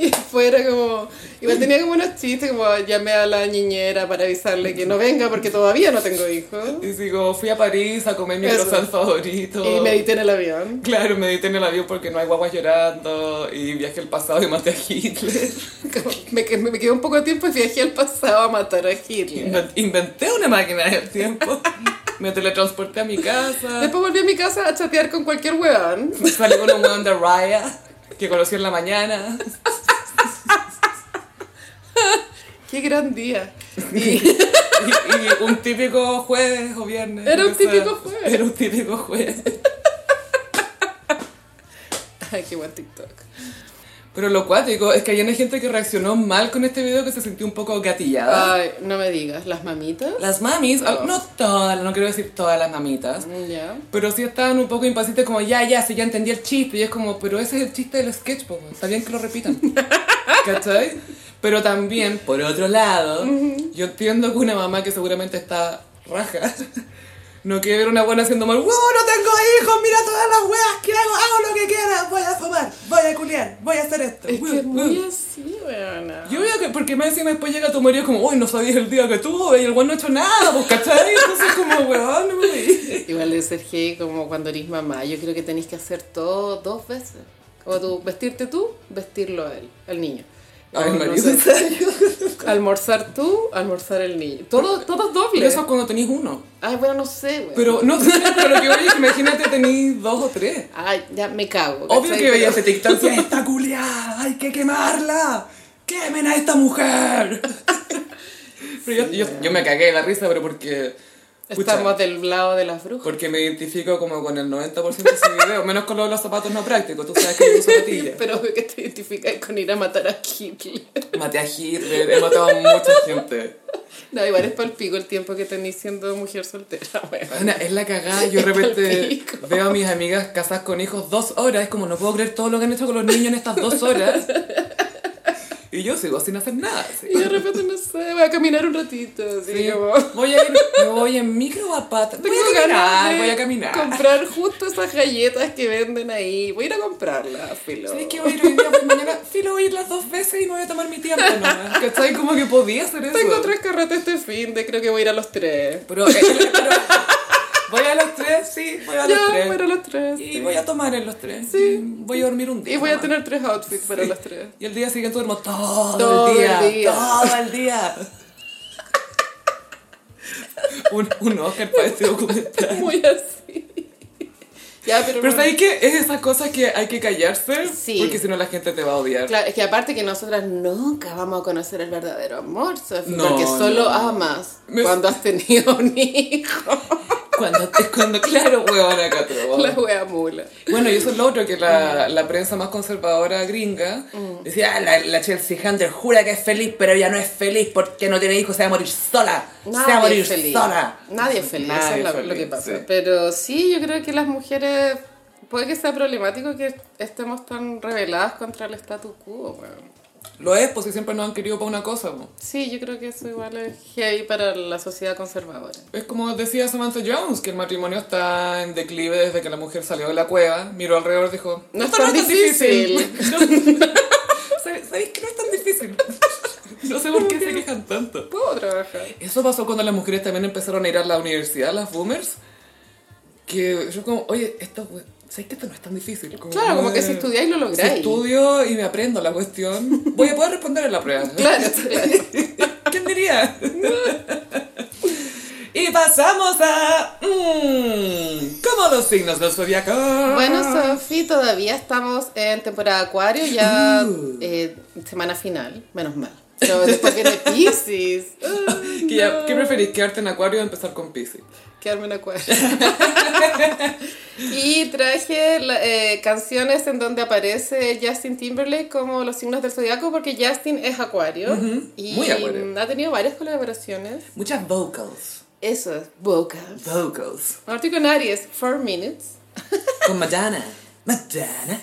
Y fuera como, igual tenía como unos chistes, como llamé a la niñera para avisarle que no venga porque todavía no tengo hijos.
Y digo, fui a París a comer mi
Eso.
croissant favorito.
Y medité en el avión.
Claro, medité en el avión porque no hay guaguas llorando y viaje al pasado y maté a Hitler.
Como, Me, que- me quedé un poco de tiempo y viajé al pasado a matar a Hitler.
Inven- inventé una máquina del tiempo. Me teletransporté a mi casa.
Después volví a mi casa a chatear con cualquier weón.
Salí con un weón de Raya que conocí en la mañana.
¡Qué gran día!
Y, y un típico jueves o viernes.
Era un
o sea,
típico jueves.
Era un típico jueves.
Ay, qué buen TikTok.
Pero lo cuático es que hay una gente que reaccionó mal con este video que se sintió un poco gatillada.
Ay, no me digas, ¿las mamitas?
Las mamis,
Ah.
al- no todas, no quiero decir todas las mamitas,
Ya.
pero sí estaban un poco impacientes como ya, ya, si ya entendí el chiste. Y es como, pero ese es el chiste del sketch, po, está bien que lo repitan. ¿Cachai? Pero también, por otro lado, yo entiendo que una mamá que seguramente está raja, no quiere ver una buena haciendo mal, ¡Wow, no tengo hijos! ¡Mira todas las weas que hago! ¡Hago lo que quiera! ¡Voy a fumar! ¡Voy a culiar! ¡Voy a hacer esto!
Es
¡Wow,
que es
wow".
muy así, weona.
Yo veo que, porque me encima después llega tu marido como, uy, no sabías el día que tuve y el weón no ha hecho nada, pues, ¿cachai? Entonces como, weón, no me digas".
Igual de ser gay, como cuando eres mamá, yo creo que tenéis que hacer todo dos veces. Como tú, vestirte tú, vestirlo a él, al niño.
Ay,
Como, no
marido, ¿en
sé, almorzar tú, almorzar el niño. Todo, todo doble.
Pero eso es cuando tenéis uno.
Ay, bueno, no sé, weón.
Pero no sé, pero que oye, que imagínate tenéis dos o tres.
Ay, ya me cago.
Obvio
¿cachai?
que veías
Pero-
ese TikTok. ¡Esta culiada! ¡Hay que quemarla! ¡Quemen a esta mujer! Pero yo, yo, yo me cagué de la risa, pero porque... pucha,
Estamos del lado de las brujas.
porque me identifico como con el 90% de ese video, menos con lo de los zapatos no prácticos, tú sabes que yo uso zapatillas.
Pero obvio que te identificas con ir a matar a Hitler.
Maté a Hitler, he matado a mucha gente.
No, igual es palpico el tiempo que tenéis siendo mujer soltera, weón.
Ana, es la cagada, yo de repente
Palpico.
veo a mis amigas casadas con hijos dos horas, es como no puedo creer todo lo que han hecho con los niños en estas dos horas. Y yo sigo sin hacer nada. así.
Y de repente, no sé, voy a caminar un ratito, así
Sí,
como...
Voy a ir, me voy en micro a pata. Voy
Tengo
a
ganas
caminar,
de
voy a caminar.
comprar justo esas galletas que venden ahí. Voy a ir a comprarlas, filo.
¿Sabes qué voy a ir hoy día por mañana? Sí, lo voy a ir las dos veces y me voy a tomar mi tiempo nomás. ¿Cachai? Como que podía hacer eso.
Tengo tres carretes este fin de creo que voy a ir a los tres.
Pero, eh, pero- voy a los tres, sí, voy a los
ya,
tres.
voy a ir a los tres.
Y
sí.
voy a tomar en los tres.
Sí.
Voy a dormir un día.
Y voy a
nomás.
tener tres outfits para los tres.
Y el día siguiente duermo todo,
Todo
el día,
el día.
Todo el día. un, un Oscar para este documental.
Muy así. Ya, pero...
Pero
bueno.
¿sabes qué? Es esas cosas que hay que callarse.
Sí.
Porque si no la gente te va a odiar.
Claro, es que aparte que nosotras nunca vamos a conocer el verdadero amor, Sofi,
No,
porque solo
no.
amas
Me-
cuando has tenido un hijo.
Cuando, cuando claro, huevón acá
La wea mula.
Bueno, y eso es lo otro, que la, la prensa más conservadora gringa
Mm.
decía, "Ah, la, la Chelsea Hunter jura que es feliz, pero ella no es feliz porque no tiene hijos, se va a morir sola. se va a morir
es feliz.
sola.
Nadie es feliz, eso
Nadie
es la-
es feliz,
lo que pasa.
sí.
Pero sí, yo creo que las mujeres. Puede que sea problemático que estemos tan reveladas contra el status quo, weón.
Lo es, porque siempre nos han querido para una cosa. po.
Sí, yo creo que eso igual es heavy para la sociedad conservadora.
Es como decía Samantha Jones, que el matrimonio está en declive desde que la mujer salió de la cueva, miró alrededor y dijo,
No es tan
No- ¿Sabéis sabéis que no es tan difícil? No sé por qué se quejan tanto.
Puedo trabajar.
Eso pasó cuando las mujeres también empezaron a ir a la universidad, las boomers, que yo como, oye, esto, we- ¿sabes que esto no es tan difícil?
Claro, como que
eh,
si estudiáis lo
Si
lográis.
estudio y me aprendo la cuestión, voy a poder responder en la prueba.
Claro, claro.
¿Quién diría? y pasamos a... mm, ¿Cómo los signos del zodiaco?
Bueno, Sofi, todavía estamos en temporada acuario, ya eh, semana final, menos mal. No, después viene Pisces. Ah,
¿Qué, ya- ¿Qué preferís, quedarte en acuario o empezar con Pisces?
Quedarme en acuario. y traje la- eh, canciones en donde aparece Justin Timberlake como los signos del zodiaco, porque Justin es acuario. Y
Muy acuario.
ha tenido varias colaboraciones.
Muchas vocals.
Eso es, vocals.
Vocals.
Ahorita con Aries, 4 Minutes.
Con Madonna. Madonna.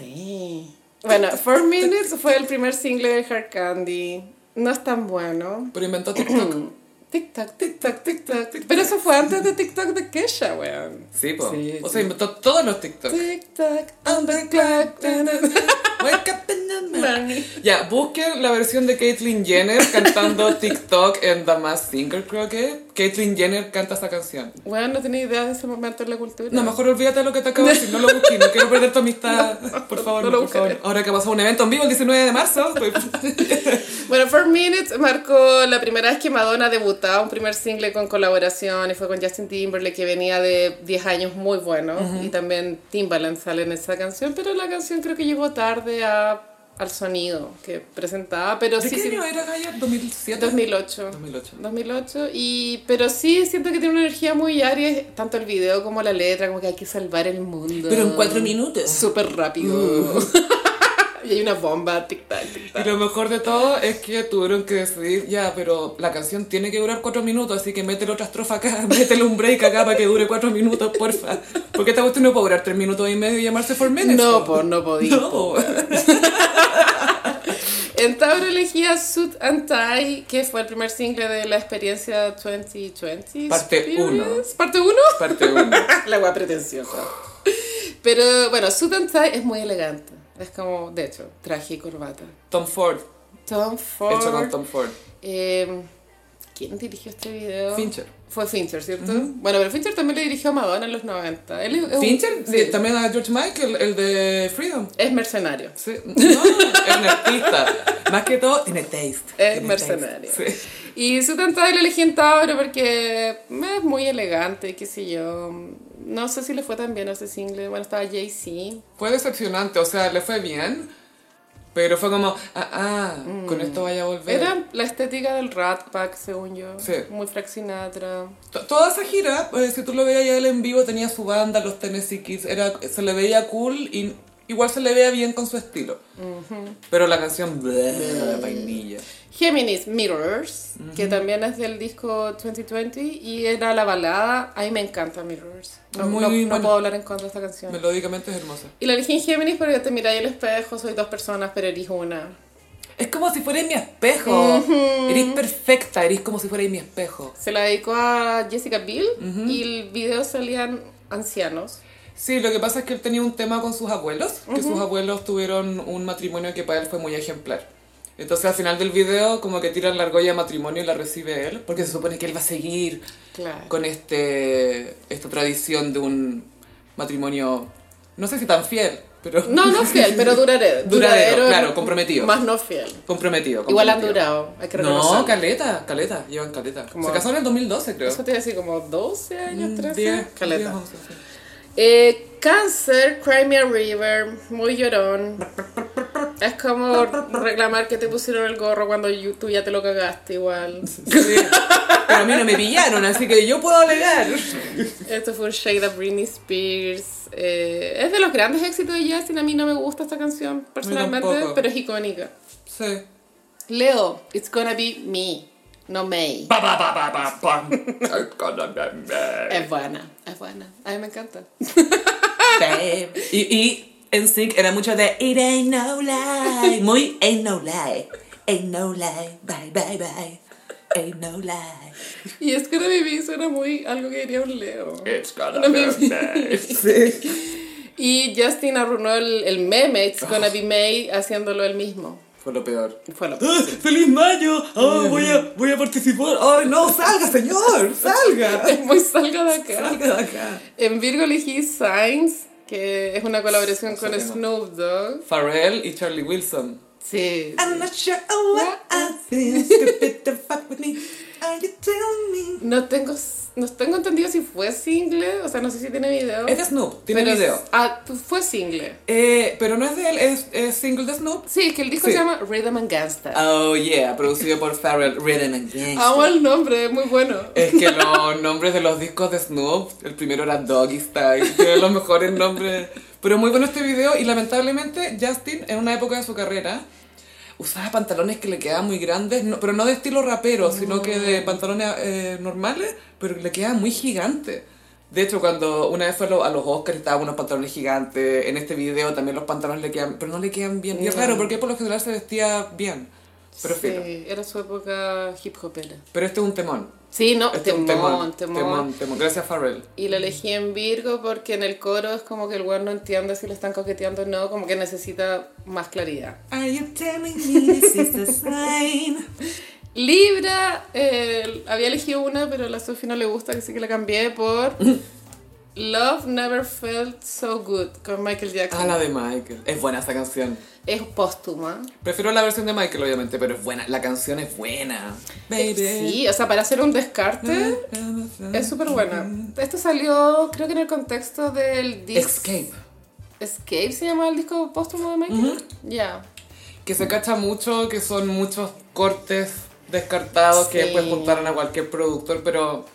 Bueno, 4 Minutes fue el primer single de Hard Candy. No es tan bueno.
Pero inventó TikTok.
Tic-tac, tic-tac, tic-tac. Pero eso fue antes de TikTok de Kesha, weón.
Sí, po.
Sí,
o
sí.
sea, inventó todos los TikTok.
Tic-tac, on the clock. da, da, da.
Wake up in the morning. Ya, busquen la versión de Caitlyn Jenner cantando TikTok en The Masked Singer, creo que. Caitlyn Jenner canta esa canción.
Weón, no tenía idea de ese momento en la cultura.
No, mejor olvídate de lo que te acabo de decir, no lo busques, no quiero perder tu amistad. Por favor,
no lo
por favor.
buscaré.
Ahora que pasó un evento en vivo el 19 de marzo, pues,
Bueno, 4 Minutes marcó la primera vez que Madonna debutaba un primer single con colaboración y fue con Justin Timberlake que venía de 10 años muy bueno y también Timbaland sale en esa canción, pero la canción creo que llegó tarde a- al sonido que presentaba, pero
¿De
sí,
qué
sí
año era Gaia? ¿2007?
2008.
2008.
2008 y pero sí siento que tiene una energía muy Aries, tanto el video como la letra, como que hay que salvar el mundo.
Pero en cuatro minutos. Mm.
Súper rápido. y hay una bomba tic tac tic
Y
tac.
lo mejor de todo es que tuvieron que decidir, ya, pero la canción tiene que durar cuatro minutos, así que métele otra estrofa acá, métele un break acá para que dure cuatro minutos, porfa. Porque esta cuestión no puede durar tres minutos y medio y llamarse Four Minutes.
No,
po.
po, no podía.
No, po.
En Tauro elegía Suit and Tie, que fue el primer single de la experiencia 2020.
Parte uno.
Experience. ¿Parte 1?
Parte uno.
La wea pretenciosa. Pero bueno, Suit and Tie es muy elegante. Es como, de hecho, traje y corbata.
Tom Ford,
Tom Ford.
hecho con Tom Ford.
eh, ¿Quién dirigió este video?
Fincher.
Fue Fincher, ¿cierto? Bueno, pero Fincher también le dirigió a Madonna en los 90. Él es, es un-
Fincher,
sí,
también a George Michael, el de Freedom.
es mercenario.
Sí. No, es un artista. Más que todo, tiene taste.
Es
Tiene taste.
mercenario.
Sí.
Y su tentado lo elegí en Tauro porque eh, es muy elegante, qué sé yo. No sé si le fue tan bien a ese single. Bueno, estaba Jay-Z.
Fue decepcionante, o sea, le fue bien, pero fue como, ah, ah, con esto vaya a volver.
Era la estética del Rat Pack, según yo.
Sí.
Muy Frank Sinatra.
T- Toda esa gira, eh, si tú lo veías ya él en vivo, tenía su banda, los Tennessee Kids, era, se le veía cool y igual se le veía bien con su estilo. Pero la canción, bleh, vainilla.
Géminis Mirrors, que también es del disco 2020 y era la balada. A mí me encanta Mirrors. No,
Muy
no- no
buena.
puedo hablar en contra de esta canción.
Melódicamente es hermosa.
Y la elegí en Géminis porque te miráis al espejo, soy dos personas, pero eres una.
Es como si fuerais mi espejo. Eres perfecta, eres como si fuerais mi espejo.
Se la dedicó a Jessica Biel y el video salían ancianos.
Sí, lo que pasa es que él tenía un tema con sus abuelos, que sus abuelos tuvieron un matrimonio que para él fue muy ejemplar. Entonces al final del video como que tiran la argolla de matrimonio y la recibe él, porque se supone que él va a seguir
Claro.
con este, esta tradición de un matrimonio, no sé si tan fiel, pero
No, no fiel, pero duradero.
Duradero, claro, comprometido.
Más no fiel.
comprometido,
Igual han
comprometido.
durado, hay que reconocerlo.
No, caleta, caleta, llevan caleta.
Como-
Se casaron en el 2012 creo. Mm,
Eso te iba a decir como 12 años, 13.
10,
Caleta.
10, 11, sí.
Eh, cáncer, Cry Me a River, muy llorón. Es como reclamar que te pusieron el gorro cuando you- tú ya te lo cagaste igual.
Sí. Pero a mí no me pillaron, así que yo puedo alegar.
Esto fue un shade a Britney Spears. Eh, es de los grandes éxitos de Justin. A mí no me gusta esta canción personalmente,
tampoco.
pero es icónica.
Sí.
Leo, It's Gonna Be Me, no May.
Pa, pa, pa, pa, pa, pa. Ay, cara, bebé.
Es buena, es buena. A mí me encanta.
Babe. y, y en sync era mucho de It ain't no lie. Muy ain't no lie. Ain't no lie. Bye, bye, bye. Ain't no lie.
Y It's Gonna Be Me suena muy algo que diría un Leo.
It's gonna
No me-
bad. Sí.
Y Justin arruinó el, el meme It's Gonna Be May haciéndolo él mismo.
Fue lo peor.
Fue lo
¡Ah, ¡Feliz mayo! ¡Ah, voy, a, voy a participar! ¡Ay, no! ¡Salga, señor! ¡Salga!
Es muy salga de acá.
¡Salga de acá!
En Virgo elegí Signs, que es una colaboración con
Sabemos.
Snoop Dogg.
Pharrell y Charlie Wilson.
Sí.
I'm not sure what I feel. Stupid to fuck with me. are you telling me?
No tengo, no tengo entendido si fue single, o sea, no sé si tiene video.
Es de Snoop, Este tiene
pero-
video.
Ah, pues fue single.
Eh, pero no es de él, es, es single de Snoop.
Sí, que el disco
Sí.
se llama Rhythm and Gangsta.
Oh yeah, producido por Pharrell, written and
Amo el nombre, es muy bueno.
Es que los nombres de los discos de Snoop, el primero era Doggy Style, tiene los mejores nombres. Pero muy bueno este video y lamentablemente Justin en una época de su carrera usaba pantalones que le quedaban muy grandes, no- pero no de estilo rapero, sino que de pantalones eh, normales, pero le quedaban muy gigantes. De hecho, cuando una vez fue a lo- a los Oscars estaban unos pantalones gigantes, en este video también los pantalones le quedan, pero no le quedan bien. Y es
No.
raro porque por lo general se vestía bien, pero filo.
Sí, era su época hip hopera.
Pero este es un temón.
Sí, no,
Este es
temón,
un
temón,
temón, temón. Gracias, Farrell.
Y lo elegí en Virgo porque en el coro es como que el weón no entiende si lo están coqueteando o no, como que necesita más claridad.
Are you telling me this is a sign?
Libra, eh, había elegido una, pero a la Sofi no le gusta, así que la cambié por Love Never Felt So Good con Michael Jackson.
Ah, la de Michael. Es buena esta canción.
Es póstuma.
Prefiero la versión de Michael, obviamente, pero es buena. La canción es buena. Baby.
Sí, o sea, para hacer un descarte es súper buena. Esto salió, creo que en el contexto del disco.
Escape.
Escape se llamaba el disco póstumo de Michael. Ya.
Que se cacha mucho, que son muchos cortes descartados que
Sí.
después juntaron a cualquier productor, pero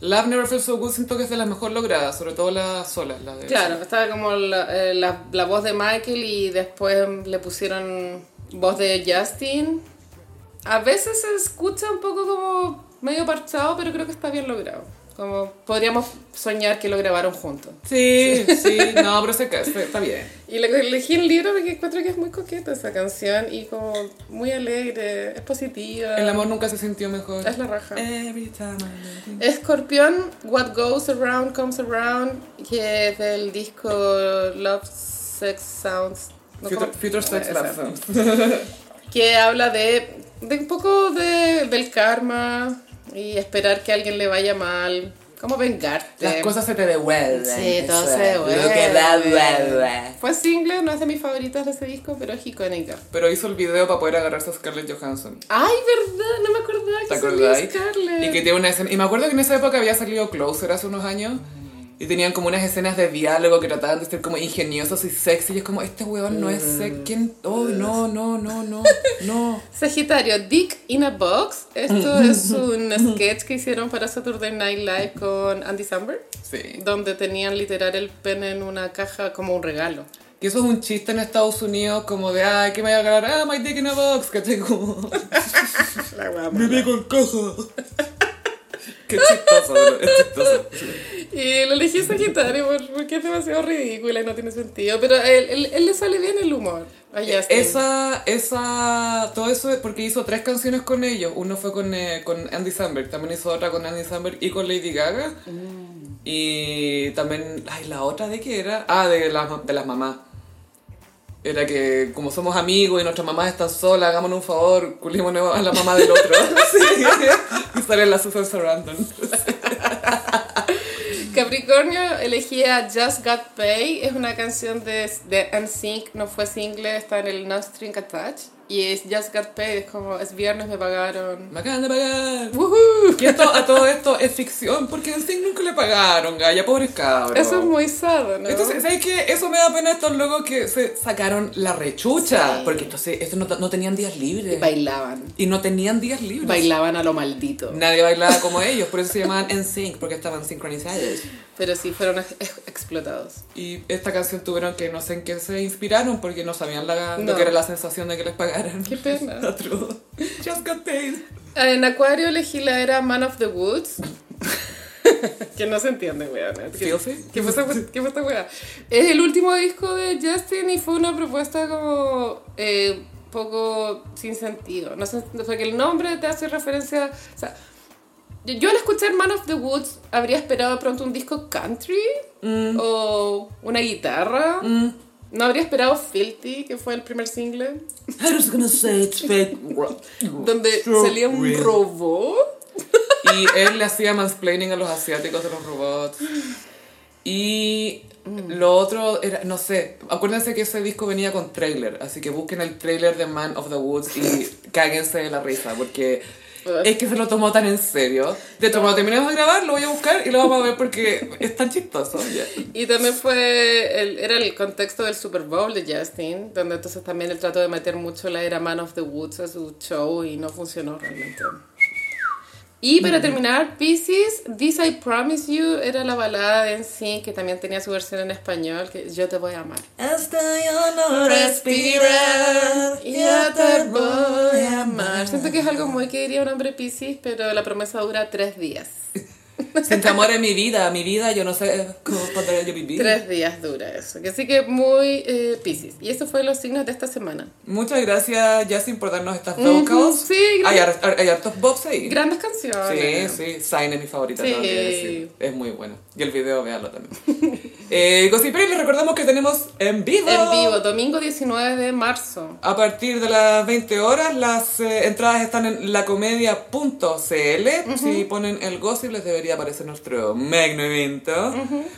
Love Never Felt So Good siento que es de las mejor logradas, sobre todo la sola. La de
Claro, estaba como la, eh, la- la voz de Michael y después le pusieron voz de Justin. A veces se escucha un poco como medio parchado, pero creo que está bien logrado. Como podríamos soñar que lo grabaron juntos.
Sí, sí, no, pero se, ca- se- está bien.
Y la que elegí el libro porque encuentro que es muy coqueta esa canción y como muy alegre, es positiva.
El amor nunca se sintió mejor.
Es la raja.
Every time I think-
Escorpión, What Goes Around Comes Around, que es del disco Love Sex Sounds. ¿no?
Future,
¿Cómo?
Future Sex
Esa.
Love Songs.
Que habla de, de un poco de, del karma y esperar que a alguien le vaya mal. ¿Cómo vengarte?
Las cosas se te devuelven.
Sí, todo
eso
se
es. Lo que
devuelve.
devuelve.
Fue single, no es de mis favoritas de ese disco, pero es icónica.
Pero hizo el video para poder agarrarse a Scarlett Johansson.
¡Ay, verdad! No me acordaba
¿Te
que salió
acordáis?
Scarlett.
Y que tiene una escena. Y me acuerdo que en esa época había salido Closer hace unos años. Y tenían como unas escenas de diálogo que trataban de ser como ingeniosos y sexy. Y es como, este huevón no es sexy. ¿Quién? Oh, no, no, no, no, no.
Sagitario, Dick in a Box. Esto es un sketch que hicieron para Saturday Night Live con Andy Samberg,
Sí.
donde tenían literal el pene en una caja como un regalo.
Que eso es un chiste en Estados Unidos, como de, ay, ¿qué me voy a agarrar? Ah, my dick in a box. ¿Cachai? Como, me pego en caja. Qué chistoso, bro. Es chistoso.
Y lo elegí Sagitario por- porque es demasiado ridícula y no tiene sentido, pero él, él- él le sale bien el humor. a Justin.
Esa, esa, todo eso es porque hizo tres canciones con ellos. Uno fue con, eh, con Andy Samberg, también hizo otra con Andy Samberg y con Lady Gaga.
Mm.
Y también, ay, la otra de qué era? Ah, de las, ma- de las mamás. Era que como somos amigos y nuestras mamás están solas, hagámonos un favor, culémonos a la mamá del otro. Sí. Y sale la Susan Sarandon.
Capricornio elegía Just Got Pay, es una canción de, de NSYNC, no fue single, está en el No String Attached. Y es Just Got Pay, es como, es viernes, me pagaron.
Me acaban de pagar.
¡Woohoo!
Y esto, a todo esto es ficción, porque en sí nunca le pagaron, gaya, pobres cabros.
Eso es muy sad, ¿no?
Entonces, ¿sabes qué? Eso me da pena estos locos que se sacaron la rechucha.
Sí.
Porque entonces, estos no, no tenían días
y
libres.
bailaban.
Y no tenían días libres.
Bailaban a lo maldito.
Nadie bailaba como ellos, por eso se llamaban En Sync, porque estaban sincronizados.
Pero sí, fueron ex- ex- explotados.
Y esta canción tuvieron que no sé en qué se inspiraron, porque no sabían la,
No.
lo que era la sensación de que les pagaran.
Qué pena.
Atroz. Just got paid.
En Acuario elegí la era Man of the Woods. que no se entiende, weón. ¿Qué,
Filthy.
qué fue esta we- qué fue esta weá? Es el último disco de Justin y fue una propuesta como eh, poco sin sentido. No sé, porque el nombre te hace referencia. O sea, yo, yo al escuchar Man of the Woods habría esperado de pronto un disco country o una guitarra. No habría esperado Filthy, que fue el primer single,
I was gonna say it's fake. Oh,
donde salía un robot.
Y él le hacía mansplaining a los asiáticos de los robots. Y
Mm.
lo otro era, no sé, acuérdense que ese disco venía con trailer, así que busquen el trailer de Man of the Woods y cáguense de la risa, porque es que se lo tomó tan en serio. De hecho, cuando terminemos de grabar, lo voy a buscar y lo vamos a ver porque es tan chistoso. ya.
Y también fue, el- era el contexto del Super Bowl de Justin, donde entonces también él trató de meter mucho la era Man of the Woods a su show y no funcionó realmente. Y para terminar, Pisces, This I Promise You era la balada de NSYNC que también tenía su versión en español, que Yo te voy a amar.
Hasta yo no respirar.
Y yo te voy a amar. Siento que es algo muy que diría un hombre Pisces, pero la promesa dura tres días.
Sin tu amor en mi vida, mi vida, yo no sé cómo podría yo vivir.
Tres días dura eso. que Así que muy eh, Pisces. Y eso fue los signos de esta semana.
Muchas gracias, Justin, por darnos estas vocals.
sí,
hay,
gracias.
har- hay hartos bops ahí.
Grandes
Sí,
canciones.
sí, Sign es mi favorita,
Sí.
tengo que decir. Es muy buena. Y el video, véalo también. eh, Gossip Girl, les recordamos que tenemos en vivo.
En vivo, domingo 19 de marzo.
A partir de las 20 horas, las eh, entradas están en lacomedia.cl. Si ponen el gossip, les debería aparecer nuestro magno evento.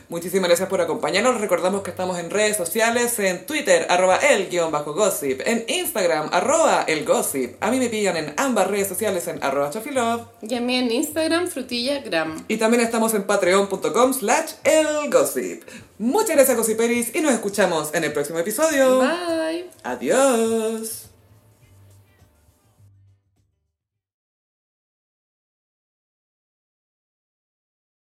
Muchísimas gracias por acompañarnos. Recordamos que estamos en redes sociales: en Twitter, arroba el-gossip, en Instagram, arroba el gossip. A mí me pillan en ambas redes sociales en arroba chofilove.
Y a mí en Instagram, frutillagram.
Y también estamos en patreon.com slash elgossip. Muchas gracias, Gossiperis, y nos escuchamos en el próximo episodio.
Bye.
Adiós.